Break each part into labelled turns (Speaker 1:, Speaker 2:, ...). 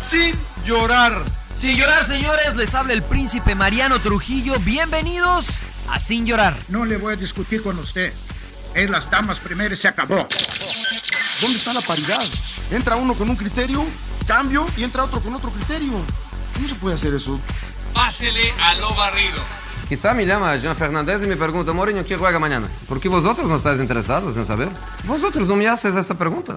Speaker 1: sin llorar.
Speaker 2: Sin llorar, señores, les habla el príncipe Mariano Trujillo. Bienvenidos a Sin llorar.
Speaker 3: No le voy a discutir con usted. Es las damas primero y se acabó.
Speaker 4: ¿Dónde está la paridad? Entra uno con un criterio, cambio y entra otro con otro criterio. ¿Cómo se puede hacer eso?
Speaker 5: Pásele a lo barrido.
Speaker 6: Quizá me llama Jean Fernández y me pregunta, Mourinho, ¿qué juega mañana? Porque vosotros no estáis interesados en saber. Vosotros no me haces esta pregunta.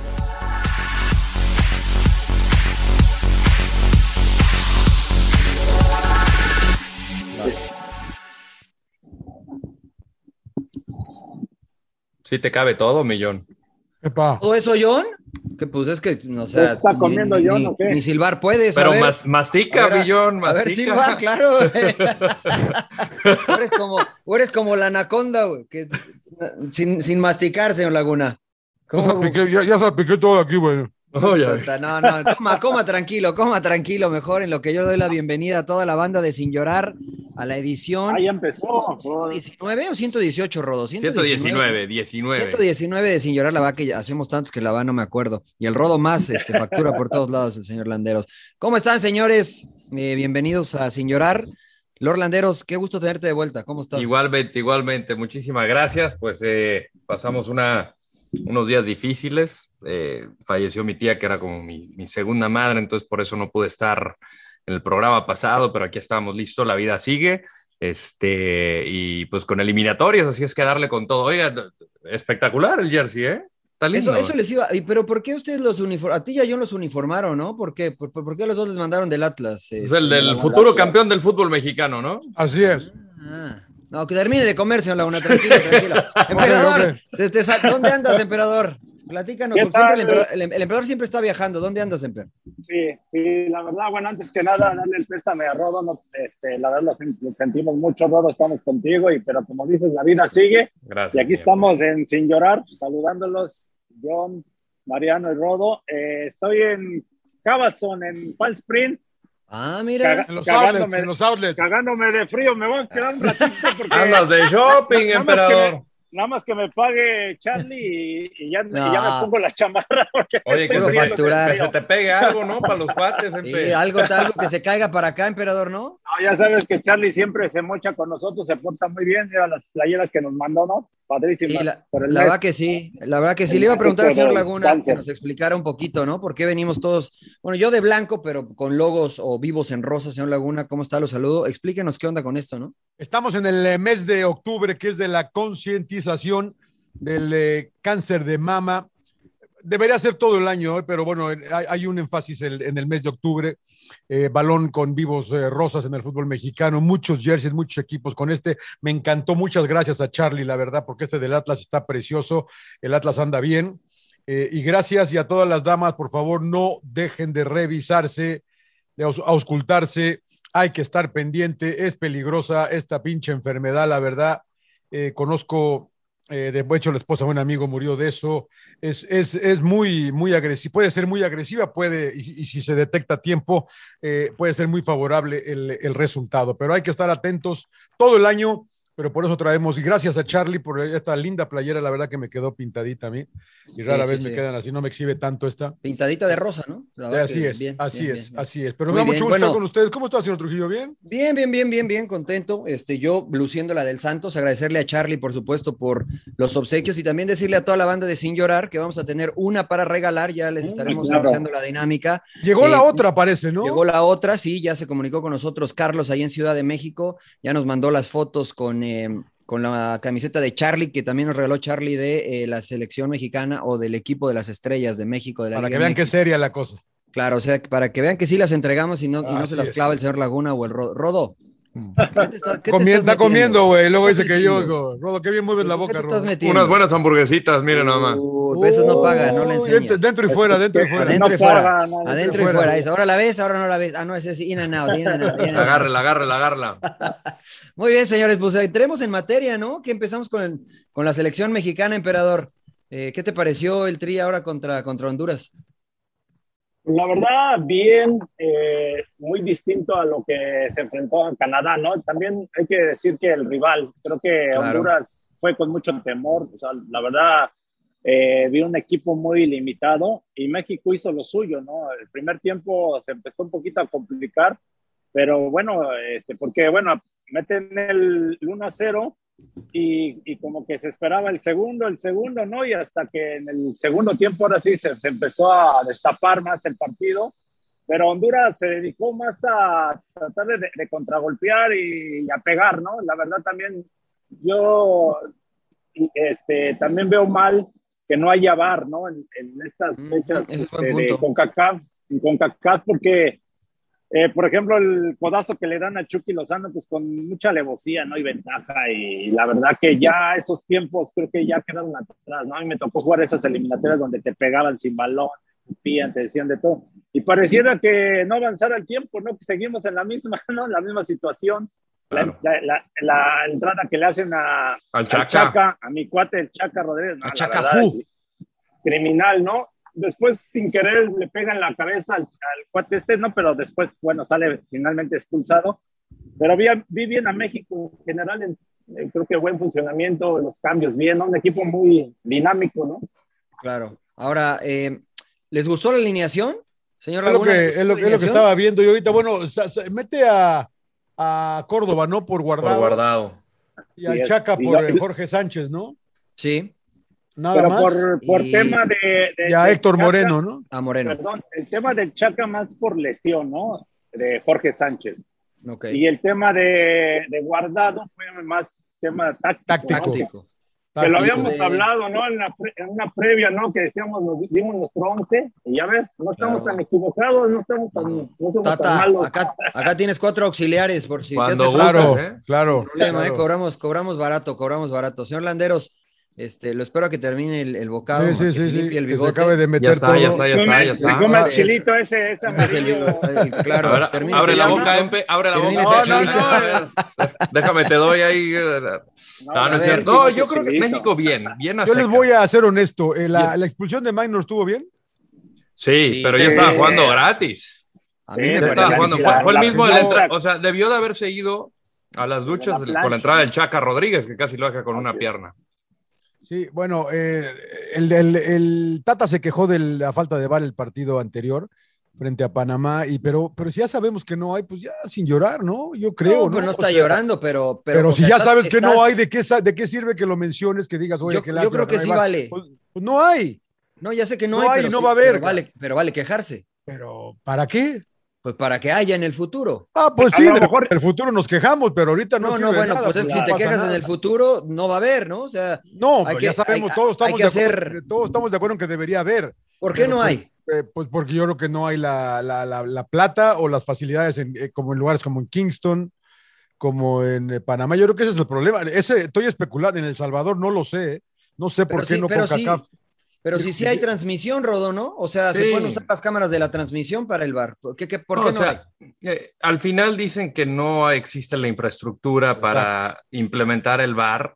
Speaker 7: Sí te cabe todo, millón.
Speaker 8: Epa.
Speaker 2: ¿Todo eso, John? Que pues es que, no sé.
Speaker 9: ¿Está comiendo
Speaker 2: ni,
Speaker 9: John
Speaker 2: ni-
Speaker 9: o qué?
Speaker 2: ni silbar puedes. a
Speaker 7: Pero
Speaker 2: ver.
Speaker 7: mas- mastica,
Speaker 2: A ver, a-
Speaker 7: millón,
Speaker 2: A ver,
Speaker 7: mastica.
Speaker 2: silbar, claro. güey. O eres, como, o eres como la anaconda, güey, que sin, sin masticar, señor Laguna.
Speaker 8: Ya
Speaker 2: ¿Cómo?
Speaker 8: salpiqué, ya, ya salpiqué todo aquí, güey.
Speaker 7: Oh, ya.
Speaker 2: Puta, No, no, coma, coma tranquilo, coma tranquilo, mejor en lo que yo doy la bienvenida a toda la banda de Sin Llorar a la edición
Speaker 9: Ah, ya empezó. joder.
Speaker 2: 119 o 118, Rodo.
Speaker 7: 119, 19.
Speaker 2: 119 de Sin Llorar la va, que ya hacemos tantos que la va, no me acuerdo. Y el rodo más, este, factura por todos lados el señor Landeros. ¿Cómo están, señores? Eh, bienvenidos a Sin Llorar. Lord Landeros, qué gusto tenerte de vuelta. ¿Cómo estás?
Speaker 7: Igualmente, igualmente. Muchísimas gracias. Pues eh, pasamos una, unos días difíciles. Eh, falleció mi tía, que era como mi, mi segunda madre, entonces por eso no pude estar en el programa pasado, pero aquí estábamos listos. La vida sigue. Este, y pues con eliminatorias, así es que darle con todo. Oiga, t- espectacular el jersey, ¿eh? Está lindo.
Speaker 2: Eso, eso les iba. y, Pero ¿por qué ustedes los uniformaron? A ti y a John los uniformaron, ¿no? ¿Por qué? ¿Por, por- por qué a los dos les mandaron del Atlas?
Speaker 7: Es
Speaker 2: este?
Speaker 7: el del futuro campeón del fútbol mexicano, ¿no?
Speaker 8: Así es.
Speaker 2: Ah, No, que termine de comer, señor Laguna, tranquilo, tranquilo. Emperador, te- te sa- ¿dónde andas, emperador? Platícanos,
Speaker 9: ¿Qué
Speaker 2: porque siempre
Speaker 9: tal?
Speaker 2: el, emperador, el em- el emperador siempre está viajando. ¿Dónde andas, emperador?
Speaker 9: Sí, sí, la verdad, bueno, antes que nada, darle el préstame a Rodo. no, este, la verdad, lo, sen- lo sentimos mucho, Rodo, estamos contigo. Y, pero como dices, la vida sigue.
Speaker 7: Gracias.
Speaker 9: Y aquí
Speaker 7: señor.
Speaker 9: estamos en Sin Llorar, saludándolos, John, Mariano y Rodo. Eh, estoy en Cabazón, en Fall Spring,
Speaker 2: Ah, mira.
Speaker 8: En los
Speaker 9: Cagándome.
Speaker 8: outlets, en los outlets.
Speaker 9: cagándome de frío. Me voy a quedar un ratito porque.
Speaker 7: Andas de shopping,
Speaker 9: Nada más que
Speaker 7: emperador.
Speaker 9: me- Nada más que me pague Charlie y, y ya, y ya
Speaker 2: No.
Speaker 9: me pongo la chamarra. porque
Speaker 7: Oye, que
Speaker 2: Puro
Speaker 7: se,
Speaker 9: estoy
Speaker 7: te-
Speaker 2: facturar.
Speaker 7: que se te pegue algo, ¿no? Para los cuates,
Speaker 2: Sí,
Speaker 7: empe.
Speaker 2: algo, algo que se caiga para acá, emperador, ¿no?
Speaker 9: No, ya sabes que Charlie siempre se mocha con nosotros, se porta muy bien, lleva las playeras que nos mandó, ¿no?
Speaker 2: Sí,
Speaker 9: Padrísima.
Speaker 2: la,
Speaker 9: por el
Speaker 2: la
Speaker 9: mes.
Speaker 2: verdad que sí, la verdad que sí.
Speaker 9: El
Speaker 2: Le iba a
Speaker 9: mes
Speaker 2: preguntar al
Speaker 9: este
Speaker 2: señor
Speaker 9: del
Speaker 2: Laguna que
Speaker 9: cáncer.
Speaker 2: nos explicara un poquito, ¿no? ¿Por qué venimos todos, bueno, yo de blanco, pero con logos o vivos en rosa, señor Laguna? ¿Cómo está? Lo saludo. Explíquenos qué onda con esto, ¿no?
Speaker 8: Estamos en el eh, mes de octubre, que es de la concientización del eh, cáncer de mama. Debería ser todo el año, eh, pero bueno, eh, hay, hay un énfasis en, en el mes de octubre. Eh, balón con vivos eh, rosas en el fútbol mexicano, muchos jerseys, muchos equipos con este. Me encantó, muchas gracias a Charlie, la verdad, porque este del Atlas está precioso. El Atlas anda bien. Eh, y gracias y a todas las damas, por favor, no dejen de revisarse, de aus- auscultarse, hay que estar pendiente, es peligrosa esta pinche enfermedad, la verdad. Eh, conozco, eh, de hecho, la esposa de un amigo murió de eso. Es, es, es muy, muy agresiva, puede ser muy agresiva, puede, y, y si se detecta a tiempo, eh, puede ser muy favorable el, el resultado. Pero hay que estar atentos todo el año, pero por eso traemos, y gracias a Charlie por esta linda playera, la verdad que me quedó pintadita a mí, y rara
Speaker 2: sí,
Speaker 8: vez me
Speaker 2: sí.
Speaker 8: quedan así, no me exhibe tanto esta.
Speaker 2: Pintadita de rosa, ¿no? La verdad
Speaker 8: Así
Speaker 2: que
Speaker 8: es,
Speaker 2: bien,
Speaker 8: así
Speaker 2: bien,
Speaker 8: es,
Speaker 2: bien, bien.
Speaker 8: así es. Pero
Speaker 2: Muy
Speaker 8: me da mucho
Speaker 2: bien,
Speaker 8: gusto estar
Speaker 2: bueno.
Speaker 8: con ustedes. ¿Cómo está, señor Trujillo? ¿Bien?
Speaker 2: Bien, bien, bien, bien, bien, contento. Este, yo luciendo la del Santos, agradecerle a Charlie, por supuesto, por los obsequios y también decirle a toda la banda de Sin Llorar que vamos a tener una para regalar, ya les
Speaker 9: Ah,
Speaker 2: estaremos
Speaker 9: claro.
Speaker 2: anunciando la dinámica.
Speaker 8: Llegó
Speaker 2: Eh,
Speaker 8: la otra, parece, ¿no?
Speaker 2: Llegó la otra, sí, ya se comunicó con nosotros Carlos ahí en Ciudad de México, ya nos mandó las fotos con, eh, con la camiseta de Charlie, que también nos regaló Charlie de eh, la selección mexicana o del equipo de las estrellas de México, de la
Speaker 8: Para
Speaker 2: Liga
Speaker 8: que vean
Speaker 2: MX.
Speaker 8: que es seria la cosa.
Speaker 2: Claro, o sea, para que vean que sí las entregamos y no, y no
Speaker 8: Así
Speaker 2: se las
Speaker 8: es.
Speaker 2: clava el señor Laguna o el Ro- Rodo.
Speaker 5: ¿Qué te está- qué te
Speaker 2: Comien-
Speaker 5: estás
Speaker 2: Mm. está
Speaker 5: metiendo?
Speaker 2: comiendo, güey. Luego
Speaker 5: Estás
Speaker 2: dice que yo,
Speaker 5: metiendo.
Speaker 2: go- Rodo, qué bien mueves la boca, Rodo.
Speaker 7: Unas buenas hamburguesitas, miren nada más.
Speaker 5: Uh,
Speaker 2: pues
Speaker 5: Besos no pagan, no le
Speaker 2: Uy, este,
Speaker 5: enseñas.
Speaker 2: dentro- dentro y fuera, dentro y fuera.
Speaker 5: Adentro
Speaker 2: No
Speaker 5: y fuera.
Speaker 2: pagan,
Speaker 5: adentro,
Speaker 2: no,
Speaker 5: y fuera. es, Ahora la ves, ahora no la ves. Ah, no, es así, in and out, in and out, in and out.
Speaker 7: Agárrela, agárrela, agárrela.
Speaker 5: Muy bien, señores, pues entremos en materia, ¿no? Que empezamos con, el- con la selección mexicana, emperador. Eh, ¿Qué te pareció el tri ahora contra, contra Honduras?
Speaker 9: La verdad, bien, eh, muy distinto a lo que se enfrentó a Canadá, ¿no? También hay que decir que el rival, creo que
Speaker 5: Claro.
Speaker 9: Honduras fue con mucho temor, o sea, la verdad, eh, vi un equipo muy limitado y México hizo lo suyo, ¿no? El primer tiempo se empezó un poquito a complicar, pero bueno, este, porque bueno, meten el 1-0 y, y como que se esperaba el segundo, el segundo, ¿no? Y hasta que en el segundo tiempo ahora sí se, se empezó a destapar más el partido, pero Honduras se dedicó más a tratar de, de contragolpear y, a pegar, ¿no? La verdad también yo y, este, también veo mal que no haya VAR, ¿no? En, en estas fechas
Speaker 5: Mm, ese es buen
Speaker 9: este, de
Speaker 5: punto.
Speaker 9: CONCACAF, en CONCACAF porque... Eh, por ejemplo, el codazo que le dan a Chucky Lozano, pues con mucha alevosía, ¿no? Y ventaja, y la verdad que ya esos tiempos creo que ya quedaron atrás, ¿no? A mí me tocó jugar esas eliminatorias donde te pegaban sin balón, te escupían, te decían de todo, y pareciera que no avanzara el tiempo, ¿no? Que seguimos en la misma, ¿no? En la misma situación. La- La, la- la entrada que le hacen a,
Speaker 7: Chaca.
Speaker 9: a mi cuate, el Chaca Rodríguez, ¿no? La
Speaker 7: Chaca
Speaker 9: verdad,
Speaker 7: Fu.
Speaker 9: criminal, ¿no? Después, sin querer, le pegan la cabeza al, al cuate este, ¿no? Pero después, bueno, sale finalmente expulsado. Pero vi, vi bien a México en general, en- eh, creo que buen funcionamiento, los cambios bien, ¿no? Un equipo muy dinámico, ¿no?
Speaker 5: Claro. Ahora, eh, ¿les gustó la alineación, señor
Speaker 2: Es lo,
Speaker 5: Laguna?
Speaker 2: que,
Speaker 5: ¿les gustó
Speaker 2: es
Speaker 5: la
Speaker 2: lo- es lo que
Speaker 5: alineación?
Speaker 2: estaba viendo yo ahorita. Bueno, sa- sa- mete a, a Córdoba, ¿no? Por guardado.
Speaker 7: Por guardado.
Speaker 2: Y al
Speaker 9: Así es.
Speaker 2: Chaca
Speaker 9: Y
Speaker 2: por
Speaker 9: ya-
Speaker 2: eh, Jorge Sánchez, ¿no?
Speaker 5: Sí.
Speaker 2: Nada
Speaker 9: Pero
Speaker 2: más.
Speaker 9: por, por tema de, de-
Speaker 2: Y a
Speaker 9: de
Speaker 2: Héctor
Speaker 9: Chaca-
Speaker 2: Moreno, ¿no?
Speaker 5: A Moreno.
Speaker 9: Perdón, el tema del Chaca más por lesión, ¿no? De Jorge Sánchez.
Speaker 5: Ok.
Speaker 9: Y el tema de, de guardado fue más tema táctico. ¿no?
Speaker 5: Táctico.
Speaker 9: Que lo habíamos
Speaker 5: Táctico.
Speaker 9: hablado, ¿no? En, la pre- en una previa, ¿no? Que decíamos, nos dimos nuestro 11 y ya ves, no estamos tan equivocados, no estamos tan, no somos tan
Speaker 5: Tata,
Speaker 9: malos.
Speaker 5: acá, acá tienes cuatro auxiliares por si te
Speaker 7: Cuando
Speaker 5: hace falta.
Speaker 2: Claro,
Speaker 7: ¿eh?
Speaker 2: claro.
Speaker 5: problema,
Speaker 2: claro.
Speaker 5: ¿eh? cobramos, cobramos barato, cobramos barato. Señor Landeros, este, lo espero a que termine el, el bocado,
Speaker 2: Sí,
Speaker 5: a que se
Speaker 2: sí, sí, sí,
Speaker 5: limpie el
Speaker 2: que se
Speaker 5: bigote.
Speaker 2: acabe de meter
Speaker 7: está,
Speaker 2: todo.
Speaker 7: ya está, ya está, ya
Speaker 9: Se
Speaker 7: está.
Speaker 9: come
Speaker 7: Ah,
Speaker 9: el chilito ese, ese
Speaker 5: Es el-
Speaker 9: amarillo.
Speaker 5: el- claro,
Speaker 7: A ver,
Speaker 5: termine
Speaker 7: abre
Speaker 5: ese
Speaker 7: la
Speaker 5: chilito.
Speaker 7: boca, eh. Empe, abre la
Speaker 5: Termine
Speaker 7: boca.
Speaker 5: ese
Speaker 7: No, no,
Speaker 5: chilito.
Speaker 7: no, Déjame, te doy ahí. eh, No, no,
Speaker 9: a
Speaker 7: es
Speaker 9: ver,
Speaker 7: cierto.
Speaker 9: sí,
Speaker 7: No,
Speaker 9: sí,
Speaker 7: yo
Speaker 9: sí,
Speaker 7: creo que
Speaker 9: sí,
Speaker 7: México bien, bien a
Speaker 2: Yo les
Speaker 7: secas.
Speaker 2: voy a ser honesto. eh, la,
Speaker 7: Bien.
Speaker 2: la expulsión de Magnus estuvo bien.
Speaker 7: Sí, pero ya
Speaker 9: sí.
Speaker 7: estaba jugando gratis.
Speaker 5: A mí
Speaker 9: Sí,
Speaker 5: me
Speaker 7: Ya
Speaker 9: pero
Speaker 5: pareció
Speaker 7: estaba
Speaker 9: la-
Speaker 7: jugando.
Speaker 5: que sí,
Speaker 7: Fue,
Speaker 5: la-
Speaker 7: fue el
Speaker 9: la-
Speaker 7: mismo.
Speaker 9: la-
Speaker 7: de la entra-
Speaker 9: la-
Speaker 7: o sea, debió de haberse ido a las duchas
Speaker 9: la
Speaker 7: del-
Speaker 9: plancha.
Speaker 7: con la entrada del Chaca Rodríguez, que casi lo deja con una
Speaker 9: Así es.
Speaker 7: pierna.
Speaker 2: Sí, bueno, eh, el, el- el Tata se quejó de la falta de VAR el partido anterior frente a Panamá, y pero, pero si ya sabemos que no hay, pues ya sin llorar, ¿no? Yo creo.
Speaker 5: No, pues no
Speaker 2: O
Speaker 5: está
Speaker 2: sea,
Speaker 5: llorando, pero...
Speaker 2: Pero,
Speaker 5: o
Speaker 2: si
Speaker 5: sea,
Speaker 2: ya
Speaker 5: estás-
Speaker 2: sabes que no
Speaker 5: estás-
Speaker 2: hay, ¿de qué, sa- ¿de qué sirve que lo menciones, que digas, oye,
Speaker 5: Yo-
Speaker 2: qué
Speaker 5: yo
Speaker 2: lástima
Speaker 5: creo que
Speaker 2: no hay
Speaker 5: sí
Speaker 2: VAR?
Speaker 5: vale.
Speaker 2: Pues, pues no hay,
Speaker 5: No, ya sé que no,
Speaker 2: No
Speaker 5: hay,
Speaker 2: hay,
Speaker 5: pero,
Speaker 2: no
Speaker 5: sí-
Speaker 2: va a haber,
Speaker 5: Pero vale, pero vale quejarse,
Speaker 2: pero ¿para qué?
Speaker 5: pues para que haya en el futuro.
Speaker 2: Ah, pues
Speaker 9: A
Speaker 2: sí,
Speaker 9: lo
Speaker 2: de-
Speaker 9: mejor-
Speaker 2: el futuro nos quejamos, pero ahorita no
Speaker 5: No, no,
Speaker 2: sirve
Speaker 5: bueno,
Speaker 2: nada,
Speaker 5: pues es que si
Speaker 2: no
Speaker 5: te
Speaker 2: pasa
Speaker 5: quejas
Speaker 2: nada.
Speaker 5: en el futuro, no va a haber, ¿no? O sea,
Speaker 2: No,
Speaker 5: hay
Speaker 2: pero
Speaker 5: que-
Speaker 2: ya sabemos,
Speaker 5: hay-
Speaker 2: todos,
Speaker 5: hay
Speaker 2: estamos
Speaker 5: que
Speaker 2: de acuerdo,
Speaker 5: hacer-
Speaker 2: todos estamos de acuerdo en que debería haber.
Speaker 5: ¿por qué
Speaker 2: Pero,
Speaker 5: no
Speaker 2: pues,
Speaker 5: hay?
Speaker 2: Eh, pues porque yo creo que no hay la, la- la- la plata o las facilidades en, eh, como en lugares como en Kingston, como en eh, Panamá. Yo creo que ese es el problema. Ese, estoy especulando, en El Salvador no lo sé. ¿eh? No sé por
Speaker 5: Pero
Speaker 2: qué
Speaker 5: sí,
Speaker 2: no
Speaker 5: pero sí.
Speaker 2: CONCACAF.
Speaker 5: Pero
Speaker 2: Yo-
Speaker 5: si sí hay transmisión, Rodo, ¿no? O sea, se
Speaker 7: Sí.
Speaker 5: pueden usar las cámaras de la transmisión para el bar. ¿Por qué, qué- por
Speaker 7: No,
Speaker 5: qué
Speaker 7: o
Speaker 5: no hay?
Speaker 7: sea, eh, al final dicen que no existe la infraestructura para implementar el VAR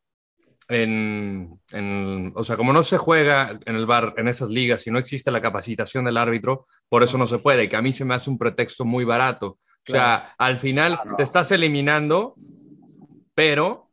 Speaker 7: en, en- o sea, como no se juega en el VAR en esas ligas y no existe la capacitación del árbitro, por eso no se puede, que a mí se me hace un pretexto muy barato. O sea, al final te estás eliminando, pero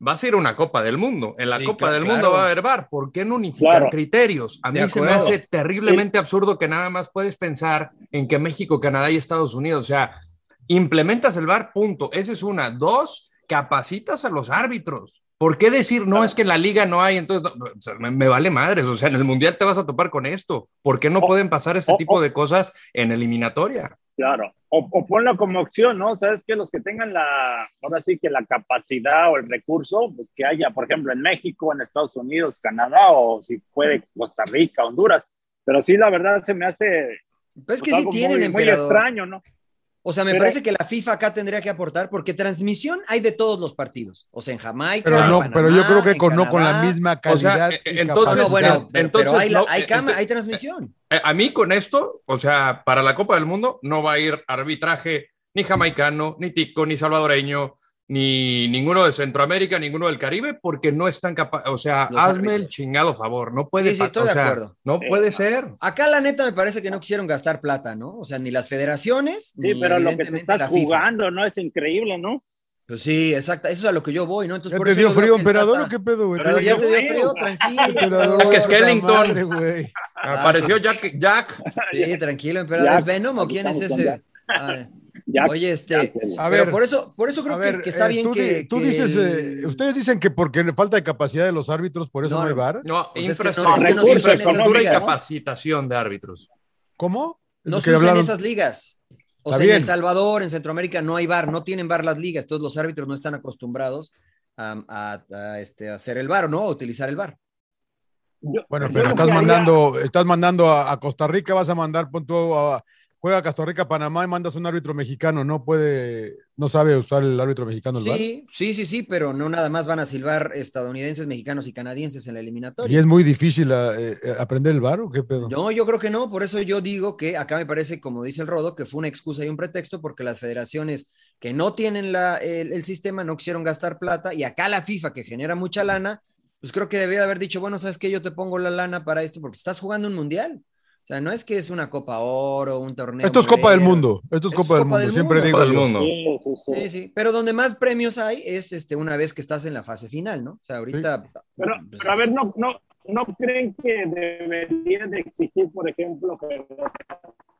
Speaker 7: vas a ir a una Copa del Mundo. En la
Speaker 5: Sí,
Speaker 7: Copa
Speaker 5: cla-
Speaker 7: del
Speaker 5: claro.
Speaker 7: Mundo va a haber VAR. ¿Por qué no unificar
Speaker 9: Claro.
Speaker 7: criterios? A mí
Speaker 5: De
Speaker 7: se me
Speaker 5: acuerdo.
Speaker 7: hace terriblemente absurdo que nada más puedes pensar en que México, Canadá y Estados Unidos, o sea, implementas el VAR, punto. Esa es una. Dos, capacitas a los árbitros. ¿Por qué decir, no, es que en la liga no hay, entonces, no, o sea, me, me vale madres, o sea, en el Mundial te vas a topar con esto. ¿Por qué no
Speaker 9: Oh,
Speaker 7: pueden pasar este
Speaker 9: oh,
Speaker 7: tipo
Speaker 9: oh.
Speaker 7: de cosas en eliminatoria?
Speaker 9: Claro, o, o ponla como opción, ¿no? Sabes que los que tengan la, ahora sí que la capacidad o el recurso, pues que haya, por ejemplo, en México, en Estados Unidos, Canadá, o si puede, Costa Rica, Honduras. Pero sí, la verdad se me hace
Speaker 5: Pues es que
Speaker 9: pues,
Speaker 5: sí
Speaker 9: algo
Speaker 5: tienen,
Speaker 9: muy, muy
Speaker 5: emperador.
Speaker 9: extraño, ¿no?
Speaker 5: O sea, me
Speaker 9: Pero-
Speaker 5: parece que la FIFA acá tendría que aportar porque transmisión hay de todos los partidos. O sea, en Jamaica.
Speaker 2: Pero no,
Speaker 5: en
Speaker 2: pero yo
Speaker 5: Panamá,
Speaker 2: creo que
Speaker 5: en
Speaker 2: con, no con la
Speaker 5: Canadá.
Speaker 2: misma
Speaker 7: O sea,
Speaker 2: calidad.
Speaker 7: eh,
Speaker 2: y
Speaker 7: entonces-
Speaker 2: capacidad.
Speaker 5: No, bueno, pero, pero
Speaker 7: Entonces,
Speaker 5: hay, la-
Speaker 7: no, e,
Speaker 5: hay cama,
Speaker 7: ente-
Speaker 5: hay transmisión.
Speaker 7: Eh, A mí con esto, o sea, para la Copa del Mundo no va a ir arbitraje ni jamaicano, ni tico, ni salvadoreño, ni ninguno de Centroamérica, ninguno del Caribe, porque no están capaces, o sea,
Speaker 5: Los
Speaker 7: hazme
Speaker 5: árbitros.
Speaker 7: el chingado favor, no puede,
Speaker 5: Sí, sí,
Speaker 7: pa-
Speaker 5: estoy
Speaker 7: o
Speaker 5: de
Speaker 7: sea,
Speaker 5: acuerdo. Ah,
Speaker 7: no puede ser.
Speaker 5: Acá la neta me parece que no quisieron gastar plata, ¿no? O sea, ni las federaciones.
Speaker 9: Sí,
Speaker 5: ni
Speaker 9: pero lo que te
Speaker 5: evidentemente
Speaker 9: estás
Speaker 5: la FIFA.
Speaker 9: jugando, ¿no? Es increíble, ¿no?
Speaker 5: Pues sí, exacto. Eso es a lo que yo voy, ¿no? Entonces,
Speaker 2: ¿Ya
Speaker 5: por
Speaker 2: te
Speaker 5: eso
Speaker 2: dio
Speaker 5: yo veo
Speaker 2: frío,
Speaker 5: que el
Speaker 2: emperador
Speaker 5: Tata-
Speaker 2: o qué pedo, güey?
Speaker 5: Pero ya te dio frío,
Speaker 9: Frío.
Speaker 5: tranquilo,
Speaker 2: Emperador,
Speaker 5: emperador.
Speaker 7: Que es
Speaker 2: puta
Speaker 7: Skellington.
Speaker 2: madre, güey.
Speaker 7: Ah,
Speaker 5: ah,
Speaker 7: Apareció Jack, Jack.
Speaker 5: Sí, tranquilo, emperador.
Speaker 9: Ya.
Speaker 5: ¿Es Venom o quién es
Speaker 9: Estamos
Speaker 5: ese?
Speaker 9: con
Speaker 5: Ah,
Speaker 9: Ya.
Speaker 5: Oye, este.
Speaker 2: A
Speaker 5: pero
Speaker 2: ver,
Speaker 5: por eso, por eso creo
Speaker 2: A
Speaker 5: que-
Speaker 2: ver,
Speaker 5: que, está
Speaker 2: eh,
Speaker 5: bien
Speaker 2: tú, di-
Speaker 5: que.
Speaker 2: tú
Speaker 5: que
Speaker 2: dices,
Speaker 5: el-
Speaker 2: eh, ustedes dicen que porque le falta de capacidad de los árbitros, por eso
Speaker 5: No,
Speaker 2: no, hay
Speaker 5: no.
Speaker 2: VAR.
Speaker 5: Pues
Speaker 7: No,
Speaker 5: es que no-
Speaker 7: infraestructura,
Speaker 9: es que no se usan esas
Speaker 7: infraestructura y
Speaker 5: ligas.
Speaker 7: capacitación de árbitros.
Speaker 2: ¿Cómo? Es
Speaker 5: No
Speaker 2: lo
Speaker 5: se
Speaker 2: que
Speaker 5: usan
Speaker 2: hablaron.
Speaker 5: esas ligas. O sea,
Speaker 2: Está
Speaker 5: en
Speaker 2: bien.
Speaker 5: El Salvador, en Centroamérica, no hay bar, no tienen bar las ligas. Todos los árbitros no están acostumbrados a, a- a, este, a hacer el bar, ¿no? A utilizar el bar.
Speaker 9: Yo-
Speaker 2: Bueno,
Speaker 9: yo
Speaker 2: pero
Speaker 9: lo
Speaker 2: estás
Speaker 9: que haría-
Speaker 2: mandando, estás mandando a, a Costa Rica, vas a mandar, pon tú a, juega a Costa Rica, Panamá y mandas un árbitro mexicano, no puede, no sabe usar el árbitro mexicano el VAR.
Speaker 5: Sí, sí, sí, sí, pero no nada más van a silbar estadounidenses, mexicanos y canadienses en la eliminatoria.
Speaker 2: Y es muy difícil a- eh, aprender el VAR o qué pedo.
Speaker 5: No, yo creo que no, por eso yo digo que acá me parece, como dice el Rodo, que fue una excusa y un pretexto porque las federaciones que no tienen la- el, el sistema no quisieron gastar plata y acá la FIFA que genera mucha lana, pues creo que debía de haber dicho, bueno, ¿sabes qué? Yo te pongo la lana para esto porque estás jugando un mundial. O sea, no es que es una Copa Oro, un torneo.
Speaker 2: Esto es Copa del
Speaker 5: modelo.
Speaker 2: Mundo, esto es Copa del Mundo, siempre
Speaker 5: Copa
Speaker 2: digo.
Speaker 7: Todo el
Speaker 2: yo.
Speaker 7: mundo.
Speaker 9: Sí, sí, sí.
Speaker 5: Sí, sí, pero donde más premios hay es este, una vez que estás en la fase final, ¿no? O sea, ahorita...
Speaker 9: Pero,
Speaker 5: pues,
Speaker 9: pero a ver, no, no, ¿no creen que deberían de exigir, por ejemplo, que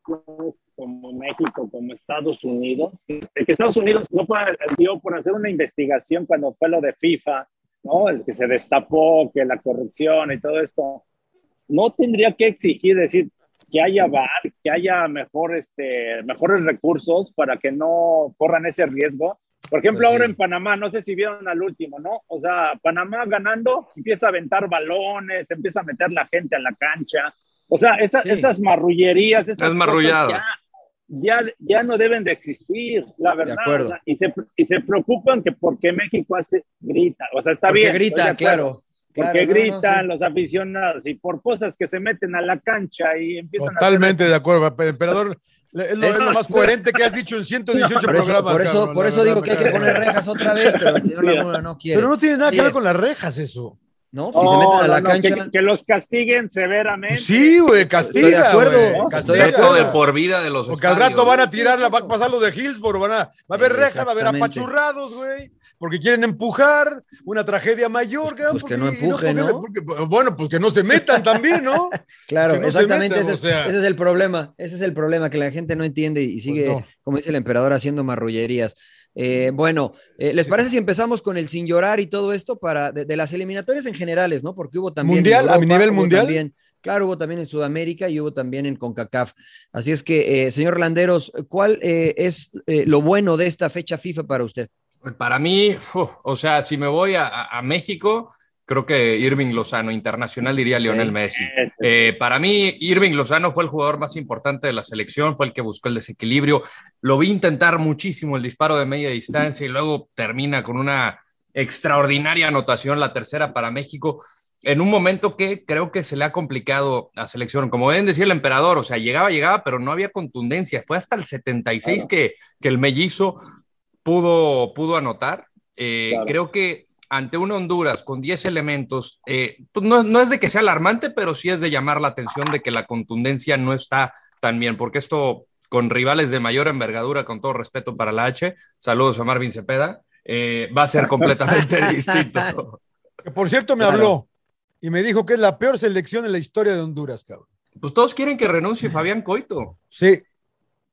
Speaker 9: pues, como México, como Estados Unidos, que que Estados Unidos no fue- dio por hacer una investigación cuando fue lo de FIFA, ¿no? El que se destapó, que la corrupción y todo esto, no tendría que exigir, decir, que haya VAR, que haya mejor, este, mejores recursos para que no corran ese riesgo. Por ejemplo,
Speaker 5: Pues sí.
Speaker 9: ahora en Panamá, no sé si vieron al último, ¿no? O sea, Panamá ganando, empieza a aventar balones, empieza a meter la gente a la cancha. O sea, esa-
Speaker 5: Sí.
Speaker 9: esas marrullerías, esas
Speaker 7: Las
Speaker 9: cosas
Speaker 7: marrulladas.
Speaker 9: ya- ya, ya no deben de existir, la verdad.
Speaker 5: acuerdo.
Speaker 9: o sea, y, se, y se preocupan que porque México hace, grita. O sea, está
Speaker 5: porque
Speaker 9: bien. estoy de
Speaker 5: grita,
Speaker 9: acuerdo.
Speaker 5: claro.
Speaker 9: Porque
Speaker 5: claro, no, no,
Speaker 9: gritan
Speaker 5: sí.
Speaker 9: los aficionados y por cosas que se meten a la cancha y empiezan
Speaker 2: Totalmente
Speaker 9: a hacer
Speaker 2: de acuerdo, emperador. le- Es lo, es lo
Speaker 5: Eso
Speaker 2: más
Speaker 5: sí.
Speaker 2: coherente que has dicho en 118
Speaker 5: Por eso,
Speaker 2: programas.
Speaker 5: por eso,
Speaker 2: cabrón,
Speaker 5: por
Speaker 2: la
Speaker 5: eso
Speaker 2: verdad
Speaker 5: digo
Speaker 2: me
Speaker 5: que hay que
Speaker 2: cae.
Speaker 5: poner rejas otra vez, pero el señor
Speaker 9: Sí.
Speaker 5: Laguna no quiere.
Speaker 2: Pero no tiene nada que
Speaker 5: Bien.
Speaker 2: ver con las rejas eso.
Speaker 5: No,
Speaker 9: eso.
Speaker 5: si se
Speaker 9: No,
Speaker 5: meten a la
Speaker 9: no, no,
Speaker 5: cancha.
Speaker 9: Que, que los castiguen severamente.
Speaker 2: Pues Sí, güey,
Speaker 5: Estoy
Speaker 2: castiga.
Speaker 5: de acuerdo,
Speaker 2: güey,
Speaker 5: estoy de
Speaker 2: castiga.
Speaker 7: Veto
Speaker 5: acuerdo.
Speaker 7: de por vida de los
Speaker 2: Porque al
Speaker 7: estadios.
Speaker 2: rato van a tirarla, va a pasar lo de Hillsborough, van a, va a haber rejas, va a haber
Speaker 5: Exactamente.
Speaker 2: apachurrados, güey, porque quieren empujar, una tragedia mayor,
Speaker 5: Pues-
Speaker 2: cabrón,
Speaker 5: pues que
Speaker 2: porque-
Speaker 5: no
Speaker 2: y
Speaker 5: empujen, ¿no?
Speaker 2: porque- bueno, pues que no se metan también, ¿no?
Speaker 5: Claro,
Speaker 2: que no se
Speaker 5: exactamente.
Speaker 2: metan,
Speaker 5: ese,
Speaker 2: o
Speaker 5: es,
Speaker 2: sea. Pues
Speaker 5: ese es el problema. Ese es el problema que la gente no entiende y sigue,
Speaker 2: no.
Speaker 5: como dice el emperador, haciendo marrullerías. Eh, bueno, eh, ¿les parece si empezamos con el sin llorar y todo esto para de, de las eliminatorias en generales, ¿no? Porque hubo también. en
Speaker 2: ¿Mundial? ¿A mi nivel
Speaker 5: hubo
Speaker 2: mundial?
Speaker 5: también- claro, hubo también en Sudamérica y hubo también en CONCACAF. Así es que, eh, señor Landeros, ¿cuál eh, es eh, lo bueno de esta fecha FIFA para usted?
Speaker 7: Para mí, uf, o sea, si me voy a- a, a México, creo que Irving Lozano, internacional, diría Lionel Messi.
Speaker 9: Este,
Speaker 7: Eh, para mí, Irving Lozano fue el jugador más importante de la selección, fue el que buscó el desequilibrio. Lo vi intentar muchísimo el disparo de media distancia y luego termina con una extraordinaria anotación, la tercera para México, en un momento que creo que se le ha complicado a selección. Como deben decir el emperador, o sea, llegaba, llegaba, pero no había contundencia. Fue hasta el 76 que, que el mellizo pudo, pudo anotar. Eh,
Speaker 9: Claro.
Speaker 7: Creo que ante una Honduras con 10 elementos, eh, pues no, no es de que sea alarmante, pero sí es de llamar la atención de que la contundencia no está tan bien, porque esto con rivales de mayor envergadura, con todo respeto para la H, saludos a Marvin Cepeda, eh, va a ser completamente distinto.
Speaker 2: Que por cierto me
Speaker 5: Claro.
Speaker 2: habló y me dijo que es la peor selección en la historia de Honduras, cabrón.
Speaker 7: Pues todos quieren que renuncie Fabián Coito.
Speaker 2: Sí.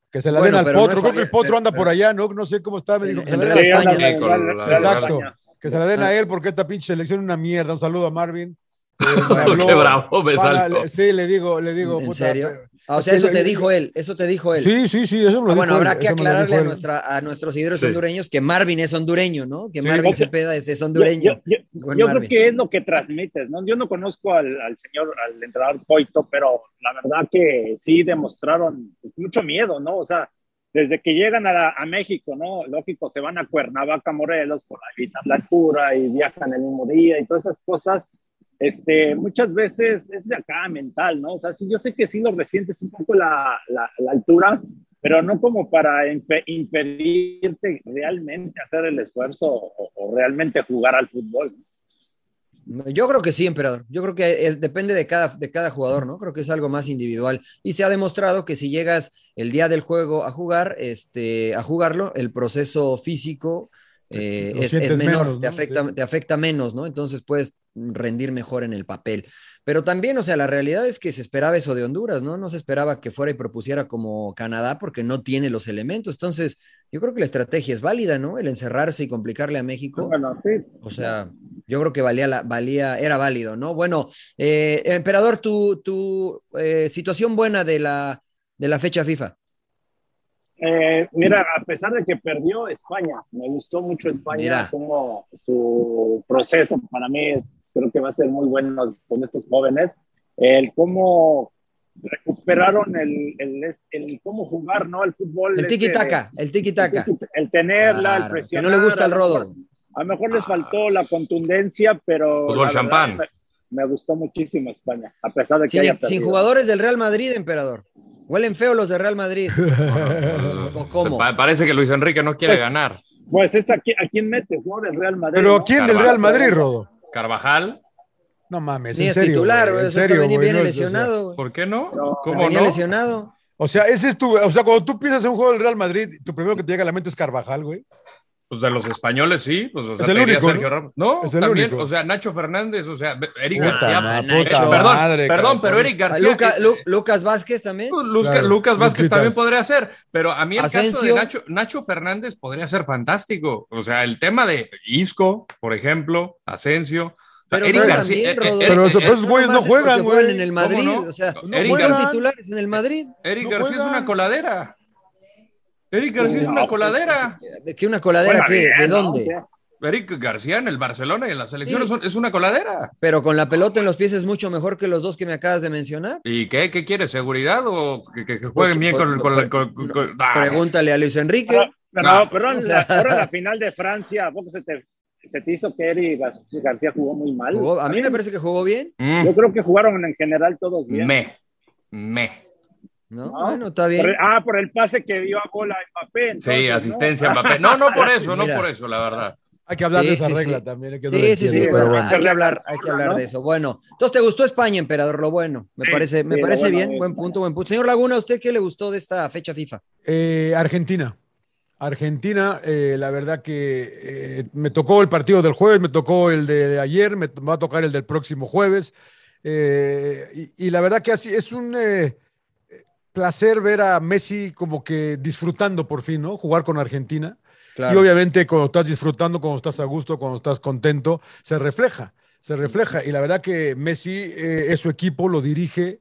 Speaker 2: Que se la
Speaker 5: Bueno,
Speaker 2: den al
Speaker 5: pero no
Speaker 2: potro,
Speaker 5: es
Speaker 2: creo que el
Speaker 5: Fabián,
Speaker 2: potro
Speaker 5: pero-
Speaker 2: anda
Speaker 5: pero-
Speaker 2: por allá, ¿no? No sé cómo está, me dijo que se la
Speaker 5: en
Speaker 2: den
Speaker 5: realidad-
Speaker 2: a-
Speaker 5: España.
Speaker 9: España.
Speaker 2: Exacto.
Speaker 9: España.
Speaker 2: que se la den
Speaker 5: Ah.
Speaker 2: a él porque esta pinche selección es una mierda. Un saludo a Marvin. Eh, me habló
Speaker 7: Qué bravo, me
Speaker 2: para-
Speaker 7: salto.
Speaker 2: le- sí, le digo, le digo.
Speaker 5: ¿En
Speaker 2: puta,
Speaker 5: serio?
Speaker 2: eh,
Speaker 5: Ah, o sea,
Speaker 2: es que
Speaker 5: eso
Speaker 2: le-
Speaker 5: te dijo él, eso te dijo él.
Speaker 2: Sí, sí, sí, eso me lo
Speaker 5: Ah, bueno,
Speaker 2: dijo él,
Speaker 5: habrá que
Speaker 2: eso me lo
Speaker 5: aclararle
Speaker 2: dijo
Speaker 5: a,
Speaker 2: él.
Speaker 5: nuestra, a nuestros seguidores
Speaker 7: Sí.
Speaker 5: hondureños que Marvin es hondureño, ¿no? Que
Speaker 2: Sí.
Speaker 5: Marvin
Speaker 9: Ok.
Speaker 5: Cepeda es, es
Speaker 9: Yo,
Speaker 5: hondureño.
Speaker 9: yo- yo-
Speaker 5: Buen
Speaker 9: yo
Speaker 5: Marvin.
Speaker 9: creo que es lo que transmites, ¿no? Yo no conozco al, al señor, al entrenador Coito, pero la verdad que sí demostraron mucho miedo, ¿no? O sea, desde que llegan a, la- a México, ¿no? Lógico, se van a Cuernavaca, Morelos, por evitar la altura y viajan el mismo día y todas esas cosas. Este, muchas veces es de acá mental, ¿no? O sea, sí, yo sé que sí lo resientes un poco la, la- la altura, pero no como para impe- impedirte realmente hacer el esfuerzo o, o realmente jugar al fútbol.
Speaker 5: Yo creo que sí, emperador. Yo creo que eh, depende de cada, de cada jugador, ¿no? Creo que es algo más individual. Y se ha demostrado que si llegas el día del juego a jugar, este, a jugarlo, el proceso físico eh,
Speaker 2: Pues, Lo
Speaker 5: es,
Speaker 2: sientes
Speaker 5: es menor,
Speaker 2: menos,
Speaker 5: te,
Speaker 2: ¿no?
Speaker 5: afecta, te afecta menos, ¿no? Entonces puedes rendir mejor en el papel. Pero también, o sea, la realidad es que se esperaba eso de Honduras, ¿no? No se esperaba que fuera y propusiera como Canadá porque no tiene los elementos. Entonces, yo creo que la estrategia es válida, ¿no? El encerrarse y complicarle a México. O sea, yo creo que valía, la, valía era válido, ¿no? Bueno, eh, emperador, tu, tu eh, situación buena de la, de la fecha FIFA.
Speaker 9: Eh, mira, a pesar de que perdió España, me gustó mucho España,
Speaker 5: Mira.
Speaker 9: como su proceso para mí es- creo que va a ser muy bueno con estos jóvenes, el cómo recuperaron el, el, es- el cómo jugar, ¿no? El fútbol.
Speaker 5: El
Speaker 9: este,
Speaker 5: tiki-taka, el tiki-taka.
Speaker 9: El tenerla,
Speaker 5: Claro,
Speaker 9: el
Speaker 5: que
Speaker 9: presionar.
Speaker 5: no le gusta el
Speaker 9: a lo mejor-
Speaker 5: rodo.
Speaker 9: A lo mejor les faltó la contundencia, pero...
Speaker 7: Fútbol
Speaker 9: la verdad,
Speaker 7: champán.
Speaker 9: Me, me gustó muchísimo España, a pesar de que
Speaker 5: Sin,
Speaker 9: haya perdido.
Speaker 5: sin jugadores del Real Madrid, emperador. Huelen feo los de Real Madrid. ¿O
Speaker 7: Se
Speaker 5: ¿Cómo?
Speaker 7: pa- parece que Luis Enrique no quiere
Speaker 9: Pues-
Speaker 7: ganar.
Speaker 9: Pues es a, qui- a quién metes, ¿no? Del Real Madrid.
Speaker 2: Pero
Speaker 9: ¿no?
Speaker 2: ¿quién del Real Madrid, Rodo?
Speaker 7: Carvajal.
Speaker 2: No mames,
Speaker 5: Ni
Speaker 2: en
Speaker 5: es
Speaker 2: serio.
Speaker 5: titular,
Speaker 2: güey,
Speaker 5: güey,
Speaker 2: en
Speaker 5: eso
Speaker 2: serio,
Speaker 5: también
Speaker 2: güey,
Speaker 5: viene
Speaker 2: no es- o sea,
Speaker 5: lesionado. güey.
Speaker 7: ¿Por qué no?
Speaker 5: Venía
Speaker 7: ¿Cómo no?
Speaker 5: lesionado.
Speaker 2: O sea, ese es tu, o sea, cuando tú piensas en un juego del Real Madrid, tu primero que te llega a la mente es Carvajal, güey.
Speaker 7: Pues de los españoles sí, pues o sea,
Speaker 2: Es el
Speaker 7: te diría
Speaker 2: único,
Speaker 7: Sergio
Speaker 2: ¿no?
Speaker 7: Ramos. No,
Speaker 2: Es el
Speaker 7: también,
Speaker 2: único.
Speaker 7: o sea, Nacho Fernández, o sea, Eric
Speaker 2: Puta
Speaker 7: García.
Speaker 2: madre,
Speaker 7: Eh,
Speaker 2: puta
Speaker 7: perdón,
Speaker 2: madre,
Speaker 7: perdón,
Speaker 2: cabrón.
Speaker 7: pero Eric
Speaker 5: Ah,
Speaker 7: García. eh,
Speaker 5: Luca- Lu- Lucas Vázquez también.
Speaker 2: Pues,
Speaker 7: Luzca-
Speaker 2: Claro,
Speaker 7: Lucas Vázquez
Speaker 2: Luquitas.
Speaker 7: también podría ser, pero a mí el caso de
Speaker 5: Asensio.
Speaker 7: Nacho, Nacho Fernández podría ser fantástico. O sea, el tema de Isco, por ejemplo, Asensio. O sea,
Speaker 5: Pero
Speaker 7: Eric
Speaker 5: no también,
Speaker 7: García- eh, eh,
Speaker 5: Rodo.
Speaker 7: Eric-
Speaker 2: Pero esos-
Speaker 7: Eric-
Speaker 2: esos güeyes no
Speaker 5: nomás es porque
Speaker 2: juegan,
Speaker 5: juegan
Speaker 2: güey.
Speaker 5: en el Madrid.
Speaker 7: ¿Cómo no?
Speaker 5: O sea,
Speaker 7: No
Speaker 5: no son
Speaker 7: juegan.
Speaker 5: titulares en el Madrid.
Speaker 7: Eric
Speaker 2: No
Speaker 7: García es
Speaker 2: juegan.
Speaker 7: una coladera. Eric García es
Speaker 9: No,
Speaker 7: una
Speaker 9: pues,
Speaker 7: coladera.
Speaker 5: ¿Qué una coladera?
Speaker 9: Juega
Speaker 5: ¿qué?
Speaker 9: bien,
Speaker 5: ¿De
Speaker 9: ¿no?
Speaker 5: dónde?
Speaker 9: O sea,
Speaker 7: Eric García en el Barcelona y en la selección
Speaker 5: Sí.
Speaker 7: es un- es una coladera.
Speaker 5: Pero con la pelota en los pies es mucho mejor que los dos que me acabas de mencionar.
Speaker 7: ¿Y qué, qué quieres? ¿Seguridad o que, que- que jueguen bien
Speaker 5: Pues,
Speaker 7: con, con,
Speaker 5: pues,
Speaker 7: con- con- con- Ah,
Speaker 5: Pregúntale a Luis Enrique.
Speaker 9: pero- pero,
Speaker 7: No.
Speaker 9: pero en la, ahora en la final de Francia, ¿a poco se te, se te hizo que Eric Gar- García jugó muy mal?
Speaker 5: Jugó- a mí me
Speaker 9: También,
Speaker 5: parece que jugó bien.
Speaker 7: mm,
Speaker 9: Yo creo que jugaron en general todos bien.
Speaker 7: me. Me.
Speaker 5: ¿no?
Speaker 9: No.
Speaker 5: Bueno, está bien.
Speaker 9: Por el- ah, por el pase que dio a bola Mbappé. entonces,
Speaker 7: Sí,
Speaker 9: ¿no?
Speaker 7: asistencia a Mbappé. No, no por eso, no
Speaker 5: Mira.
Speaker 7: por eso, la verdad.
Speaker 2: Hay que hablar de
Speaker 5: Sí,
Speaker 2: esa
Speaker 5: sí,
Speaker 2: regla
Speaker 5: sí.
Speaker 2: también. Hay que hablar
Speaker 5: Sí,
Speaker 2: de
Speaker 5: sí,
Speaker 2: quién,
Speaker 5: sí,
Speaker 2: pero
Speaker 5: bueno,
Speaker 2: bueno.
Speaker 5: hay que hablar, hay que
Speaker 9: ¿no?
Speaker 5: hablar de eso. Bueno, entonces te gustó España, emperador, lo bueno. Me
Speaker 9: Sí,
Speaker 5: parece, me
Speaker 9: sí, lo
Speaker 5: parece
Speaker 9: bueno
Speaker 5: bien,
Speaker 9: es
Speaker 5: buen
Speaker 9: España.
Speaker 5: punto, buen punto. Señor Laguna, ¿a usted qué le gustó de esta fecha FIFA?
Speaker 2: Eh, Argentina. Argentina, eh, la verdad que eh, me tocó el partido del jueves, me tocó el de ayer, me t- va a tocar el del próximo jueves. Eh, y, y la verdad que así es un eh, placer ver a Messi como que disfrutando por fin, ¿no? Jugar con Argentina. Y obviamente cuando estás disfrutando, cuando estás a gusto, cuando estás contento, se refleja, se refleja. Y la verdad que Messi eh, es su equipo, lo dirige,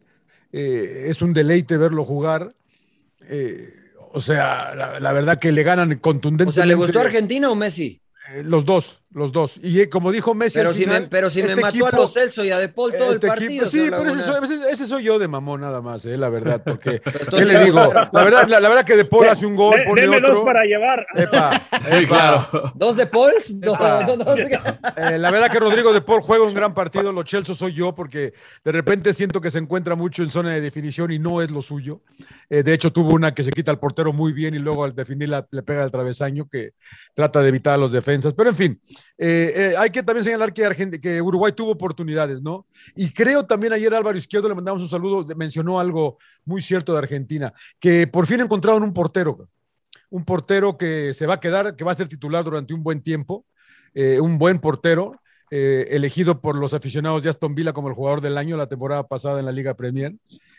Speaker 2: eh, es un deleite verlo jugar. Eh, o sea, la, la verdad que le ganan
Speaker 5: O
Speaker 2: contundentemente.
Speaker 5: sea, ¿le gustó Argentina o Messi?
Speaker 2: Eh, los dos, los dos. Y eh, como dijo Messi,
Speaker 5: Pero
Speaker 2: al
Speaker 5: si me,
Speaker 2: final,
Speaker 5: pero si me
Speaker 2: este
Speaker 5: mató a
Speaker 2: equipo-
Speaker 5: los Celso y a De Paul todo el
Speaker 2: este
Speaker 5: partido.
Speaker 2: equipo- sí,
Speaker 5: señor
Speaker 2: pero ese
Speaker 5: Laguna.
Speaker 2: soy, ese- ese soy yo de mamón nada más, eh, la verdad, porque ¿qué
Speaker 5: entonces-
Speaker 2: le digo? La verdad, la, la verdad que De Paul hace un gol,
Speaker 9: Eh, De-
Speaker 2: pone
Speaker 9: deme
Speaker 2: otro.
Speaker 9: dos para llevar.
Speaker 2: Epa,
Speaker 7: Sí, claro.
Speaker 5: ¿Dos De Pauls? No,
Speaker 2: Epa.
Speaker 5: no, no, no.
Speaker 2: Eh, la verdad que Rodrigo de Paul juega un gran partido, lo Chelsea soy yo, porque de repente siento que se encuentra mucho en zona de definición y no es lo suyo. Eh, de hecho, tuvo una que se quita al portero muy bien y luego al definirla le pega al travesaño que trata de evitar a los defensas. Pero en fin, eh, eh, hay que también señalar que, Argen- que Uruguay tuvo oportunidades, ¿no? Y creo también ayer Álvaro Izquierdo le mandamos un saludo, de- mencionó algo muy cierto de Argentina, que por fin encontraron un portero. Un portero que se va a quedar, que va a ser titular durante un buen tiempo, eh, un buen portero, eh, elegido por los aficionados de Aston Villa como el jugador del año la temporada pasada en la Liga Premier.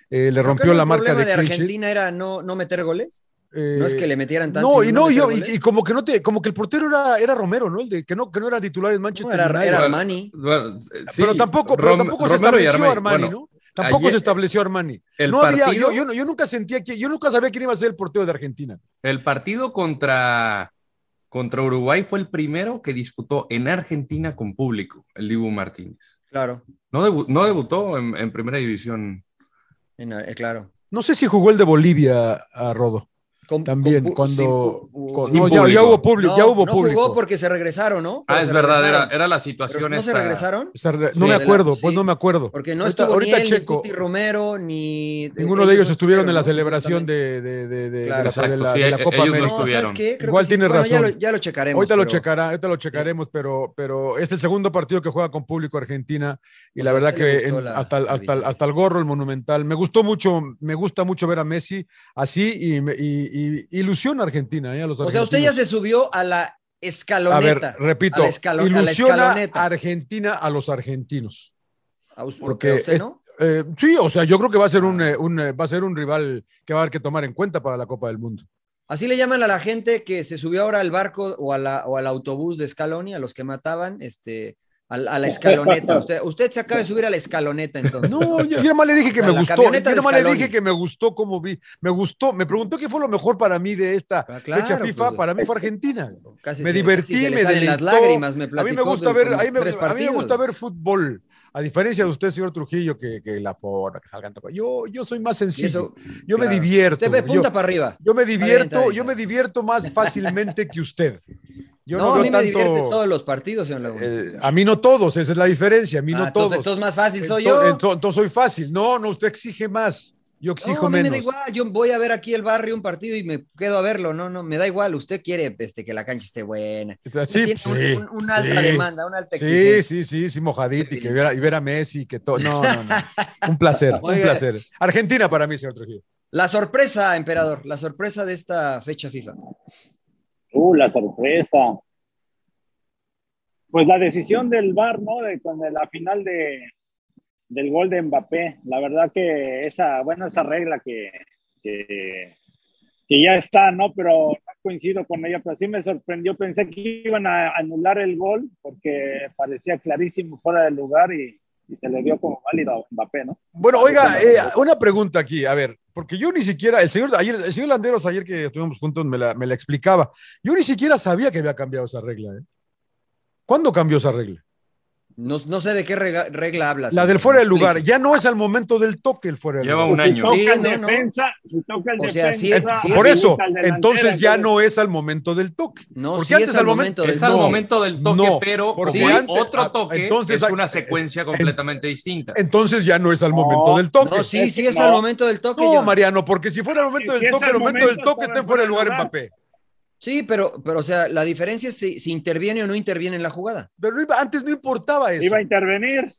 Speaker 2: Eh, le rompió
Speaker 5: Creo que
Speaker 2: la
Speaker 5: el
Speaker 2: marca
Speaker 5: problema
Speaker 2: de,
Speaker 5: de
Speaker 2: clean sheet.
Speaker 5: Argentina era no, no meter goles.
Speaker 2: Eh,
Speaker 5: No es que le metieran tanto.
Speaker 2: no,
Speaker 5: sino
Speaker 2: y no,
Speaker 5: meter
Speaker 2: yo, y,
Speaker 5: goles.
Speaker 2: y como que no te, como que el portero era, era Romero, ¿no? El de que no, que no era titular en Manchester
Speaker 5: No, era,
Speaker 2: United.
Speaker 5: era
Speaker 7: Bueno,
Speaker 5: Armani.
Speaker 7: Bueno, eh, sí,
Speaker 2: pero tampoco, pero
Speaker 7: Rom-
Speaker 2: tampoco se
Speaker 7: Romero y
Speaker 2: estableció Armani,
Speaker 7: Bueno,
Speaker 2: ¿no? Tampoco
Speaker 7: ayer-
Speaker 2: se estableció Armani.
Speaker 7: el
Speaker 2: No había,
Speaker 7: partido-
Speaker 2: yo, yo, no- yo nunca sentía que, yo nunca sabía quién iba a ser el portero de Argentina.
Speaker 7: El partido contra, contra Uruguay fue el primero que disputó en Argentina con público, el Dibu Martínez.
Speaker 5: Claro,
Speaker 7: No, debu- no debutó en, en primera división.
Speaker 5: en- eh, claro.
Speaker 2: No sé si jugó el de Bolivia a Rodo.
Speaker 5: Con-
Speaker 2: También,
Speaker 5: con pu-
Speaker 2: cuando.
Speaker 5: sin pu-
Speaker 2: con-
Speaker 5: sin
Speaker 2: no, ya, ya hubo público, ya
Speaker 5: No,
Speaker 2: hubo
Speaker 5: no
Speaker 2: público.
Speaker 5: jugó porque se regresaron, ¿no? Pero
Speaker 7: Ah, es
Speaker 5: se
Speaker 7: verdad, era,
Speaker 5: regresaron.
Speaker 7: era la situación.
Speaker 5: Pero ¿No se
Speaker 7: esta-
Speaker 5: regresaron?
Speaker 2: Se re-
Speaker 5: Sí,
Speaker 2: No me
Speaker 5: de la-
Speaker 2: acuerdo, pues
Speaker 5: sí.
Speaker 2: no me acuerdo.
Speaker 5: Porque no
Speaker 2: Ahorita-
Speaker 5: estuvo
Speaker 2: ahorita
Speaker 5: ni él,
Speaker 2: checo.
Speaker 5: ni Tuti Romero, ni...
Speaker 2: Ninguno de ellos
Speaker 5: no
Speaker 2: estuvieron en la
Speaker 5: ¿no?
Speaker 2: celebración de, de- de- de-
Speaker 5: Claro,
Speaker 2: de la- de la,
Speaker 7: exacto, sí,
Speaker 2: de la
Speaker 7: e-
Speaker 2: Copa
Speaker 7: ellos no
Speaker 2: América.
Speaker 7: estuvieron.
Speaker 5: ¿Sabes qué? Creo
Speaker 2: Igual
Speaker 5: que sí.
Speaker 2: tienes
Speaker 5: Bueno,
Speaker 2: razón.
Speaker 5: Ya lo, ya lo checaremos.
Speaker 2: Ahorita lo
Speaker 5: pero- eh,
Speaker 2: checará, ahorita lo checaremos, pero, pero es el segundo partido que juega con público Argentina y
Speaker 5: O
Speaker 2: la
Speaker 5: sea,
Speaker 2: verdad
Speaker 5: ¿a usted le
Speaker 2: que
Speaker 5: gustó
Speaker 2: en-
Speaker 5: la-
Speaker 2: hasta, el-
Speaker 5: la
Speaker 2: hasta, el-
Speaker 5: visita?
Speaker 2: hasta el gorro, el monumental. Me gustó mucho, me gusta mucho ver a Messi así y, me- y- y ilusiona a Argentina. ¿eh? A los
Speaker 5: O sea, usted ya se
Speaker 2: argentinos.
Speaker 5: subió a la
Speaker 2: A
Speaker 5: escaloneta.
Speaker 2: ver, repito,
Speaker 5: a la escalo- a la
Speaker 2: ilusiona
Speaker 5: escaloneta.
Speaker 2: a Argentina a los argentinos.
Speaker 5: A us-
Speaker 2: Porque
Speaker 5: ¿a usted
Speaker 2: es-
Speaker 5: no?
Speaker 2: eh, sí, o sea, yo creo que va a ser
Speaker 5: Ah.
Speaker 2: un, eh, un, eh, va a ser un rival que va a haber que tomar en cuenta para la Copa del Mundo.
Speaker 5: Así le llaman a la gente que se subió ahora al barco o, a la, o al autobús de Scaloni, a los que mataban, este, a, la- a
Speaker 2: Oh.
Speaker 5: la escaloneta. Usted, usted se acaba de subir a la escaloneta, entonces.
Speaker 2: No, yo, yo nomás le dije que
Speaker 5: O sea,
Speaker 2: me
Speaker 5: la
Speaker 2: gustó. Yo
Speaker 5: camioneta de
Speaker 2: nomás le
Speaker 5: Scaloni.
Speaker 2: dije que me gustó como vi. Me gustó. Me preguntó qué fue lo mejor para mí de esta
Speaker 5: Ah, claro,
Speaker 2: fecha FIFA.
Speaker 5: pues,
Speaker 2: para mí fue Argentina.
Speaker 5: Casi
Speaker 2: me
Speaker 5: se-
Speaker 2: divertí,
Speaker 5: casi se le
Speaker 2: me
Speaker 5: salen las
Speaker 2: deleitó.
Speaker 5: lágrimas, me
Speaker 2: a mí me
Speaker 5: platicó
Speaker 2: gusta
Speaker 5: de-
Speaker 2: ver,
Speaker 5: como
Speaker 2: a mí me,
Speaker 5: tres
Speaker 2: a mí me
Speaker 5: partidos.
Speaker 2: gusta ver fútbol. A diferencia de usted, señor Trujillo, que, que la porra, que salgan todo. Yo, yo soy más sencillo.
Speaker 5: eso,
Speaker 2: yo me
Speaker 5: claro.
Speaker 2: divierto.
Speaker 5: Usted ve punta
Speaker 2: yo,
Speaker 5: para arriba.
Speaker 2: yo me
Speaker 5: bien,
Speaker 2: divierto,
Speaker 5: está bien,
Speaker 2: yo
Speaker 5: está
Speaker 2: me divierto más fácilmente que usted. Yo
Speaker 5: no,
Speaker 2: no,
Speaker 5: a
Speaker 2: veo
Speaker 5: mí me
Speaker 2: tanto-
Speaker 5: divierte todos los partidos, señor Laguna.
Speaker 2: eh, a mí no todos, esa es la diferencia. A mí
Speaker 5: Ah,
Speaker 2: no
Speaker 5: entonces,
Speaker 2: todos.
Speaker 5: entonces más fácil soy
Speaker 2: Ento-
Speaker 5: yo.
Speaker 2: ento- Entonces soy fácil. No, no, usted exige más.
Speaker 5: No,
Speaker 2: Yo exijo
Speaker 5: a mí me da
Speaker 2: menos.
Speaker 5: igual, yo voy a ver aquí el barrio un partido y me quedo a verlo, no, no, me da igual, usted quiere este, que la cancha esté buena.
Speaker 2: O sea,
Speaker 5: Usted
Speaker 2: sí,
Speaker 5: tiene
Speaker 2: sí,
Speaker 5: un- un- una alta
Speaker 2: sí.
Speaker 5: demanda, una alta
Speaker 2: Sí,
Speaker 5: exigencia.
Speaker 2: sí, sí, sí, mojadito y que viera, y ver a Messi, que todo. No, no, no. Un placer, un
Speaker 5: Oiga.
Speaker 2: placer. Argentina para mí, señor Trujillo.
Speaker 5: La sorpresa,
Speaker 2: Mm.
Speaker 5: emperador, la sorpresa de esta fecha FIFA.
Speaker 9: Uh, la sorpresa. Pues la decisión del VAR, ¿no? De, con la final de, del gol de Mbappé. La verdad que esa, bueno, esa regla que, que, que ya está, ¿no? Pero no coincido con ella, pero sí me sorprendió. Pensé que iban a anular el gol porque parecía clarísimo fuera del lugar y, y se le dio como válido a Mbappé, ¿no?
Speaker 2: Bueno, oiga, eh, una pregunta aquí, a ver, porque yo ni siquiera, el señor, ayer, el señor Landeros, ayer que estuvimos juntos, me la, me la explicaba. Yo ni siquiera sabía que había cambiado esa regla. ¿eh? ¿Cuándo cambió esa regla?
Speaker 5: No, no sé de qué rega- regla hablas.
Speaker 2: La
Speaker 5: señor,
Speaker 2: del fuera
Speaker 5: me
Speaker 2: del lugar.
Speaker 5: explique.
Speaker 2: Ya no es al momento del toque el fuera del
Speaker 7: Lleva
Speaker 2: lugar.
Speaker 7: un año.
Speaker 9: Pues Si toca
Speaker 5: Sí,
Speaker 9: el
Speaker 5: no, no.
Speaker 9: defensa, si toca el
Speaker 5: O sea,
Speaker 9: defensa.
Speaker 5: sí es- Eh, sí es-
Speaker 2: Por
Speaker 9: si
Speaker 2: eso,
Speaker 9: toca el delantero,
Speaker 2: entonces ya
Speaker 9: entonces-
Speaker 2: no es al momento del toque.
Speaker 5: No,
Speaker 2: Porque
Speaker 5: sí
Speaker 2: antes
Speaker 5: es al
Speaker 2: al
Speaker 5: momento,
Speaker 2: momento-
Speaker 5: del
Speaker 7: Es al
Speaker 2: No,
Speaker 7: momento del toque,
Speaker 2: no,
Speaker 7: pero
Speaker 2: porque
Speaker 7: como
Speaker 2: antes- ah,
Speaker 7: otro toque
Speaker 2: entonces-
Speaker 7: es una secuencia completamente distinta.
Speaker 2: Entonces ya no es al
Speaker 9: No,
Speaker 2: momento del toque.
Speaker 5: No, sí, sí es al
Speaker 9: No.
Speaker 5: momento del toque.
Speaker 2: No,
Speaker 5: John.
Speaker 2: Mariano, porque si fuera el momento
Speaker 9: Si- si
Speaker 2: del
Speaker 9: es
Speaker 2: toque,
Speaker 9: al
Speaker 2: el momento del
Speaker 9: momento,
Speaker 2: toque
Speaker 9: estaba
Speaker 2: está en fuera del lugar en
Speaker 9: fuera de
Speaker 2: papel.
Speaker 5: Sí, pero, pero, o sea, la diferencia es si, si interviene o no interviene en la jugada.
Speaker 2: Pero no iba- antes no importaba eso.
Speaker 9: Iba a intervenir.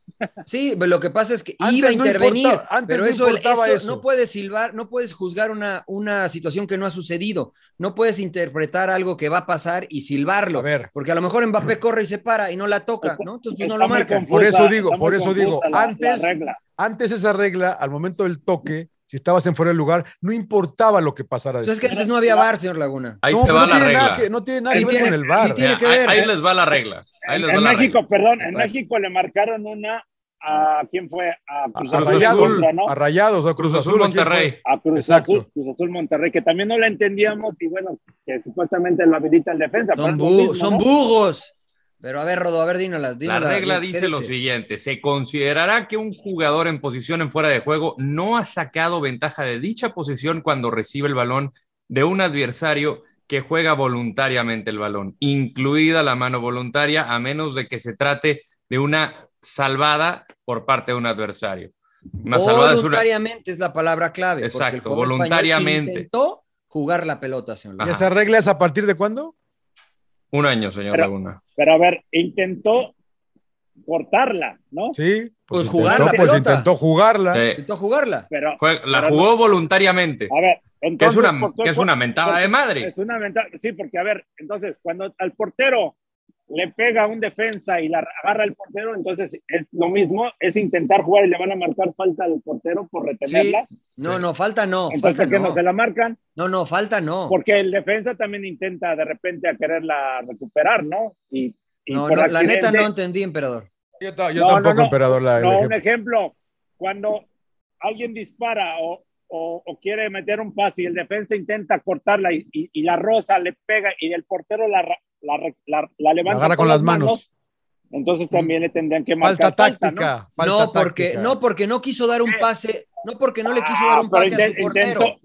Speaker 5: Sí, pero lo que pasa es que
Speaker 2: Antes
Speaker 5: iba a
Speaker 2: no
Speaker 5: intervenir,
Speaker 2: importaba, antes
Speaker 5: pero
Speaker 2: no
Speaker 5: eso,
Speaker 2: importaba
Speaker 5: eso
Speaker 2: eso.
Speaker 5: no puedes silbar, no puedes juzgar una, una situación que no ha sucedido, no puedes interpretar algo que va a pasar y silbarlo,
Speaker 2: A ver.
Speaker 5: porque a lo mejor Mbappé corre y se para y no la toca, ¿no? Entonces pues, no
Speaker 9: Está
Speaker 5: lo
Speaker 9: muy
Speaker 5: marcan.
Speaker 2: Por eso digo,
Speaker 9: está muy
Speaker 2: por eso digo,
Speaker 9: confusa la- la
Speaker 2: antes-
Speaker 9: regla.
Speaker 2: Antes esa regla, al momento del toque, si estabas en fuera del lugar, no importaba lo que pasara
Speaker 5: Entonces
Speaker 2: después.
Speaker 5: es que antes no había VAR, señor Laguna.
Speaker 7: Ahí
Speaker 2: no,
Speaker 7: te
Speaker 2: pero
Speaker 7: va
Speaker 2: no
Speaker 7: la
Speaker 2: tiene
Speaker 7: regla.
Speaker 2: nada que, no tiene nada que eh.
Speaker 5: Sí
Speaker 2: ver con
Speaker 5: tiene-
Speaker 2: el VAR.
Speaker 5: sí tiene-
Speaker 7: Mira,
Speaker 5: que
Speaker 7: ahí-
Speaker 5: ver.
Speaker 7: Ahí les va la regla. Ahí les va
Speaker 9: En
Speaker 7: la
Speaker 9: México,
Speaker 7: regla.
Speaker 9: perdón, en
Speaker 5: Bueno.
Speaker 9: México le marcaron una a quién fue a Cruz
Speaker 2: A
Speaker 9: Azul,
Speaker 2: Rayados,
Speaker 9: contra, ¿no?
Speaker 2: a Rayados, a Cruz,
Speaker 7: Cruz Azul
Speaker 2: Azul, ¿a quién fue?
Speaker 7: Monterrey.
Speaker 9: A Cruz
Speaker 2: Exacto.
Speaker 9: Azul, Cruz Azul Monterrey, que también no la entendíamos y bueno, que supuestamente lo habilita el defensa. pero
Speaker 5: Son,
Speaker 9: es lo
Speaker 5: bu-
Speaker 9: mismo,
Speaker 5: son
Speaker 9: ¿no?
Speaker 5: burros. Pero a ver, Rodo, a ver, dínosla.
Speaker 7: La
Speaker 5: dínosla,
Speaker 7: regla
Speaker 5: ¿qué
Speaker 7: dice lo siguiente, se considerará que un jugador en posición en fuera de juego no ha sacado ventaja de dicha posición cuando recibe el balón de un adversario que juega voluntariamente el balón, incluida la mano voluntaria, a menos de que se trate de una salvada por parte de un adversario. Una salvada es una...
Speaker 5: Voluntariamente es la palabra clave. porque el
Speaker 7: Exacto,
Speaker 5: jugador español
Speaker 7: voluntariamente. Ah.
Speaker 5: Intentó jugar la pelota, señor
Speaker 2: ¿Y
Speaker 5: Laguna.
Speaker 2: esas reglas a partir de cuándo?
Speaker 7: Un año, señor
Speaker 9: Pero-
Speaker 7: Laguna.
Speaker 9: Pero a ver, intentó cortarla, ¿no?
Speaker 2: Sí.
Speaker 5: Pues jugar
Speaker 2: intentó,
Speaker 5: la
Speaker 2: Pues
Speaker 5: pelota.
Speaker 2: intentó jugarla.
Speaker 7: Sí,
Speaker 5: Intentó jugarla.
Speaker 9: Pero
Speaker 7: fue- la
Speaker 9: pero
Speaker 7: jugó voluntariamente,
Speaker 9: no. A ver,
Speaker 7: que es
Speaker 9: entonces
Speaker 7: una,
Speaker 9: ¿por qué
Speaker 7: que es
Speaker 9: fue-
Speaker 7: una mentada ¿eh? de madre.
Speaker 9: Es una ventaja, sí, porque a ver, entonces cuando al portero le pega un defensa y la agarra el portero, entonces es lo mismo, es intentar jugar y le van a marcar falta al portero por retenerla,
Speaker 5: No, no, falta no.
Speaker 9: entonces
Speaker 5: Falta
Speaker 9: que no.
Speaker 5: no.
Speaker 9: se la marcan,
Speaker 5: no, no, falta no.
Speaker 9: porque el defensa también intenta de repente a quererla recuperar, ¿no? Y, y
Speaker 5: No,
Speaker 9: por
Speaker 5: no, la neta
Speaker 9: accidente-
Speaker 5: no entendí, emperador.
Speaker 2: Yo, ta- yo
Speaker 9: No, no,
Speaker 2: tampoco,
Speaker 9: no.
Speaker 2: emperador, la, el
Speaker 9: No, un
Speaker 2: ejemplo.
Speaker 9: ejemplo, cuando alguien dispara o, o- o quiere meter un pase y el defensa intenta cortarla y, y- y la rosa le pega y el portero la, ra- la re- la- la levanta
Speaker 2: agarra con las manos.
Speaker 9: entonces también le tendrían que marcar
Speaker 2: Falta táctica. falta
Speaker 5: no, porque,
Speaker 2: táctica.
Speaker 5: no, porque no quiso dar un pase. No, porque no le quiso
Speaker 9: Ah,
Speaker 5: dar un
Speaker 9: pero
Speaker 5: pase a
Speaker 9: inten-
Speaker 5: su portero.
Speaker 9: intentó-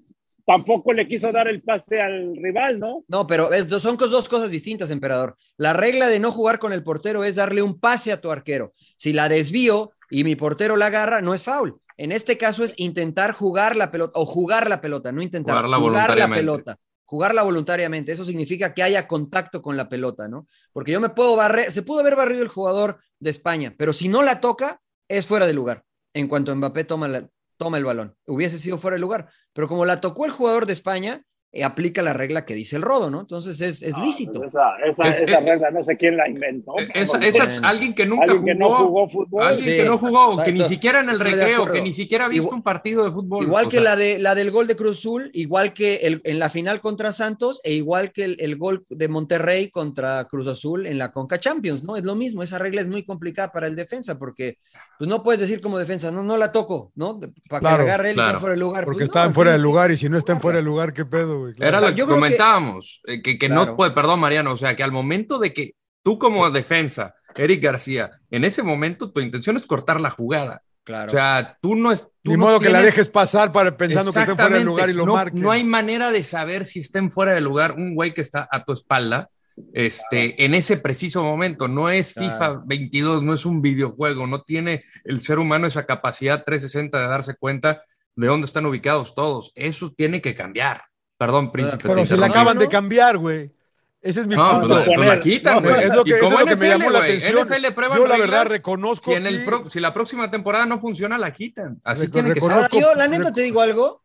Speaker 9: tampoco le quiso dar el pase al rival, ¿no?
Speaker 5: No, pero es, dos- son cos- dos cosas distintas, emperador. La regla de no jugar con el portero es darle un pase a tu arquero. Si la desvío y mi portero la agarra, no es foul. En este caso es intentar jugar la pelota o jugar la pelota, no intentar
Speaker 7: Jugarla
Speaker 5: la
Speaker 7: voluntariamente.
Speaker 5: pelota. Jugarla voluntariamente, eso significa que haya contacto con la pelota, ¿no? Porque yo me puedo barrer, se pudo haber barrido el jugador de España, pero si no la toca, es fuera de lugar. En cuanto Mbappé toma, la- toma el balón, hubiese sido fuera de lugar. Pero como la tocó el jugador de España, eh, aplica la regla que dice el rodo, ¿no? Entonces es,
Speaker 9: Ah,
Speaker 5: es lícito.
Speaker 9: Esa, esa,
Speaker 5: Es-
Speaker 9: esa
Speaker 5: eh,
Speaker 9: regla no sé quién la inventó.
Speaker 7: Eh, Esa-
Speaker 9: cabrón.
Speaker 7: esa-
Speaker 5: Bueno.
Speaker 7: alguien que nunca
Speaker 9: Alguien que no
Speaker 7: jugó,
Speaker 9: jugó fútbol.
Speaker 7: alguien
Speaker 5: Sí.
Speaker 7: que no jugó, o que ni
Speaker 5: Exacto.
Speaker 7: siquiera en el
Speaker 5: Estoy de
Speaker 7: recreo,
Speaker 5: acuerdo.
Speaker 7: que ni siquiera ha visto
Speaker 5: Igual-
Speaker 7: un partido de fútbol.
Speaker 5: Igual
Speaker 7: O
Speaker 5: que
Speaker 7: sea,
Speaker 5: la, de, la del gol de Cruz Azul, igual que el, en la final contra Santos, e igual que el, el gol de Monterrey contra Cruz Azul en la Conca Champions, ¿no? Es lo mismo, esa regla es muy complicada para el defensa, porque pues, no puedes decir como defensa, no, no la toco, ¿no? Para que
Speaker 2: Claro,
Speaker 5: la agarre él y
Speaker 7: claro.
Speaker 5: sea fuera de lugar.
Speaker 2: Porque
Speaker 5: Pues, no,
Speaker 2: estaban fuera de
Speaker 5: tienes que-
Speaker 2: lugar y si no están fuera de lugar, ¿qué pedo, güey? Claro.
Speaker 7: Era lo que
Speaker 5: Yo creo que-
Speaker 7: comentábamos, eh, que, que
Speaker 5: Claro.
Speaker 7: no puede, perdón Mariano, o sea, que al momento de que tú como defensa, Eric García, en ese momento tu intención es cortar la jugada.
Speaker 5: Claro.
Speaker 7: O sea, tú no es... tú
Speaker 2: Ni
Speaker 7: no
Speaker 2: modo que la
Speaker 7: tienes-
Speaker 2: dejes pasar para pensando que estén fuera de
Speaker 7: Exactamente.
Speaker 2: lugar y lo
Speaker 7: no,
Speaker 2: marquen.
Speaker 7: no hay manera de saber si está en fuera de lugar un güey que está a tu espalda este, en ese preciso momento. No es
Speaker 5: Claro.
Speaker 7: FIFA 22, no es un videojuego, no tiene el ser humano esa capacidad 360 de darse cuenta de dónde están ubicados todos. Eso tiene que cambiar. Perdón, príncipe. te
Speaker 2: Pero se la
Speaker 7: interrumpí.
Speaker 2: acaban de cambiar, güey. Ese es mi
Speaker 7: No,
Speaker 2: punto.
Speaker 7: pues la, pues la quitan,
Speaker 2: No,
Speaker 7: güey.
Speaker 2: es lo que,
Speaker 7: y
Speaker 2: es
Speaker 7: como
Speaker 2: lo que
Speaker 7: NFL,
Speaker 2: me llamó la
Speaker 7: güey,
Speaker 2: atención.
Speaker 7: NFL prueban
Speaker 2: Yo la
Speaker 7: reglas,
Speaker 2: verdad reconozco
Speaker 7: si, en el
Speaker 2: que-
Speaker 7: pro- si la próxima temporada no funciona, la quitan. Así
Speaker 2: Reco-
Speaker 7: tiene que ser.
Speaker 5: Ahora,
Speaker 2: Conozco-
Speaker 5: yo, la neta, te digo algo.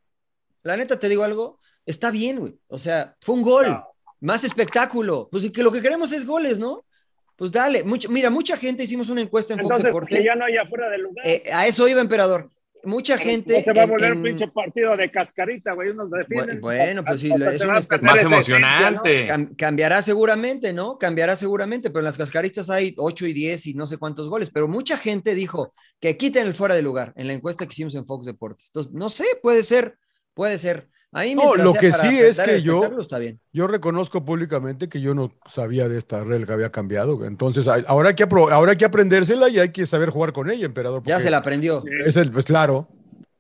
Speaker 5: La neta, te digo algo. Está bien, güey. O sea, fue un gol. Más espectáculo. Pues que lo que queremos es goles, ¿no? Pues dale. Mucha- mira, mucha gente hicimos una encuesta en Fox
Speaker 9: Entonces, que
Speaker 5: Deportes.
Speaker 9: ya no haya fuera de lugar.
Speaker 5: Eh, a eso iba, emperador. Mucha gente.
Speaker 9: no se va a
Speaker 5: en-
Speaker 9: volver
Speaker 5: en-
Speaker 9: un pinche partido de cascarita, güey. Unos defienden.
Speaker 5: Bu- bueno, pues sí,
Speaker 9: Hasta
Speaker 5: es
Speaker 9: se
Speaker 5: un
Speaker 9: va a perder
Speaker 7: Más
Speaker 9: esa esencia, ¿no?
Speaker 7: emocionante.
Speaker 5: cam- cambiará seguramente, ¿no? Cambiará seguramente, pero en las cascaritas hay 8 y 10 y no sé cuántos goles. Pero mucha gente dijo que quiten el fuera de lugar en la encuesta que hicimos en Fox Deportes. Entonces, no sé, puede ser, puede ser. A mí
Speaker 2: No,
Speaker 5: mientras
Speaker 2: lo
Speaker 5: sea
Speaker 2: que
Speaker 5: para
Speaker 2: sí es
Speaker 5: dar
Speaker 2: que
Speaker 5: el
Speaker 2: yo-
Speaker 5: espectáculo, Está bien.
Speaker 2: Yo reconozco públicamente que yo no sabía de esta regla que había cambiado. güey. Entonces, hay- ahora hay que, apro- ahora hay que aprendérsela y hay que saber jugar con ella, emperador.
Speaker 5: Ya
Speaker 2: porque
Speaker 5: se la aprendió.
Speaker 2: Es el, pues claro.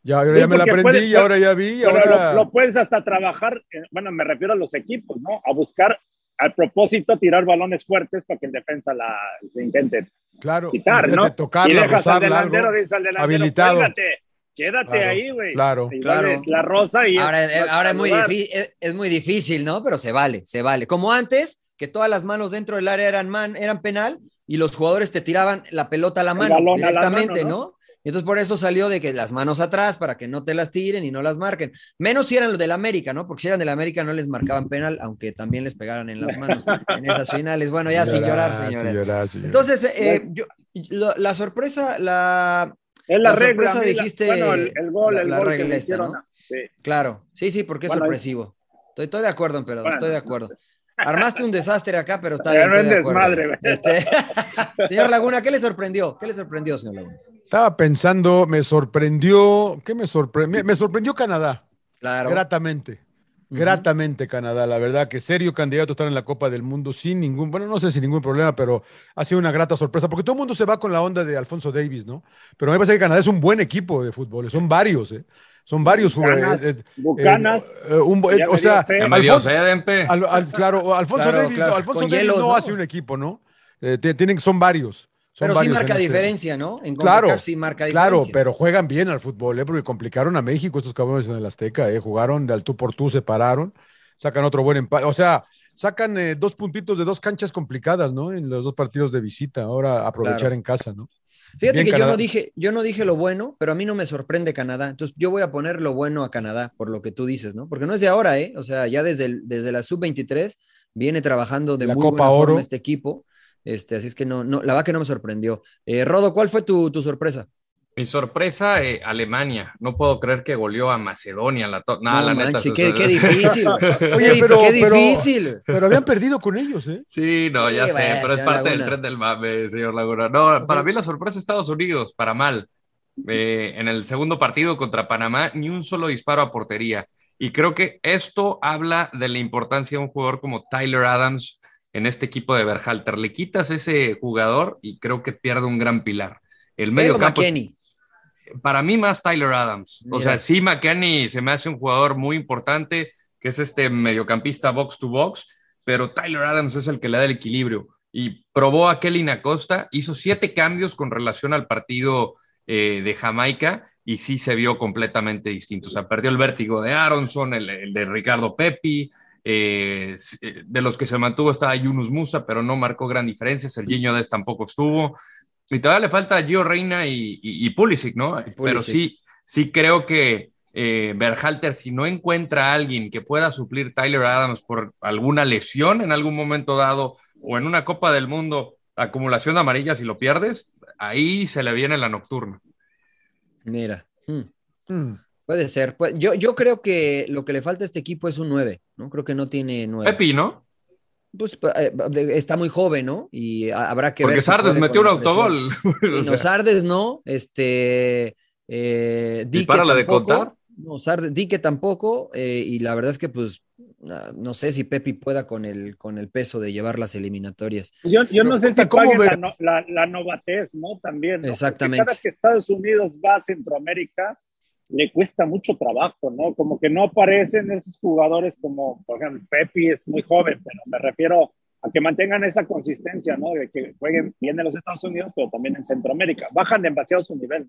Speaker 2: Ya, ya
Speaker 9: Sí,
Speaker 2: me la
Speaker 9: porque
Speaker 2: aprendí
Speaker 9: puede-
Speaker 2: y ahora ya vi. y
Speaker 9: Pero
Speaker 2: ahora...
Speaker 9: lo, lo puedes hasta trabajar, eh, bueno, me refiero a los equipos, ¿no? A buscar al propósito tirar balones fuertes para que el defensa la, se intente
Speaker 2: Claro,
Speaker 9: quitar,
Speaker 2: intenta
Speaker 9: ¿no?
Speaker 2: tocarla,
Speaker 9: y dejas al
Speaker 2: rozarla, algo.
Speaker 9: delantero, dices al delantero,
Speaker 2: habilitado.
Speaker 9: cuélgate, quédate
Speaker 2: Claro,
Speaker 9: ahí, güey.
Speaker 2: claro.
Speaker 9: Y
Speaker 5: Claro.
Speaker 9: dale La rosa y...
Speaker 5: Ahora, eh,
Speaker 9: es-
Speaker 5: ahora es, muy
Speaker 9: saludar.
Speaker 5: difí- es, es muy difícil, ¿no? Pero se vale, se vale. Como antes, que todas las manos dentro del área eran, man, eran penal y los jugadores te tiraban la pelota a la mano
Speaker 9: balón a la
Speaker 5: directamente,
Speaker 9: mano,
Speaker 5: ¿no? Y Entonces por eso salió de que las manos atrás para que no te las tiren y no las marquen. Menos si eran los del América, ¿no? Porque si eran del América no les marcaban penal, aunque también les pegaran en las manos en esas finales. Bueno, ya sin llorar, señores.
Speaker 2: Sin llorar, sin llorar.
Speaker 5: Entonces, eh, yo- la- la sorpresa, la,
Speaker 9: Es la,
Speaker 5: la
Speaker 9: regla.
Speaker 5: sorpresa
Speaker 9: a mí la-
Speaker 5: dijiste
Speaker 9: bueno, el, el gol,
Speaker 5: la-
Speaker 9: el
Speaker 5: la
Speaker 9: gol que
Speaker 5: regla
Speaker 9: le
Speaker 5: esta,
Speaker 9: hicieron.
Speaker 5: ¿no?
Speaker 9: a- sí.
Speaker 5: Claro, sí, sí, porque es
Speaker 9: Bueno, ahí-
Speaker 5: sorpresivo. Estoy, estoy de acuerdo, emperador,
Speaker 9: Bueno.
Speaker 5: estoy de acuerdo. Armaste un desastre acá, pero está bien.
Speaker 9: Pero es
Speaker 5: estoy de acuerdo.
Speaker 9: desmadre, güey.
Speaker 5: Este- señor Laguna, ¿qué le sorprendió? ¿Qué le sorprendió, señor Laguna?
Speaker 2: Estaba pensando, me sorprendió, ¿qué me sorprendió? Me, me sorprendió Canadá,
Speaker 5: Claro.
Speaker 2: gratamente.
Speaker 5: Ujú.
Speaker 2: Gratamente Canadá, la verdad que serio candidato a estar en la Copa del Mundo sin ningún, bueno, no sé sin ningún problema, pero ha sido una grata sorpresa, porque todo el mundo se va con la onda de Alfonso Davis, ¿no? Pero me parece que Canadá es un buen equipo de fútbol, son varios, ¿eh? Son varios
Speaker 9: Bucanas,
Speaker 2: jugadores. eh, eh,
Speaker 9: Bucanas,
Speaker 2: eh, un bo- eh,
Speaker 9: ya
Speaker 2: o
Speaker 9: me
Speaker 2: sea,
Speaker 9: dio sed.
Speaker 7: Ya me dio
Speaker 2: Alfonso-
Speaker 7: sed, Empe.
Speaker 2: Al- al- claro, Alfonso
Speaker 5: Claro,
Speaker 2: Davis,
Speaker 5: claro,
Speaker 2: no, Alfonso
Speaker 5: con
Speaker 2: Davis
Speaker 5: hielos,
Speaker 2: no,
Speaker 5: ¿no?
Speaker 2: hace un equipo, ¿no? Eh, tie- tienen, son varios. son
Speaker 5: Pero sí
Speaker 2: varios
Speaker 5: marca
Speaker 2: en este-
Speaker 5: diferencia, ¿no? En
Speaker 2: Claro,
Speaker 5: CONCACAF sí marca diferencia.
Speaker 2: Claro, pero juegan bien al fútbol, ¿eh? porque complicaron a México estos cabrones en el Azteca, ¿eh? jugaron de al tú por tú, se pararon, sacan otro buen empate, o sea, sacan eh, dos puntitos de dos canchas complicadas, ¿no? En los dos partidos de visita, ahora aprovechar
Speaker 5: Claro.
Speaker 2: en casa, ¿no?
Speaker 5: Fíjate
Speaker 2: Bien,
Speaker 5: que yo
Speaker 2: Canadá.
Speaker 5: no, dije, yo no dije lo bueno, pero a mí no me sorprende Canadá. Entonces yo voy a poner lo bueno a Canadá, por lo que tú dices, ¿no? Porque no es de ahora, ¿eh? O sea, ya desde, el- desde la sub-23 viene trabajando de
Speaker 2: La
Speaker 5: muy
Speaker 2: Copa
Speaker 5: buena
Speaker 2: Oro.
Speaker 5: forma este equipo. Este, así es que no, no, la verdad que no me sorprendió. Eh, Rodo, ¿cuál fue tu, tu sorpresa?
Speaker 7: Mi sorpresa, eh, Alemania. No puedo creer que goleó a Macedonia. La to- Nah,
Speaker 5: no,
Speaker 7: la neta.
Speaker 5: manches,
Speaker 7: o
Speaker 5: qué,
Speaker 7: sea,
Speaker 5: qué difícil. güey.
Speaker 2: Oye,
Speaker 5: Qué-
Speaker 2: pero-
Speaker 5: qué
Speaker 2: pero-
Speaker 5: difícil.
Speaker 2: Pero habían perdido con ellos, ¿eh?
Speaker 7: Sí, no, ya
Speaker 5: Sí,
Speaker 7: sé,
Speaker 5: vaya,
Speaker 7: pero es
Speaker 5: señor
Speaker 7: parte del
Speaker 5: Laguna.
Speaker 7: tren del mame, señor Laguna. No, para mí la sorpresa es Estados Unidos, para mal. Eh, en el segundo partido contra Panamá, ni un solo disparo a portería. Y creo que esto habla de la importancia de un jugador como Tyler Adams en este equipo de Berhalter. Le quitas ese jugador y creo que pierde un gran pilar. El medio
Speaker 5: Taylor
Speaker 7: campo.
Speaker 5: McKenny.
Speaker 7: para mí más Tyler Adams. O
Speaker 6: Mira.
Speaker 7: sea, sí, McKinney se me hace un jugador muy importante, que es este mediocampista box to box, pero Tyler Adams es el que le da el equilibrio. Y probó a Kelly Acosta, hizo siete cambios con relación al partido eh, de Jamaica y sí se vio completamente distinto. O sea, perdió el vértigo de Aronson, el, el de Ricardo Pepi. eh, s- eh, de los que se mantuvo estaba Yunus Musa, pero no marcó gran diferencia. Serginho Dez tampoco estuvo. Y todavía le falta a Gio Reina y, y, y Pulisic, ¿no? Pero sí, sí creo que eh, Berhalter, si no encuentra a alguien que pueda suplir Tyler Adams por alguna lesión en algún momento dado o en una Copa del Mundo, acumulación de amarillas y lo pierdes, ahí se le viene la nocturna.
Speaker 5: Mira. hmm, Mm. Puede ser. Pu- Yo, yo creo que lo que le falta a este equipo es un 9, ¿no? Creo que no tiene 9.
Speaker 7: Pepi, ¿no?
Speaker 5: Pues pa- eh, de- está muy joven, ¿no? Y a- habrá que
Speaker 7: Porque
Speaker 5: ver. si
Speaker 7: Sardes
Speaker 5: puede
Speaker 7: metió
Speaker 5: con
Speaker 7: un
Speaker 5: la presión.
Speaker 7: autogol. O
Speaker 5: Y no,
Speaker 7: sea,
Speaker 5: Sardes no, este. Eh, Dique
Speaker 7: Dispárala de
Speaker 5: tampoco.
Speaker 7: contar.
Speaker 5: No, Sardes, Dique tampoco, eh, y la verdad es que, pues, na- no sé si Pepi pueda con el, con el peso de llevar las eliminatorias.
Speaker 9: Yo, yo no sé si
Speaker 5: ¿Cómo
Speaker 9: paguen
Speaker 5: ver-
Speaker 9: la, no- la, la novatez, ¿no? También. ¿no? Porque
Speaker 5: Exactamente.
Speaker 9: Cada que Estados Unidos va a Centroamérica, le cuesta mucho trabajo, ¿no? Como que no aparecen esos jugadores como, por ejemplo, Pepi es muy joven, pero me refiero a que mantengan esa consistencia, ¿no? De que jueguen bien en los Estados Unidos, pero también en Centroamérica. Bajan demasiado su nivel.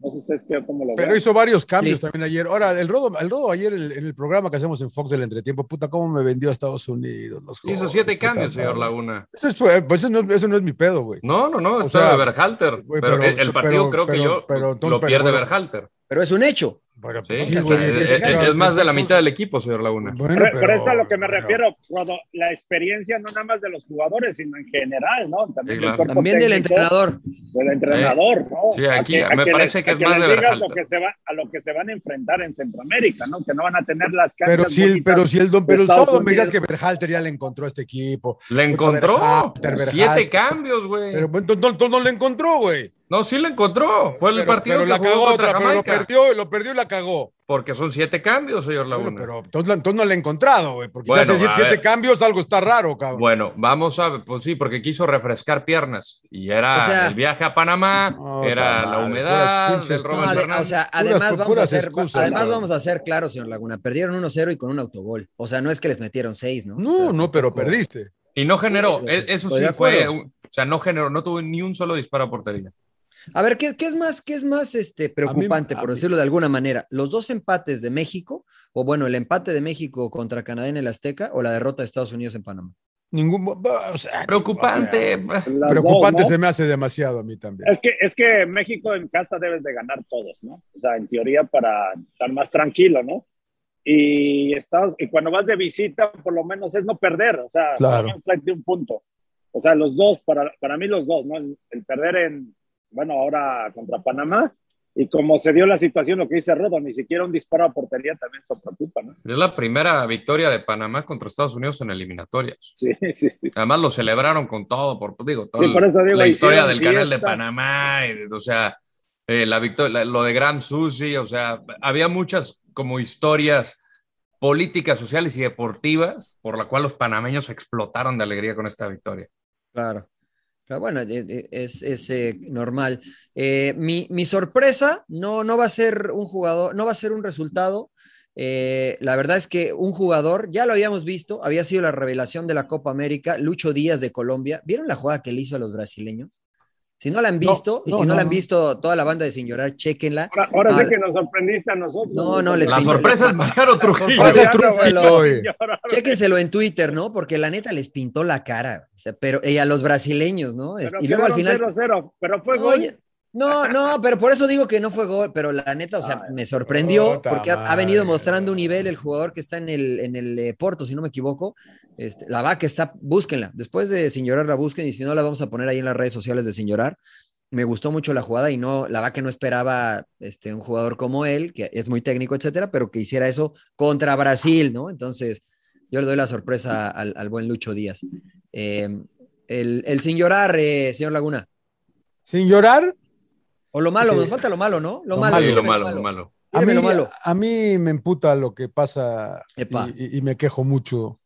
Speaker 9: No sé ustedes qué, cómo lo
Speaker 2: Pero
Speaker 9: vean.
Speaker 2: hizo varios cambios
Speaker 9: Sí.
Speaker 2: también ayer. Ahora, el Rodo, el Rodo ayer en el, en el programa que hacemos en Fox del Entretiempo, puta, cómo me vendió a Estados Unidos. los
Speaker 7: hizo
Speaker 2: jóvenes,
Speaker 7: siete
Speaker 2: puta
Speaker 7: cambios, señor
Speaker 2: madre.
Speaker 7: Laguna.
Speaker 2: Eso, es, pues, eso no, es- eso no es mi pedo, güey.
Speaker 7: No, no, no,
Speaker 2: O
Speaker 7: es
Speaker 2: sea,
Speaker 7: pedo de Berhalter.
Speaker 2: güey,
Speaker 7: pero,
Speaker 2: pero-
Speaker 7: el partido
Speaker 2: pero-
Speaker 7: creo que
Speaker 2: pero-
Speaker 7: yo
Speaker 2: pero entonces-
Speaker 7: lo
Speaker 2: pero
Speaker 7: pierde
Speaker 2: bueno.
Speaker 7: Berhalter.
Speaker 5: Pero es un hecho.
Speaker 7: Sí,
Speaker 2: pues, sí,
Speaker 7: o sea,
Speaker 2: güey,
Speaker 7: es,
Speaker 2: es que-
Speaker 7: es-
Speaker 2: pero-
Speaker 7: es más de la mitad del equipo, señor Laguna.
Speaker 2: Bueno,
Speaker 9: Pero, es a lo que me refiero, Rodo, la experiencia no nada más de los jugadores, sino en general, ¿no? También,
Speaker 7: Sí, claro.
Speaker 9: cuerpo
Speaker 5: También del
Speaker 9: técnico,
Speaker 5: entrenador.
Speaker 9: Del entrenador, ¿no?
Speaker 7: Eh, Sí, aquí
Speaker 9: A que- a
Speaker 7: me
Speaker 9: que
Speaker 7: parece
Speaker 9: les-
Speaker 7: que
Speaker 9: a
Speaker 7: es más
Speaker 9: les
Speaker 7: de
Speaker 9: digas lo
Speaker 7: Berhalter.
Speaker 9: que se va, A lo que se van a enfrentar en Centroamérica, ¿no? Que no van a tener las canchas.
Speaker 2: Pero si, el,
Speaker 9: bonitas
Speaker 2: pero si el don,
Speaker 9: de
Speaker 2: pero el
Speaker 9: Estados
Speaker 2: sábado me digas que
Speaker 9: Unidos.
Speaker 2: Berhalter ya le encontró a este equipo.
Speaker 7: Le
Speaker 2: Puta,
Speaker 7: encontró
Speaker 2: Berhalter,
Speaker 7: siete
Speaker 2: Berhalter.
Speaker 7: cambios, güey.
Speaker 2: Pero bueno, no, no, no le encontró, güey.
Speaker 7: No, sí le encontró. Fue el
Speaker 2: Pero-
Speaker 7: partido
Speaker 2: pero
Speaker 7: que
Speaker 2: la
Speaker 7: jugó
Speaker 2: cagó
Speaker 7: contra
Speaker 2: otra, pero lo
Speaker 7: Jamaica.
Speaker 2: perdió, lo perdió y la cagó.
Speaker 7: Porque son siete cambios, señor Laguna.
Speaker 2: Pero entonces, entonces no le he encontrado, güey. Porque
Speaker 7: Bueno,
Speaker 2: si hace
Speaker 7: a
Speaker 2: siete
Speaker 7: ver.
Speaker 2: cambios, algo está raro, cabrón.
Speaker 7: Bueno, vamos a, pues sí, porque quiso refrescar piernas. Y era
Speaker 5: O sea-
Speaker 7: el viaje a Panamá, era
Speaker 2: puta
Speaker 7: la
Speaker 2: madre, puras
Speaker 7: humedad,
Speaker 2: pinches
Speaker 7: el Robert
Speaker 5: No, ade-
Speaker 7: Fernández.
Speaker 5: o sea, además, vamos a, ser, además vamos a ser claros, señor Laguna. Perdieron 1-0 y con un autogol. O sea, no es que les metieron 6, ¿no?
Speaker 2: No, no, pero perdiste.
Speaker 7: Y no generó, e- eso
Speaker 5: Estoy
Speaker 7: sí
Speaker 5: de
Speaker 7: fue,
Speaker 5: acuerdo.
Speaker 7: un- o sea, no generó, no tuvo ni un solo disparo a portería.
Speaker 5: A ver, ¿qué, qué es más, qué es más este, preocupante, por decirlo de alguna manera? ¿Los dos empates de México, o bueno, el empate de México contra Canadá en el Azteca, o la derrota de Estados Unidos en Panamá?
Speaker 2: Ningún. o sea,
Speaker 7: Preocupante. pues.
Speaker 9: Las
Speaker 2: Preocupante
Speaker 9: dos, ¿no?
Speaker 2: se me hace demasiado a mí también.
Speaker 9: Es que, es que México en casa debes de ganar todos, ¿no? O sea, en teoría para estar más tranquilo, ¿no? Y, Estados- y cuando vas de visita, por lo menos es no perder, o sea,
Speaker 2: Claro.
Speaker 9: no flag de un punto. O sea, los dos, para, para mí los dos, ¿no? El, el perder en, bueno, ahora contra Panamá, y como se dio la situación, lo que dice Rodo, ni siquiera un disparo a portería también se preocupa, ¿no?
Speaker 7: Es la primera victoria de Panamá contra Estados Unidos en eliminatorias.
Speaker 9: Sí, sí, sí.
Speaker 7: Además lo celebraron con todo, por digo, toda
Speaker 9: Sí, por eso digo,
Speaker 7: la historia
Speaker 9: hicieron
Speaker 7: del canal de
Speaker 9: fiesta.
Speaker 7: Panamá, y, o sea, eh, la victoria, la- lo de Gran Sushi, o sea, había muchas como historias políticas, sociales y deportivas por la cual los panameños explotaron de alegría con esta victoria.
Speaker 5: Claro. Pero bueno, eh, eh, es, es, eh, normal. Eh, mi, mi sorpresa no, no va a ser un jugador, no va a ser un resultado. Eh, la verdad es que un jugador, ya lo habíamos visto, había sido la revelación de la Copa América, Lucho Díaz de Colombia. ¿Vieron la jugada que le hizo a los brasileños? Si no la han
Speaker 9: No,
Speaker 5: visto, y
Speaker 9: no,
Speaker 5: si no,
Speaker 9: no,
Speaker 5: la han
Speaker 9: no.
Speaker 5: visto toda la banda de Sin Llorar, chéquenla.
Speaker 9: Ahora, ahora
Speaker 5: Ah,
Speaker 9: sí que nos sorprendiste a nosotros.
Speaker 5: No, no, les
Speaker 7: La
Speaker 5: pintó-
Speaker 7: sorpresa es Mariano Trujillo.
Speaker 5: Oye,
Speaker 7: Mariano
Speaker 5: chéquenselo.
Speaker 7: Trujillo, oye.
Speaker 5: Chéquenselo en Twitter, ¿no? Porque la neta les pintó la cara, o sea, pero y a los brasileños, ¿no? Este,
Speaker 9: Pero
Speaker 5: y luego al final
Speaker 9: 0-0, pero fue gol.
Speaker 5: Oye, no, no, pero por eso digo que no fue gol, pero la neta, o sea, me sorprendió
Speaker 2: puta
Speaker 5: porque ha, ha venido
Speaker 2: madre.
Speaker 5: mostrando un nivel el jugador que está en el, en el eh, Porto, si no me equivoco. Este, la vaca está, búsquenla. Después de Sin Llorar la busquen y si no la vamos a poner ahí en las redes sociales de Sin Llorar. Me gustó mucho la jugada y no, la vaca no esperaba este, un jugador como él, que es muy técnico, etcétera, pero que hiciera eso contra Brasil, ¿no? Entonces, yo le doy la sorpresa al, al buen Lucho Díaz. Eh, el, el Sin Llorar, eh, señor Laguna.
Speaker 2: Sin llorar,
Speaker 5: O lo malo,
Speaker 2: Sí.
Speaker 5: nos falta lo malo, ¿no? Lo,
Speaker 2: Lo
Speaker 5: malo.
Speaker 2: malo.
Speaker 7: Sí, lo
Speaker 5: dígame
Speaker 7: malo, lo malo.
Speaker 2: a
Speaker 5: Dígame
Speaker 2: mí,
Speaker 5: lo malo.
Speaker 2: a mí me emputa lo que pasa
Speaker 5: Epa.
Speaker 2: y, y- y me quejo mucho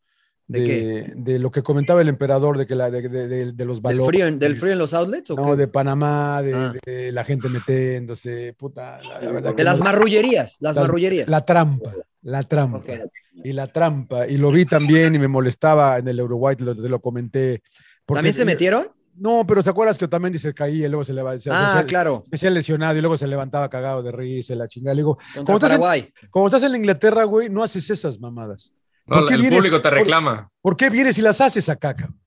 Speaker 2: de, de, lo que comentaba el emperador de que la, de, de- de- de los
Speaker 5: ¿Del
Speaker 2: valores.
Speaker 5: frío, en, ¿Del frío en los outlets o
Speaker 2: No,
Speaker 5: qué?
Speaker 2: de Panamá, de, de la gente metiéndose, puta. la- la verdad
Speaker 5: De
Speaker 2: que
Speaker 5: las
Speaker 2: no-
Speaker 5: marrullerías, las marrullerías.
Speaker 2: La trampa, la trampa. Y la trampa. Y lo vi también y me molestaba en el Eurowhite, lo, te lo comenté. eh,
Speaker 5: ¿También se metieron?
Speaker 2: No, pero ¿te acuerdas que también dice caía y luego se levantó?
Speaker 5: Ah, claro.
Speaker 2: Se lesionado y luego se levantaba cagado de risa, y la chingada. Le digo,
Speaker 5: Contra
Speaker 2: como estás, en,
Speaker 5: Paraguay.
Speaker 2: como estás en Inglaterra, güey, no haces esas mamadas.
Speaker 7: No, el público te
Speaker 2: por-
Speaker 7: reclama.
Speaker 2: ¿Por qué vienes y las haces acá, cabrón?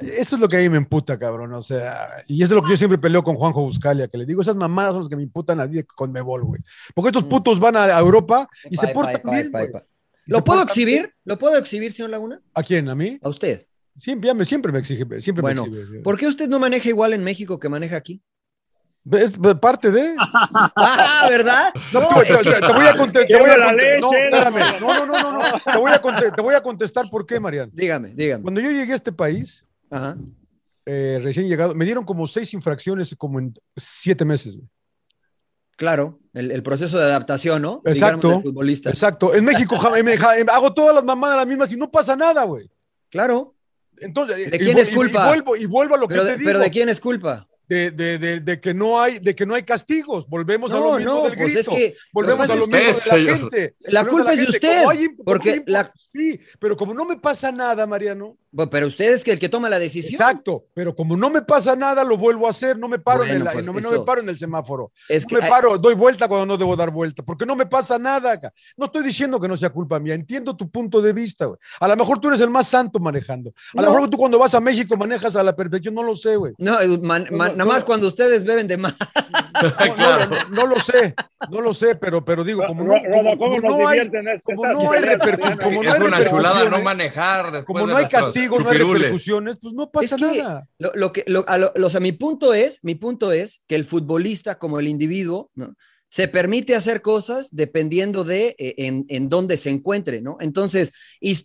Speaker 2: Eso es lo que a mí me emputa, cabrón. O sea, y eso es lo que yo siempre peleo con Juanjo Buscalia, que le digo, esas mamadas son las que me imputan a mí con Mebol, güey. Porque estos putos van a a Europa y se
Speaker 5: Mm. Epa, epa,
Speaker 2: portan
Speaker 5: epa,
Speaker 2: bien,
Speaker 5: epa,
Speaker 2: güey.
Speaker 5: epa.
Speaker 2: Y
Speaker 5: ¿Lo
Speaker 2: se
Speaker 5: puedo
Speaker 2: portan bien.
Speaker 5: exhibir? ¿Lo puedo exhibir, señor Laguna?
Speaker 2: ¿A quién? ¿A mí?
Speaker 5: ¿A usted?
Speaker 2: Siempre, ya me- siempre me exige, siempre
Speaker 5: Bueno,
Speaker 2: me exige.
Speaker 5: ¿por qué usted no maneja igual en México que maneja aquí?
Speaker 2: Es parte de...
Speaker 5: Ah, ¿verdad?
Speaker 2: No, tú, te, te- te voy a contestar. Te voy a
Speaker 9: Quiebra la
Speaker 2: conte- no,
Speaker 9: leche,
Speaker 2: espérame.
Speaker 9: la-
Speaker 2: No, no, no, no, no. Te voy a, conte- te voy a contestar por qué, Mariano.
Speaker 5: Dígame, dígame.
Speaker 2: Cuando yo llegué a este país, eh, recién llegado, me dieron como seis infracciones como en siete meses. güey.
Speaker 5: Claro, el, el proceso de adaptación, ¿no? Digamos,
Speaker 2: Exacto.
Speaker 5: del futbolista.
Speaker 2: Exacto. En México ja- me ja- hago todas las mamadas las mismas y no pasa nada, güey.
Speaker 5: Claro.
Speaker 2: Entonces,
Speaker 5: ¿De
Speaker 2: y
Speaker 5: quién
Speaker 2: vu-
Speaker 5: es
Speaker 2: y-
Speaker 5: culpa?
Speaker 2: Y vuelvo, y vuelvo a lo que
Speaker 5: Pero,
Speaker 2: te
Speaker 5: de-
Speaker 2: digo.
Speaker 5: pero ¿de quién es culpa?
Speaker 2: De, de- de- de que no hay, de que no hay castigos. Volvemos a lo
Speaker 5: No,
Speaker 2: mismo
Speaker 5: no,
Speaker 2: del
Speaker 5: pues
Speaker 2: grito.
Speaker 5: es que.
Speaker 2: Volvemos
Speaker 5: lo
Speaker 2: a
Speaker 5: que
Speaker 2: lo
Speaker 5: pasa
Speaker 2: mismo
Speaker 5: es-
Speaker 2: de la
Speaker 7: señor.
Speaker 2: gente.
Speaker 5: La
Speaker 2: Volvemos
Speaker 5: culpa
Speaker 2: a
Speaker 5: es de
Speaker 2: gente.
Speaker 5: usted.
Speaker 2: Como hay- como
Speaker 5: Porque,
Speaker 2: hay-
Speaker 5: la,
Speaker 2: Sí, pero como no me pasa nada, Mariano.
Speaker 5: bueno, pero usted es que el que toma la decisión.
Speaker 2: Exacto, pero como no me pasa nada, lo vuelvo a hacer, no me paro, en,
Speaker 5: Bueno,
Speaker 2: el,
Speaker 5: pues,
Speaker 2: no, me- no
Speaker 5: eso.
Speaker 2: me paro en el semáforo.
Speaker 5: Es
Speaker 2: no
Speaker 5: que
Speaker 2: me
Speaker 5: hay-
Speaker 2: paro, doy vuelta cuando no debo dar vuelta, porque no me pasa nada. ca- No estoy diciendo que no sea culpa mía, entiendo tu punto de vista, güey. A lo mejor tú eres el más santo manejando. A lo
Speaker 5: No.
Speaker 2: mejor tú cuando vas a México manejas a la perfección, no lo sé, güey.
Speaker 5: No, eh, man-
Speaker 2: No,
Speaker 5: man-
Speaker 2: no,
Speaker 5: nada más
Speaker 2: no.
Speaker 5: cuando ustedes beben de más.
Speaker 2: No, no,
Speaker 7: Claro.
Speaker 2: no, no lo sé, no lo sé, pero, pero digo, como no,
Speaker 9: Ro- Rodo,
Speaker 2: como-
Speaker 9: ¿cómo
Speaker 2: como
Speaker 9: nos
Speaker 2: no hay,
Speaker 9: divierten estas-
Speaker 2: como
Speaker 9: estas
Speaker 2: no hay
Speaker 9: peleas,
Speaker 2: repercu-
Speaker 9: Mariano?
Speaker 2: como no
Speaker 7: es
Speaker 2: hay
Speaker 7: una chulada no
Speaker 2: repercusiones,
Speaker 7: manejar después
Speaker 2: como
Speaker 7: de
Speaker 2: no hay
Speaker 7: nuestros
Speaker 2: castigo, no hay
Speaker 7: chupirules.
Speaker 2: repercusiones, pues no pasa
Speaker 5: Es que
Speaker 2: nada.
Speaker 5: Lo, lo que, lo- a lo- los- a mi punto es, mi punto es que el futbolista como el individuo, ¿no? Se permite hacer cosas dependiendo de eh, en, en dónde se encuentre, ¿no? Entonces,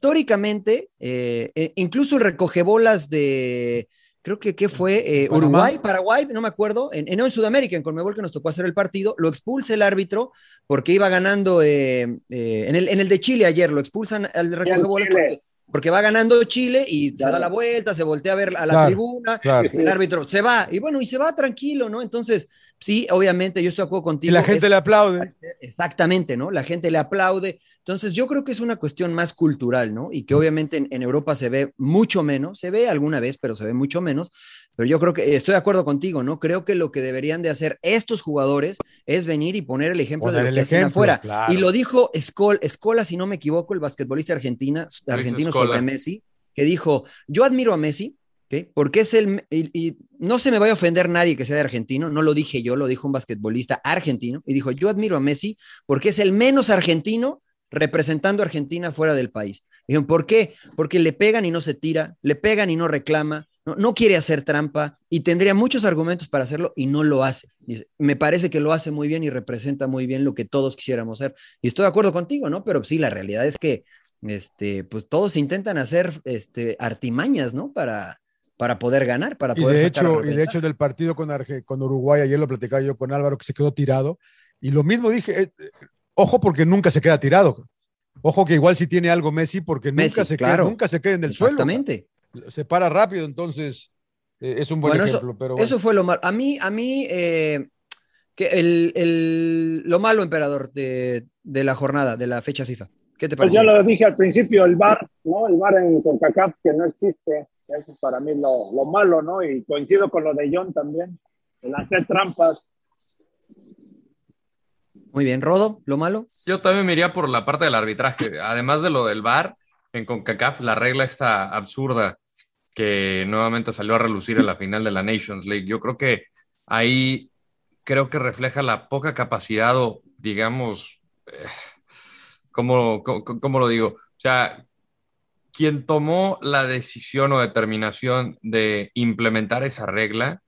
Speaker 5: históricamente, eh, eh, incluso el recogebolas de, creo que, ¿qué fue? Eh,
Speaker 2: Panamá.
Speaker 5: Uruguay, Paraguay, no me acuerdo, en, en, no, en Sudamérica, en Conmebol que nos tocó hacer el partido, lo expulsa el árbitro porque iba ganando, eh, eh, en, el, en el de Chile ayer, lo expulsan al recogebolas
Speaker 9: Chile.
Speaker 5: porque, porque va ganando Chile y se
Speaker 9: Claro.
Speaker 5: da la vuelta, se voltea a ver a la
Speaker 2: Claro.
Speaker 5: tribuna,
Speaker 2: Claro.
Speaker 5: el árbitro se va, y bueno, y se va tranquilo, ¿no? Entonces, sí, obviamente, yo estoy de acuerdo
Speaker 2: Y
Speaker 5: contigo.
Speaker 2: la gente
Speaker 5: es-
Speaker 2: le aplaude.
Speaker 5: Exactamente, ¿no? La gente le aplaude. Entonces, yo creo que es una cuestión más cultural, ¿no?
Speaker 2: Mm.
Speaker 5: Y que obviamente en, en Europa se ve mucho menos, se ve alguna vez, pero se ve mucho menos. Pero yo creo que eh, estoy de acuerdo contigo, ¿no? Creo que lo que deberían de hacer estos jugadores es venir y poner el ejemplo
Speaker 2: Poner
Speaker 5: de
Speaker 2: el
Speaker 5: lo que hacen
Speaker 2: ejemplo,
Speaker 5: afuera.
Speaker 2: claro.
Speaker 5: Y lo dijo Escola, Escola, si no me equivoco, el basquetbolista argentina, argentino
Speaker 7: Scola.
Speaker 5: sobre Messi, que dijo, yo admiro a Messi, ¿ok? Porque es el, y, y no se me vaya a ofender nadie que sea de argentino, no lo dije yo, lo dijo un basquetbolista argentino, y dijo, yo admiro a Messi porque es el menos argentino representando a Argentina fuera del país. Dijeron, ¿por qué? Porque le pegan y no se tira, le pegan y no reclama, no, no quiere hacer trampa y tendría muchos argumentos para hacerlo y no lo hace. Dice, me parece que lo hace muy bien y representa muy bien lo que todos quisiéramos ser. Y estoy de acuerdo contigo, ¿no? Pero sí, la realidad es que este, pues todos intentan hacer este, artimañas, ¿no? Para, para poder ganar, para
Speaker 2: Y
Speaker 5: poder
Speaker 2: de,
Speaker 5: sacar
Speaker 2: hecho, y de
Speaker 5: ventaja.
Speaker 2: hecho, del partido con, Arge- con Uruguay, ayer lo platicaba yo con Álvaro, que se quedó tirado. Y lo mismo dije, eh, eh, ojo porque nunca se queda tirado. Ojo que igual si tiene algo Messi, porque
Speaker 5: Messi,
Speaker 2: nunca, se
Speaker 5: claro.
Speaker 2: queda, nunca se queda en el suelo.
Speaker 5: Exactamente.
Speaker 2: Se para rápido, entonces eh, es un buen
Speaker 5: Bueno, eso-
Speaker 2: ejemplo. pero bueno.
Speaker 5: Eso fue lo malo. A mí, a mí, eh, que el, el- lo malo, emperador, de, de la jornada, de la fecha FIFA. ¿Qué te
Speaker 9: Pues
Speaker 5: pareció?
Speaker 9: yo lo dije al principio, el bar, ¿no? El bar en CONCACAF que no existe. Eso es para mí lo, lo malo, ¿no? Y coincido con lo de John también. El hacer trampas.
Speaker 5: Muy bien, Rodo, lo malo.
Speaker 7: Yo también me iría por la parte del arbitraje. Además de lo del VAR, en CONCACAF la regla está absurda que nuevamente salió a relucir en la final de la Nations League. Yo creo que ahí creo que refleja la poca capacidad o, digamos, eh, ¿cómo, cómo- cómo lo digo? O sea, quien tomó la decisión o determinación de implementar esa regla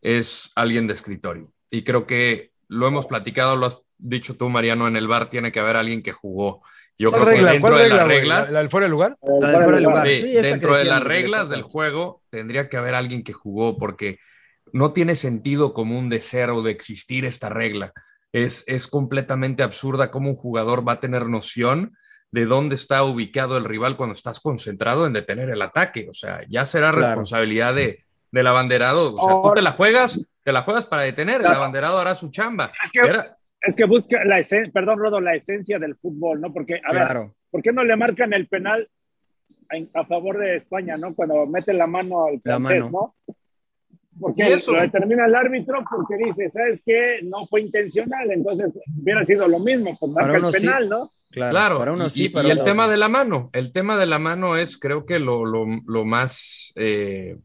Speaker 7: es alguien de escritorio. Y creo que lo hemos platicado, lo has dicho tú, Mariano, en el bar tiene que haber alguien que jugó. Yo
Speaker 2: ¿Cuál
Speaker 7: creo
Speaker 2: regla?
Speaker 7: que dentro de
Speaker 2: ¿Cuál regla,
Speaker 7: las
Speaker 2: güey?
Speaker 7: reglas...
Speaker 2: ¿La- la del fuera de lugar?
Speaker 9: el
Speaker 5: La de
Speaker 9: bar en
Speaker 5: fuera de
Speaker 9: el
Speaker 5: lugar.
Speaker 9: bar.
Speaker 7: Sí,
Speaker 5: Sí, ya está
Speaker 7: dentro de
Speaker 5: creciendo,
Speaker 7: las
Speaker 5: sí, ya está
Speaker 7: reglas del
Speaker 5: creciendo.
Speaker 7: juego tendría que haber alguien que jugó porque no tiene sentido común de ser o de existir esta regla. Es, es completamente absurda cómo un jugador va a tener noción de dónde está ubicado el rival cuando estás concentrado en detener el ataque. O sea, ya será
Speaker 10: Claro.
Speaker 7: responsabilidad de, del abanderado. O sea, tú te la juegas, te la juegas para detener, el
Speaker 9: Claro.
Speaker 7: abanderado hará su chamba.
Speaker 9: Es que,
Speaker 7: Era-
Speaker 9: es que busca la esencia, perdón, Rodo, la esencia del fútbol, ¿no? Porque, a ver,
Speaker 7: Claro.
Speaker 9: ¿por qué no le marcan el penal en- a favor de España, ¿no? Cuando mete la mano al
Speaker 5: La
Speaker 9: francés,
Speaker 5: mano.
Speaker 9: ¿no?
Speaker 7: Y
Speaker 9: Porque
Speaker 7: eso.
Speaker 9: lo determina el árbitro porque dice, ¿sabes qué? No fue intencional, entonces hubiera sido lo mismo, pues marca
Speaker 7: Para
Speaker 9: el
Speaker 7: unos sí.
Speaker 9: penal, ¿no?
Speaker 7: Claro,
Speaker 5: para unos
Speaker 7: y,
Speaker 5: sí, para
Speaker 7: y el
Speaker 5: otros
Speaker 7: tema
Speaker 5: no.
Speaker 7: de la mano, el tema de la mano es creo que lo, lo- lo más eh,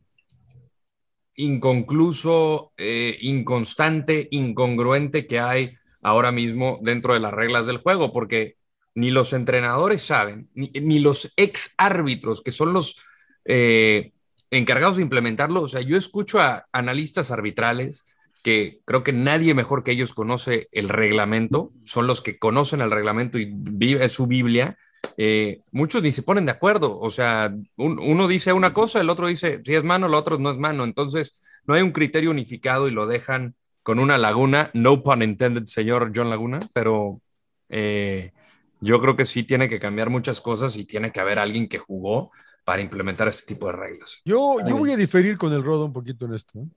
Speaker 7: inconcluso, eh, inconstante, incongruente que hay ahora mismo dentro de las reglas del juego, porque ni los entrenadores saben, ni, ni los ex árbitros, que son los eh, encargados de implementarlo. O sea, yo escucho a analistas arbitrales que creo que nadie mejor que ellos conoce el reglamento, son los que conocen el reglamento y vive su Biblia. eh, muchos ni se ponen de acuerdo, o sea, un- uno dice una cosa, el otro dice si es mano, el otro no es mano, entonces no hay un criterio unificado y lo dejan con una laguna, no pun intended, señor John Laguna, pero eh, yo creo que sí tiene que cambiar muchas cosas y tiene que haber alguien que jugó para implementar este tipo de reglas.
Speaker 2: Yo, yo voy a diferir con el Rodo un poquito en esto, ¿eh?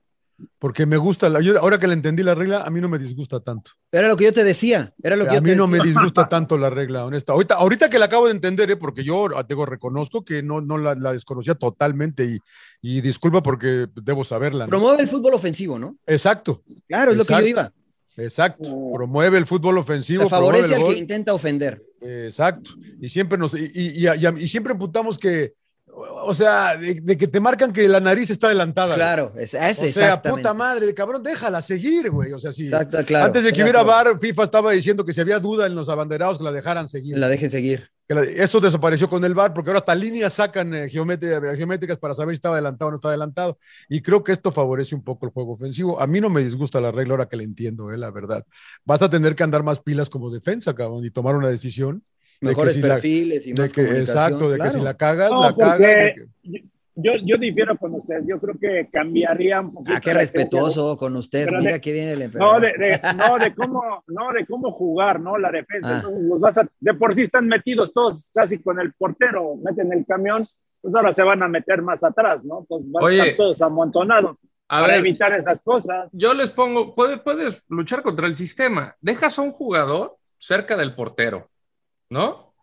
Speaker 2: porque me gusta, la, yo- ahora que le entendí la regla, a mí no me disgusta tanto.
Speaker 5: Era lo que yo te decía. Era lo que
Speaker 2: a
Speaker 5: yo
Speaker 2: mí
Speaker 5: te
Speaker 2: no me
Speaker 5: decía.
Speaker 2: disgusta tanto la regla, honesta. Ahorita, ahorita que la acabo de entender, ¿eh? porque yo ah, digo, reconozco que no, no la, la desconocía totalmente y, y disculpa porque debo saberla. ¿no?
Speaker 5: Promueve el fútbol ofensivo, ¿no?
Speaker 2: Exacto.
Speaker 5: Claro, es lo que yo iba.
Speaker 2: Exacto. Promueve el fútbol
Speaker 5: Uh. Te
Speaker 2: ofensivo. promueve el
Speaker 5: favorece al
Speaker 2: gol.
Speaker 5: que intenta ofender.
Speaker 2: Exacto. Y siempre nos y, y- y- y- y siempre imputamos que o sea, de, de que te marcan que la nariz está adelantada. güey.
Speaker 5: Claro, es- es
Speaker 2: O sea,
Speaker 5: exactamente.
Speaker 2: puta madre, de cabrón, déjala seguir, güey. O sea, sí.
Speaker 5: Exacto, claro.
Speaker 2: Antes de que
Speaker 5: Estoy de
Speaker 2: hubiera
Speaker 5: acuerdo.
Speaker 2: VAR, FIFA estaba diciendo que si había duda en los abanderados que la dejaran seguir.
Speaker 5: La dejen seguir.
Speaker 2: Que la- Esto desapareció con el VAR porque ahora hasta líneas sacan eh, geométrica- geométricas para saber si está adelantado o no está adelantado. Y creo que esto favorece un poco el juego ofensivo. A mí no me disgusta la regla ahora que la entiendo, eh, la verdad. Vas a tener que andar más pilas como defensa, cabrón, y tomar una decisión. de que
Speaker 5: Mejores
Speaker 2: si la-
Speaker 5: perfiles y
Speaker 2: de
Speaker 5: más
Speaker 2: que-
Speaker 5: comunicación,
Speaker 2: Exacto, de
Speaker 5: claro.
Speaker 2: que si la cagas,
Speaker 5: No,
Speaker 2: la
Speaker 5: porque-
Speaker 2: cagas. de que-
Speaker 9: Yo, yo difiero con ustedes, yo creo que cambiaría un poquito.
Speaker 5: Ah, qué
Speaker 9: la
Speaker 5: respetuoso con usted.
Speaker 9: Pero
Speaker 5: Mira
Speaker 9: de-
Speaker 5: que viene el emperador.
Speaker 9: No de, de- no, de cómo, no, de cómo jugar, ¿no? La defensa.
Speaker 5: Ah.
Speaker 9: Entonces, los vas a- de por sí están metidos todos casi con el portero, meten el camión, pues ahora se van a meter más atrás, ¿no? Pues van a
Speaker 7: Oye.
Speaker 9: estar todos amontonados
Speaker 7: A
Speaker 9: para
Speaker 7: ver.
Speaker 9: evitar esas cosas.
Speaker 7: Yo les pongo, puedes, puedes luchar contra el sistema. Dejas a un jugador cerca del portero, ¿no?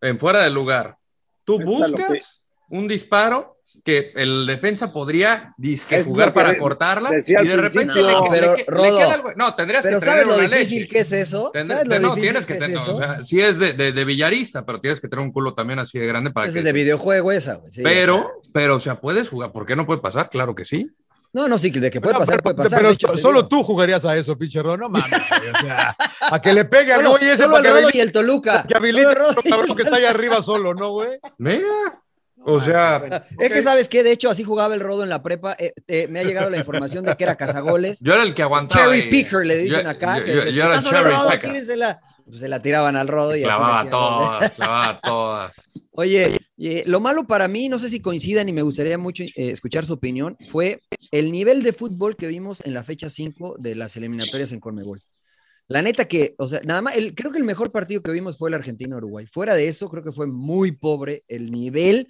Speaker 7: En fuera del lugar. Tú
Speaker 9: Eso es lo
Speaker 7: buscas un disparo que el defensa podría disque jugar para cortarla y
Speaker 9: decía al
Speaker 7: de repente
Speaker 5: principio.
Speaker 7: le-
Speaker 5: No,
Speaker 7: le-
Speaker 5: pero,
Speaker 7: le
Speaker 5: Rodo,
Speaker 7: queda algo- No, tendrías
Speaker 5: Pero
Speaker 7: que tener
Speaker 5: ¿sabes lo
Speaker 7: una
Speaker 5: difícil
Speaker 7: leche.
Speaker 5: que es eso?
Speaker 7: Tendr-
Speaker 5: ¿Sabes lo
Speaker 7: no,
Speaker 5: difícil
Speaker 7: tienes que, tener,
Speaker 5: eso?
Speaker 7: o sea, sí es de, de, de villarista, pero tienes que tener un culo también así de grande para
Speaker 5: Ese
Speaker 7: que.
Speaker 5: es de videojuego esa, güey. Sí,
Speaker 7: pero,
Speaker 5: o sea,
Speaker 7: pero, o sea, puedes jugar. ¿Por qué no puede pasar? Claro que sí.
Speaker 5: no, no, sí, de que puede
Speaker 2: No,
Speaker 5: pasar,
Speaker 2: pero,
Speaker 5: puede pasar.
Speaker 2: pero
Speaker 5: De hecho, se
Speaker 2: solo
Speaker 5: dio.
Speaker 2: tú jugarías a eso, pinche Ron. No mames. güey, o sea, a que le pegue al
Speaker 5: Solo-
Speaker 2: güey ese
Speaker 5: solo
Speaker 2: para
Speaker 5: el
Speaker 2: que
Speaker 5: Rodo
Speaker 2: habili-
Speaker 5: y el Toluca.
Speaker 2: Que habilite
Speaker 5: Solo el Rodo
Speaker 2: al
Speaker 5: y
Speaker 2: cabrón
Speaker 5: el
Speaker 2: que está ahí arriba solo, ¿no, güey?
Speaker 7: Mira. O sea,
Speaker 5: Es que sabes que de hecho así jugaba el Rodo en la prepa. Eh, eh, me ha llegado la información de que era cazagoles.
Speaker 7: yo era el que aguantaba.
Speaker 5: Cherry
Speaker 7: ahí.
Speaker 5: picker le dicen
Speaker 7: Yo-
Speaker 5: acá.
Speaker 7: yo-
Speaker 5: que
Speaker 7: yo-
Speaker 5: dice,
Speaker 7: yo era el
Speaker 5: "Está sobre el
Speaker 7: cherry
Speaker 5: Rodo,
Speaker 7: picker.
Speaker 5: tírensela". Pues se la tiraban al Rodo y así
Speaker 7: Clavaba
Speaker 5: metían gol, ¿eh?
Speaker 7: todas, clavaba todas.
Speaker 5: Oye, eh, lo malo para mí, no sé si coincidan y me gustaría mucho eh, escuchar su opinión, fue el nivel de fútbol que vimos en la fecha 5 de las eliminatorias en Conmebol. La neta que, o sea, nada más, el- creo que el mejor partido que vimos fue el Argentina-Uruguay. Fuera de eso, creo que fue muy pobre el nivel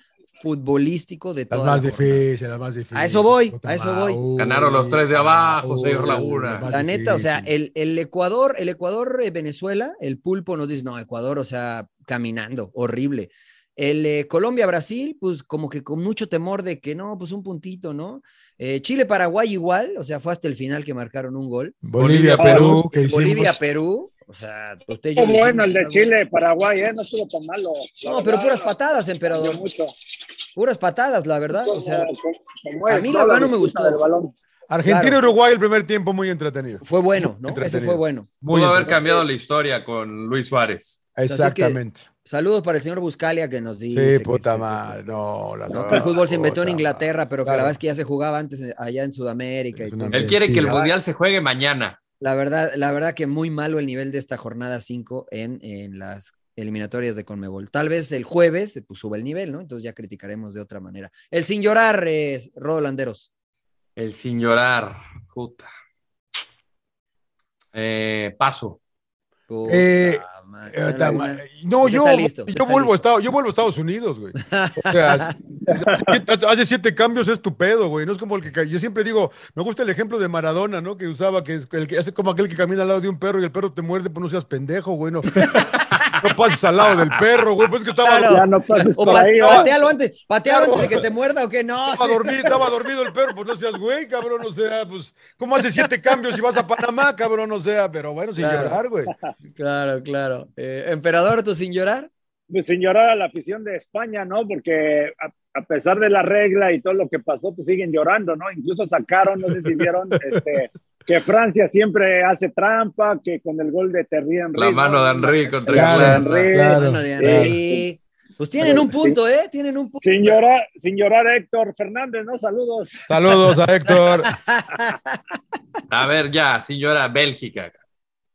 Speaker 5: futbolístico de
Speaker 2: La
Speaker 5: toda
Speaker 2: más
Speaker 5: la jornada.
Speaker 2: difícil, la más difícil.
Speaker 5: A eso voy,
Speaker 2: Puta
Speaker 5: a eso
Speaker 2: madre,
Speaker 5: voy.
Speaker 2: uy,
Speaker 7: Ganaron los tres de abajo,
Speaker 2: uy,
Speaker 7: señor Laguna.
Speaker 2: más
Speaker 5: La neta, o sea,
Speaker 2: difícil.
Speaker 5: el, el Ecuador, el Ecuador, eh, Venezuela, el pulpo nos dice, no, Ecuador, o sea, caminando, horrible. El eh, Colombia, Brasil, pues como que con mucho temor de que no, pues un puntito, ¿no? Eh, Chile, Paraguay igual, o sea, fue hasta el final que marcaron un gol.
Speaker 2: Bolivia, Perú, que hicimos.
Speaker 5: Bolivia, Perú, o sea, usted y yo
Speaker 9: Estuvo
Speaker 5: le hicimos
Speaker 9: bueno el de
Speaker 5: algo.
Speaker 9: Chile, Paraguay, ¿eh? No estuvo tan malo. la
Speaker 5: No, pero
Speaker 9: verdad,
Speaker 5: puras patadas,
Speaker 9: cambió
Speaker 5: emperador,
Speaker 9: mucho.
Speaker 5: puras patadas, la verdad, o sea,
Speaker 9: Como
Speaker 5: a
Speaker 9: es,
Speaker 5: mí la verdad no me
Speaker 9: disputa
Speaker 5: gustó.
Speaker 9: del balón.
Speaker 2: Argentina-Uruguay, el primer tiempo muy entretenido.
Speaker 5: Fue bueno, ¿no? Ese
Speaker 2: Entretenido.
Speaker 5: fue bueno.
Speaker 2: Muy
Speaker 7: Pudo haber
Speaker 5: pues,
Speaker 2: entretenido.
Speaker 7: cambiado la historia con Luis Suárez.
Speaker 5: Entonces, es que-
Speaker 2: Exactamente.
Speaker 5: Saludos para el señor Buscalia que nos dice
Speaker 2: Sí,
Speaker 5: que
Speaker 2: puta madre. Ah, No, la
Speaker 5: No, que el fútbol se inventó en
Speaker 2: puta
Speaker 5: Inglaterra, pero que la
Speaker 2: Claro.
Speaker 5: verdad es que ya se jugaba antes eh, allá en Sudamérica. y
Speaker 2: una
Speaker 5: entonces-
Speaker 7: Él quiere que
Speaker 5: la
Speaker 7: el
Speaker 5: verdad-
Speaker 7: mundial se juegue mañana.
Speaker 5: La verdad, la verdad que muy malo el nivel de esta jornada 5 en, en las eliminatorias de Conmebol. Tal vez el jueves se suba el nivel, ¿no? Entonces ya criticaremos de otra manera. El sin llorar, es Rodolanderos.
Speaker 7: El sin llorar. Puta. Eh, paso.
Speaker 2: Eh,
Speaker 5: madre.
Speaker 2: Eh, está
Speaker 5: Laguna.
Speaker 2: mal. No,
Speaker 5: Usted
Speaker 2: yo,
Speaker 5: está listo, usted
Speaker 2: yo,
Speaker 5: está
Speaker 2: vuelvo
Speaker 5: listo.
Speaker 2: a Estados, yo vuelvo a Estados Unidos, güey. O sea, hace- hace siete cambios es tu pedo, güey. No es como el que. ca- Yo siempre digo, me gusta el ejemplo de Maradona, ¿no? Que usaba, que es el que hace como aquel que camina al lado de un perro y el perro te muerde, pues no seas pendejo, güey. No, no pases al lado del perro, güey. Pues es que estaba.
Speaker 9: Claro. Ya no pases
Speaker 5: O
Speaker 9: por
Speaker 5: pa-
Speaker 9: ahí, ¿eh? ¿no?
Speaker 5: patealo antes, patealo
Speaker 2: Claro.
Speaker 5: antes de que te muerda o que no.
Speaker 2: Estaba
Speaker 5: sí.
Speaker 2: dormido, estaba dormido el perro, pues no seas güey, cabrón, o sea, pues, ¿cómo haces siete cambios y vas a Panamá, cabrón? O sea, pero bueno, sin
Speaker 5: Claro.
Speaker 2: llorar, güey.
Speaker 5: Claro, claro. Eh, emperador, tú sin llorar.
Speaker 9: Pues sin llorar a la afición de España, ¿no? Porque a, a pesar de la regla y todo lo que pasó, pues siguen llorando, ¿no? Incluso sacaron, no sé si vieron, este, que Francia siempre hace trampa, que con el gol de Thierry Henry.
Speaker 7: La
Speaker 9: ¿no?
Speaker 7: mano de Henry contra Irlanda.
Speaker 9: Henry.
Speaker 2: Claro.
Speaker 5: Mano de
Speaker 9: Claro.
Speaker 5: Henry. Pues tienen un
Speaker 9: Sí.
Speaker 5: punto, ¿eh? Tienen un punto.
Speaker 9: Sin llorar, sin llorar Héctor Fernández, ¿no? Saludos.
Speaker 2: Saludos a Héctor.
Speaker 7: A ver, ya, señora Bélgica.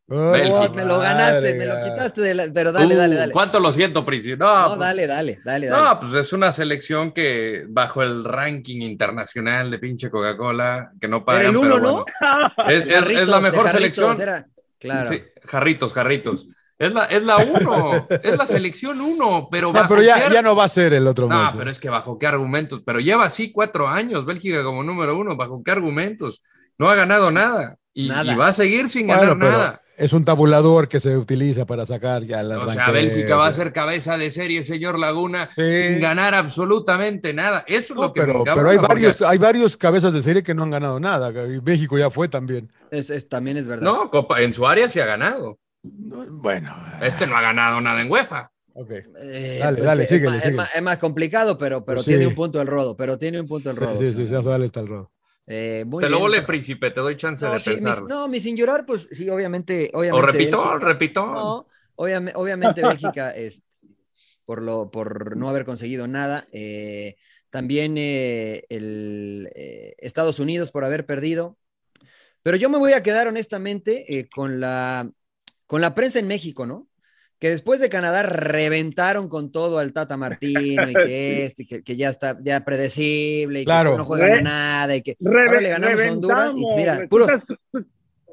Speaker 5: Oh, me lo ganaste, me lo
Speaker 2: Madre,
Speaker 5: quitaste, de la- pero dale,
Speaker 7: Uh,
Speaker 5: dale, dale.
Speaker 7: ¿Cuánto lo siento, Príncipe? No,
Speaker 5: No,
Speaker 7: pues,
Speaker 5: dale, dale, dale, dale.
Speaker 7: no, pues es una selección que bajo el ranking internacional de pinche Coca-Cola, que no pagan.
Speaker 5: Pero el uno,
Speaker 7: pero
Speaker 5: ¿no?
Speaker 7: bueno. pues, Es, es- es la
Speaker 5: Jarritos, de
Speaker 7: mejor
Speaker 5: Jarritos,
Speaker 7: selección.
Speaker 5: era- Claro.
Speaker 7: Sí, jarritos, jarritos. Es la, es la uno, es la selección uno,
Speaker 5: Ah,
Speaker 7: pero
Speaker 2: No,
Speaker 7: bajo
Speaker 2: pero ya,
Speaker 7: qué ar-
Speaker 2: ya no va a ser el otro
Speaker 7: No,
Speaker 2: mes.
Speaker 7: pero es que bajo qué argumentos, pero lleva así cuatro años Bélgica como número uno, bajo qué argumentos, no ha ganado nada y,
Speaker 5: Nada.
Speaker 7: y va a seguir sin
Speaker 2: Bueno,
Speaker 7: ganar
Speaker 2: pero
Speaker 7: nada.
Speaker 2: es un tabulador que se utiliza para sacar ya la
Speaker 7: O sea, Bélgica va a ser cabeza de serie, señor Laguna,
Speaker 2: Sí.
Speaker 7: sin ganar absolutamente nada. Eso es lo que me
Speaker 2: pero,
Speaker 7: encabra,
Speaker 2: pero hay
Speaker 7: porque-
Speaker 2: varios, hay varios cabezas de serie que no han ganado nada. y México ya fue también.
Speaker 5: Es, es- también es verdad.
Speaker 7: No, Copa- en su área se ha ganado.
Speaker 2: Bueno,
Speaker 7: Este no ha ganado nada en UEFA.
Speaker 2: ok.
Speaker 5: Eh,
Speaker 2: Dale, dale,
Speaker 5: es
Speaker 2: síguele,
Speaker 5: más- Es,
Speaker 2: síguele.
Speaker 5: más, es más complicado, pero, pero
Speaker 2: Pues
Speaker 5: tiene
Speaker 2: sí.
Speaker 5: un punto el rodo, pero tiene un punto el rodo.
Speaker 2: Sí, sí, sí,
Speaker 5: señor.
Speaker 2: ya sale hasta el rodo.
Speaker 5: Eh, muy
Speaker 7: te lo
Speaker 5: bien,
Speaker 7: volé,
Speaker 5: pero-
Speaker 7: príncipe, te doy chance
Speaker 5: no,
Speaker 7: de
Speaker 5: sí, mis-
Speaker 7: pensar.
Speaker 5: no, mi sin llorar, pues sí, obviamente.
Speaker 7: o
Speaker 5: obviamente
Speaker 7: repitón,
Speaker 5: Bélgica-
Speaker 7: repitón.
Speaker 5: No, obviame- obviamente Bélgica, es, por, lo, por no haber conseguido nada. eh, también eh, el, eh, Estados Unidos por haber perdido. Pero yo me voy a quedar honestamente eh, con, la, con la prensa en México, ¿no? Que después de Canadá reventaron con todo al Tata Martino y que, este, y que, que ya está ya predecible y
Speaker 2: Claro.
Speaker 5: que pues, no juegan a
Speaker 9: Re-
Speaker 5: nada y que
Speaker 9: Reve-
Speaker 5: ahora le ganamos a Honduras y
Speaker 9: reventamos,
Speaker 5: mira,
Speaker 9: güey. Tú
Speaker 5: puro-
Speaker 9: estás- tú-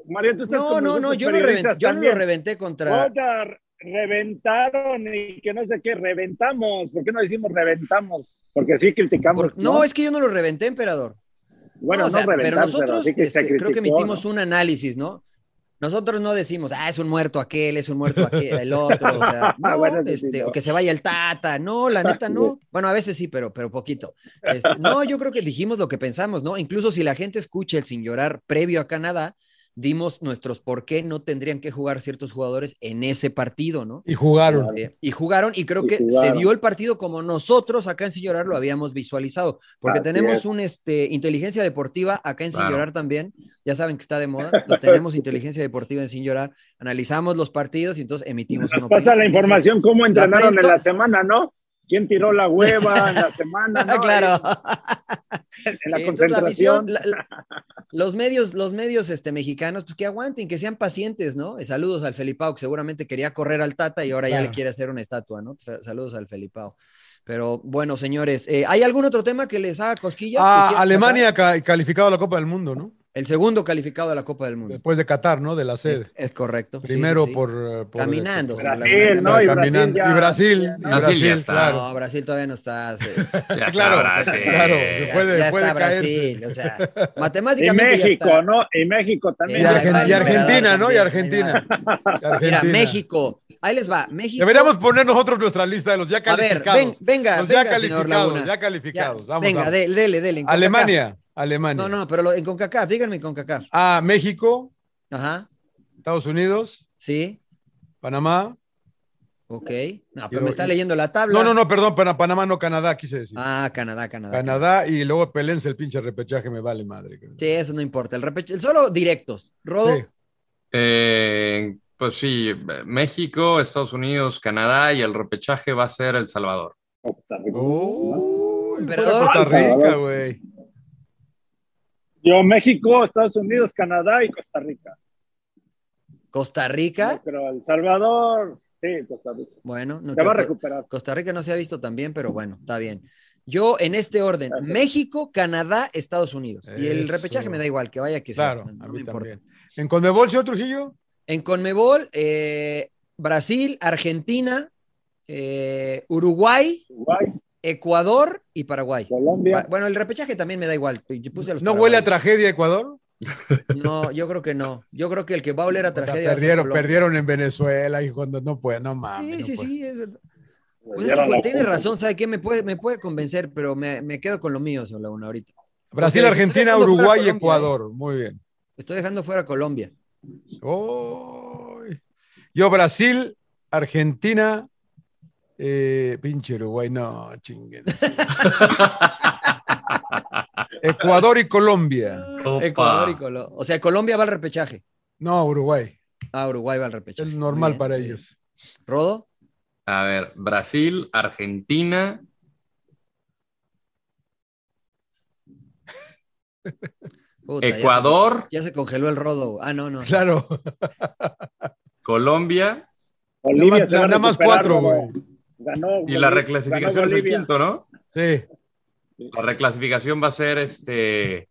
Speaker 9: María, tú estás
Speaker 5: no,
Speaker 9: como
Speaker 5: no,
Speaker 9: los
Speaker 5: no,
Speaker 9: otros
Speaker 5: yo no, reventé,
Speaker 9: periodistas
Speaker 5: yo no lo
Speaker 9: también.
Speaker 5: reventé contra...
Speaker 9: Oiga, re- reventaron y que no sé qué, reventamos. ¿Por qué no decimos reventamos? Porque sí criticamos.
Speaker 5: por- no, es que yo no lo reventé, emperador.
Speaker 9: bueno,
Speaker 5: No, o sea,
Speaker 9: no
Speaker 5: pero
Speaker 9: reventamos,
Speaker 5: nosotros
Speaker 9: sí que se
Speaker 5: este, creo que
Speaker 9: criticó,
Speaker 5: emitimos
Speaker 9: ¿no?
Speaker 5: un análisis, ¿no? Nosotros no decimos, ah, es un muerto aquel, es un muerto aquel, el otro, o sea, no,
Speaker 9: Ah, Bueno, eso sí,
Speaker 5: este,
Speaker 9: no. Ah,
Speaker 5: o que se vaya el tata, no, la neta no. Bueno, a veces sí, pero, pero poquito. Este, no, yo creo que dijimos lo que pensamos, ¿no? Incluso si la gente escucha el sin llorar previo a Canadá, dimos nuestros por qué no tendrían que jugar ciertos jugadores en ese partido, ¿no?
Speaker 2: Y jugaron.
Speaker 5: Este, y jugaron, y creo
Speaker 9: Y
Speaker 5: que
Speaker 9: jugaron.
Speaker 5: se dio el partido como nosotros acá en Sin Llorar lo habíamos visualizado, porque
Speaker 9: Así
Speaker 5: tenemos
Speaker 9: es.
Speaker 5: un este, inteligencia deportiva acá en Sin
Speaker 7: Claro.
Speaker 5: Llorar también, ya saben que está de moda, entonces tenemos inteligencia deportiva en Sin Llorar, analizamos los partidos y entonces emitimos
Speaker 9: Nos
Speaker 5: una
Speaker 9: pasa
Speaker 5: opinión.
Speaker 9: la información, cómo entrenaron en
Speaker 5: prensa-
Speaker 9: la semana, ¿no? ¿Quién tiró la hueva en la semana?
Speaker 5: Ah,
Speaker 9: ¿no?
Speaker 5: claro.
Speaker 9: En, en la
Speaker 5: Sí, entonces, afición,
Speaker 9: concentración.
Speaker 5: la- la- los medios, los medios este, mexicanos, pues que aguanten, que sean pacientes, ¿no? Eh, Saludos al Felipao, que seguramente quería correr al Tata y ahora ya
Speaker 2: Claro.
Speaker 5: le quiere hacer una estatua, ¿no? Fe- Saludos al Felipao. Pero bueno, señores, eh, ¿hay algún otro tema que les haga cosquillas? ¿Que
Speaker 2: Ah,
Speaker 5: quieran
Speaker 2: Alemania ca- calificado a la Copa del Mundo, ¿no?
Speaker 5: tratar? El segundo calificado de la Copa del Mundo.
Speaker 2: Después de Qatar, ¿no? De la sede.
Speaker 5: Es correcto. sí,
Speaker 2: Primero
Speaker 5: sí, sí.
Speaker 2: por, eh, por-
Speaker 5: Caminando,
Speaker 2: por-
Speaker 5: sí, la
Speaker 9: Brasil, ¿no? Y Brasil
Speaker 2: Caminando.
Speaker 9: ya-
Speaker 2: Y Brasil.
Speaker 9: ya, ¿no?
Speaker 7: Brasil
Speaker 2: y
Speaker 7: ya
Speaker 2: Brasil,
Speaker 7: está.
Speaker 2: claro.
Speaker 5: No, Brasil todavía no está. sí.
Speaker 7: Ya está
Speaker 2: Claro,
Speaker 7: Brasil.
Speaker 2: claro, se
Speaker 5: Ya-
Speaker 2: puede-
Speaker 5: ya
Speaker 2: puede
Speaker 5: está
Speaker 2: caerse.
Speaker 5: Brasil. O sea,
Speaker 9: Y
Speaker 5: matemáticamente ya está.
Speaker 9: México, ¿no? Y México también.
Speaker 2: Y,
Speaker 5: Ya,
Speaker 2: Argen-
Speaker 5: ya,
Speaker 2: y
Speaker 5: ya,
Speaker 2: Argentina, ¿no? Y Argentina. Y
Speaker 5: Mira,
Speaker 2: Argentina.
Speaker 5: México. Ahí les va. México.
Speaker 2: Deberíamos poner nosotros nuestra lista de los ya
Speaker 5: A ver,
Speaker 2: calificados.
Speaker 5: ven- venga,
Speaker 2: los ya
Speaker 5: venga, señor
Speaker 2: calificados,
Speaker 5: Laguna.
Speaker 2: ya
Speaker 5: Ya,
Speaker 2: calificados. Vamos,
Speaker 5: venga,
Speaker 2: vamos.
Speaker 5: de- dele, dele. en CONCACAF.
Speaker 2: Alemania, Alemania.
Speaker 5: No, no, pero lo- en CONCACAF, díganme en CONCACAF.
Speaker 2: Ah, México,
Speaker 5: Ajá,
Speaker 2: Estados Unidos,
Speaker 5: sí,
Speaker 2: Panamá.
Speaker 5: ok. No,
Speaker 2: Yo-
Speaker 5: pero me está
Speaker 2: yo-
Speaker 5: leyendo la tabla.
Speaker 2: No, no, no, perdón, para Panamá no Canadá, quise decir.
Speaker 5: Ah, Canadá, Canadá.
Speaker 2: Canadá y luego pelense el pinche repechaje, me vale madre. cabrón.
Speaker 5: Sí, eso no importa. El repeche, el solo directos. Rodo,
Speaker 2: Sí.
Speaker 7: Eh, pues sí, México, Estados Unidos, Canadá y el repechaje va a ser El Salvador.
Speaker 9: Costa Rica.
Speaker 2: Oh. Uy, fuera
Speaker 5: Emperador.
Speaker 2: Costa Rica,
Speaker 9: Salvador.
Speaker 2: güey.
Speaker 9: Yo, México, Estados Unidos, Canadá y Costa Rica.
Speaker 5: Costa
Speaker 9: Pero
Speaker 5: Rica.
Speaker 9: El Salvador, sí, Costa Rica.
Speaker 5: Bueno, no
Speaker 9: Se va a
Speaker 5: creo-
Speaker 9: recuperar.
Speaker 5: Costa Rica no se ha visto tan bien, pero bueno, está bien. Yo en este orden,
Speaker 9: Ajá.
Speaker 5: México, Canadá, Estados Unidos. Y el
Speaker 2: Eso.
Speaker 5: repechaje me da igual, que vaya que sea.
Speaker 2: Claro,
Speaker 5: no- no
Speaker 2: a
Speaker 5: me
Speaker 2: mí
Speaker 5: importa.
Speaker 2: también. ¿En Conmebol, señor Trujillo?
Speaker 5: En Conmebol, eh, Brasil, Argentina, eh, Uruguay, Ecuador y Paraguay. Colombia. Bueno, el repechaje también me da igual. Yo puse a los
Speaker 2: ¿No huele a
Speaker 5: paraguayos.
Speaker 2: tragedia Ecuador?
Speaker 5: No, yo creo que no. Yo creo que el que va a oler a
Speaker 2: O sea,
Speaker 5: tragedia. va a ser
Speaker 2: perdieron, Ah,
Speaker 5: Colombia.
Speaker 2: perdieron en Venezuela y cuando no puede, no mames.
Speaker 5: Sí,
Speaker 2: no
Speaker 5: sí,
Speaker 2: puede.
Speaker 5: sí, es verdad. Pues es que güey, tiene razón, ¿sabe qué? Me puede, me puede convencer, pero me, me quedo con lo mío, Solaguna, ahorita.
Speaker 2: Brasil,
Speaker 5: Porque estoy
Speaker 2: Argentina,
Speaker 5: dejando fuera
Speaker 2: Uruguay y
Speaker 5: Colombia,
Speaker 2: Ecuador. Muy bien.
Speaker 5: ¿eh? Estoy dejando fuera Colombia.
Speaker 2: Ay. Yo, Brasil, Argentina, eh, pinche Uruguay, no, chinguen. Ecuador y Colombia.
Speaker 5: Ecuador y Colo- O sea, Colombia va al repechaje.
Speaker 2: No, Uruguay.
Speaker 5: Ah, Uruguay va al repechaje.
Speaker 2: Es normal
Speaker 5: Bien,
Speaker 2: para
Speaker 5: sí.
Speaker 2: ellos.
Speaker 5: ¿Rodo?
Speaker 7: A ver, Brasil, Argentina.
Speaker 5: Puta, ya se-
Speaker 7: Ecuador.
Speaker 5: Ya se, congeló el rodo. Ah, no, no.
Speaker 2: Claro.
Speaker 7: Colombia.
Speaker 9: Bolivia se va a
Speaker 2: Nada más
Speaker 9: recuperar,
Speaker 2: cuatro,
Speaker 9: Rodo.
Speaker 2: güey.
Speaker 9: Ganó.
Speaker 7: Y la
Speaker 9: Bolivia- ganó
Speaker 7: reclasificación es el
Speaker 9: Bolivia.
Speaker 7: quinto, ¿no?
Speaker 2: Sí.
Speaker 7: La reclasificación va a ser este.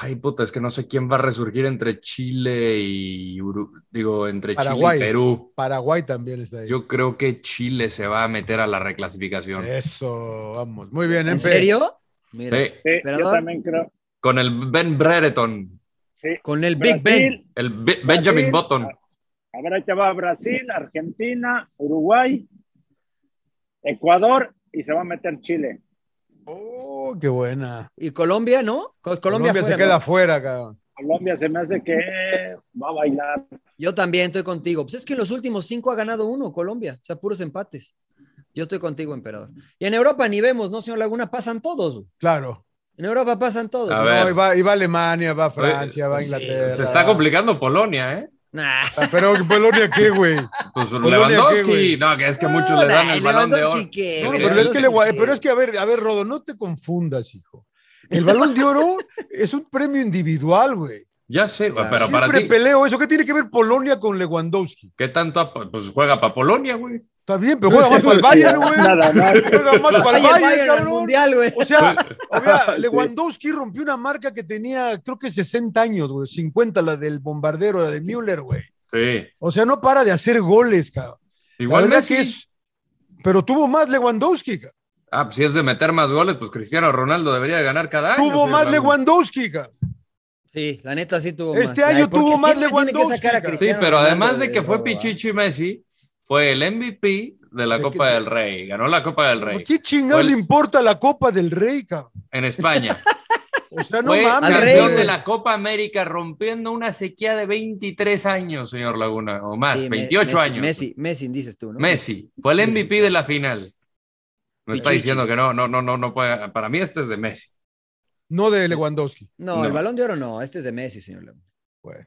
Speaker 7: Ay, puta, es que no sé quién va a resurgir entre Chile y Uru- digo, entre Chile
Speaker 2: Paraguay.
Speaker 7: y Perú.
Speaker 2: Paraguay también está ahí.
Speaker 7: Yo creo que Chile se va a meter a la reclasificación.
Speaker 2: Eh, Eso, vamos. Muy bien,
Speaker 5: ¿En
Speaker 2: Empe.
Speaker 5: serio? Mira,
Speaker 7: Sí,
Speaker 9: Sí, yo
Speaker 5: Emperador.
Speaker 9: también creo.
Speaker 7: con el Ben Brereton,
Speaker 5: Con el Big Ben.
Speaker 9: Brasil,
Speaker 7: el Be-
Speaker 9: Brasil.
Speaker 7: Benjamin Button.
Speaker 9: A ver, ahí te va Brasil, Argentina, Uruguay, Ecuador y se va a meter Chile.
Speaker 2: Oh, qué buena.
Speaker 5: Y Colombia, ¿no? Co- Colombia, fuera,
Speaker 2: se queda
Speaker 5: ¿no?
Speaker 2: afuera, cabrón.
Speaker 9: Colombia se me hace que eh, va a bailar.
Speaker 5: Yo también estoy contigo. Pues es que en los últimos cinco ha ganado uno, Colombia. O sea, puros empates. Yo estoy contigo, emperador. Y en Europa ni vemos, ¿no, señor Laguna? Pasan todos. güey.
Speaker 2: Claro.
Speaker 5: En Europa pasan todos.
Speaker 7: A
Speaker 2: No,
Speaker 7: ver.
Speaker 2: y va, y va Alemania, va Francia, va
Speaker 7: Sí,
Speaker 2: Inglaterra.
Speaker 7: Se está complicando Polonia, ¿eh?
Speaker 5: Nah.
Speaker 2: Pero Polonia, ¿qué, güey?
Speaker 7: Pues
Speaker 2: Polonia, ¿qué,
Speaker 7: Lewandowski,
Speaker 2: güey?
Speaker 7: no, que es que muchos
Speaker 5: No,
Speaker 7: le dan
Speaker 5: nah,
Speaker 7: el balón de oro.
Speaker 5: Lewandowski, ¿qué?
Speaker 2: No,
Speaker 7: Sí,
Speaker 2: pero,
Speaker 7: sí,
Speaker 2: es que
Speaker 7: sí.
Speaker 2: le voy a- pero es que, a ver, a ver, Rodo, no te confundas, hijo. El balón de oro es un premio individual, güey.
Speaker 7: Ya sé,
Speaker 5: Claro.
Speaker 7: pero para
Speaker 2: Siempre
Speaker 7: ti,
Speaker 2: peleo eso. ¿Qué tiene que ver Polonia con Lewandowski?
Speaker 7: ¿qué tanto? ha- Pues juega para Polonia, güey.
Speaker 2: Está bien, pero juega más para el Bayern, güey.
Speaker 9: Nada más.
Speaker 2: Juega más para
Speaker 5: Ahí
Speaker 2: el
Speaker 5: el
Speaker 2: Bayern,
Speaker 5: Bayern al
Speaker 2: cabrón.
Speaker 5: mundial, güey.
Speaker 2: O sea, o sea, Lewandowski rompió una marca que tenía, creo que 60 años, güey. 50, la del bombardero, la de Müller, güey.
Speaker 7: Sí.
Speaker 2: O sea, no para de hacer goles, cabrón. La
Speaker 7: Igual
Speaker 2: verdad
Speaker 7: Messi.
Speaker 2: que es. Pero tuvo más Lewandowski, cabrón.
Speaker 7: Ah, pues si es de meter más goles, pues Cristiano Ronaldo debería de ganar cada año.
Speaker 2: Tuvo
Speaker 7: señor
Speaker 2: más
Speaker 7: Laguna.
Speaker 2: Lewandowski, cabrón.
Speaker 5: Sí, la neta sí tuvo más.
Speaker 2: Este año
Speaker 5: porque
Speaker 2: tuvo más
Speaker 5: siempre tiene que
Speaker 2: Lewandowski,
Speaker 5: sacar a
Speaker 2: cara.
Speaker 7: Sí,
Speaker 5: Cristiano
Speaker 7: pero
Speaker 5: Ronaldo
Speaker 7: además de que fue
Speaker 5: robo, ¿ah?
Speaker 7: Pichichi Messi, fue el MVP de la
Speaker 2: ¿De
Speaker 7: Copa
Speaker 2: qué-
Speaker 7: del Rey. Ganó la Copa del Rey Pues-
Speaker 2: ¿Qué chingado
Speaker 7: Fue el-
Speaker 2: le importa la Copa del Rey, cabrón?
Speaker 7: en España.
Speaker 2: O sea, no
Speaker 7: fue
Speaker 2: mames.
Speaker 5: al
Speaker 7: campeón
Speaker 5: Rey,
Speaker 7: de
Speaker 2: güey.
Speaker 7: la Copa América rompiendo una sequía de 23 años, señor Laguna, o más,
Speaker 5: Sí, Me-
Speaker 7: 28
Speaker 5: Messi-
Speaker 7: años.
Speaker 5: Messi, Messi, dices tú, ¿no?
Speaker 7: Messi, fue el MVP de la final. Me está
Speaker 5: Pichichi.
Speaker 7: diciendo que no, no, no, no, no puede. Para mí este es de Messi.
Speaker 2: No de Lewandowski.
Speaker 5: No,
Speaker 7: No.
Speaker 5: el balón de oro no, este es de Messi, señor Laguna.
Speaker 2: Güey.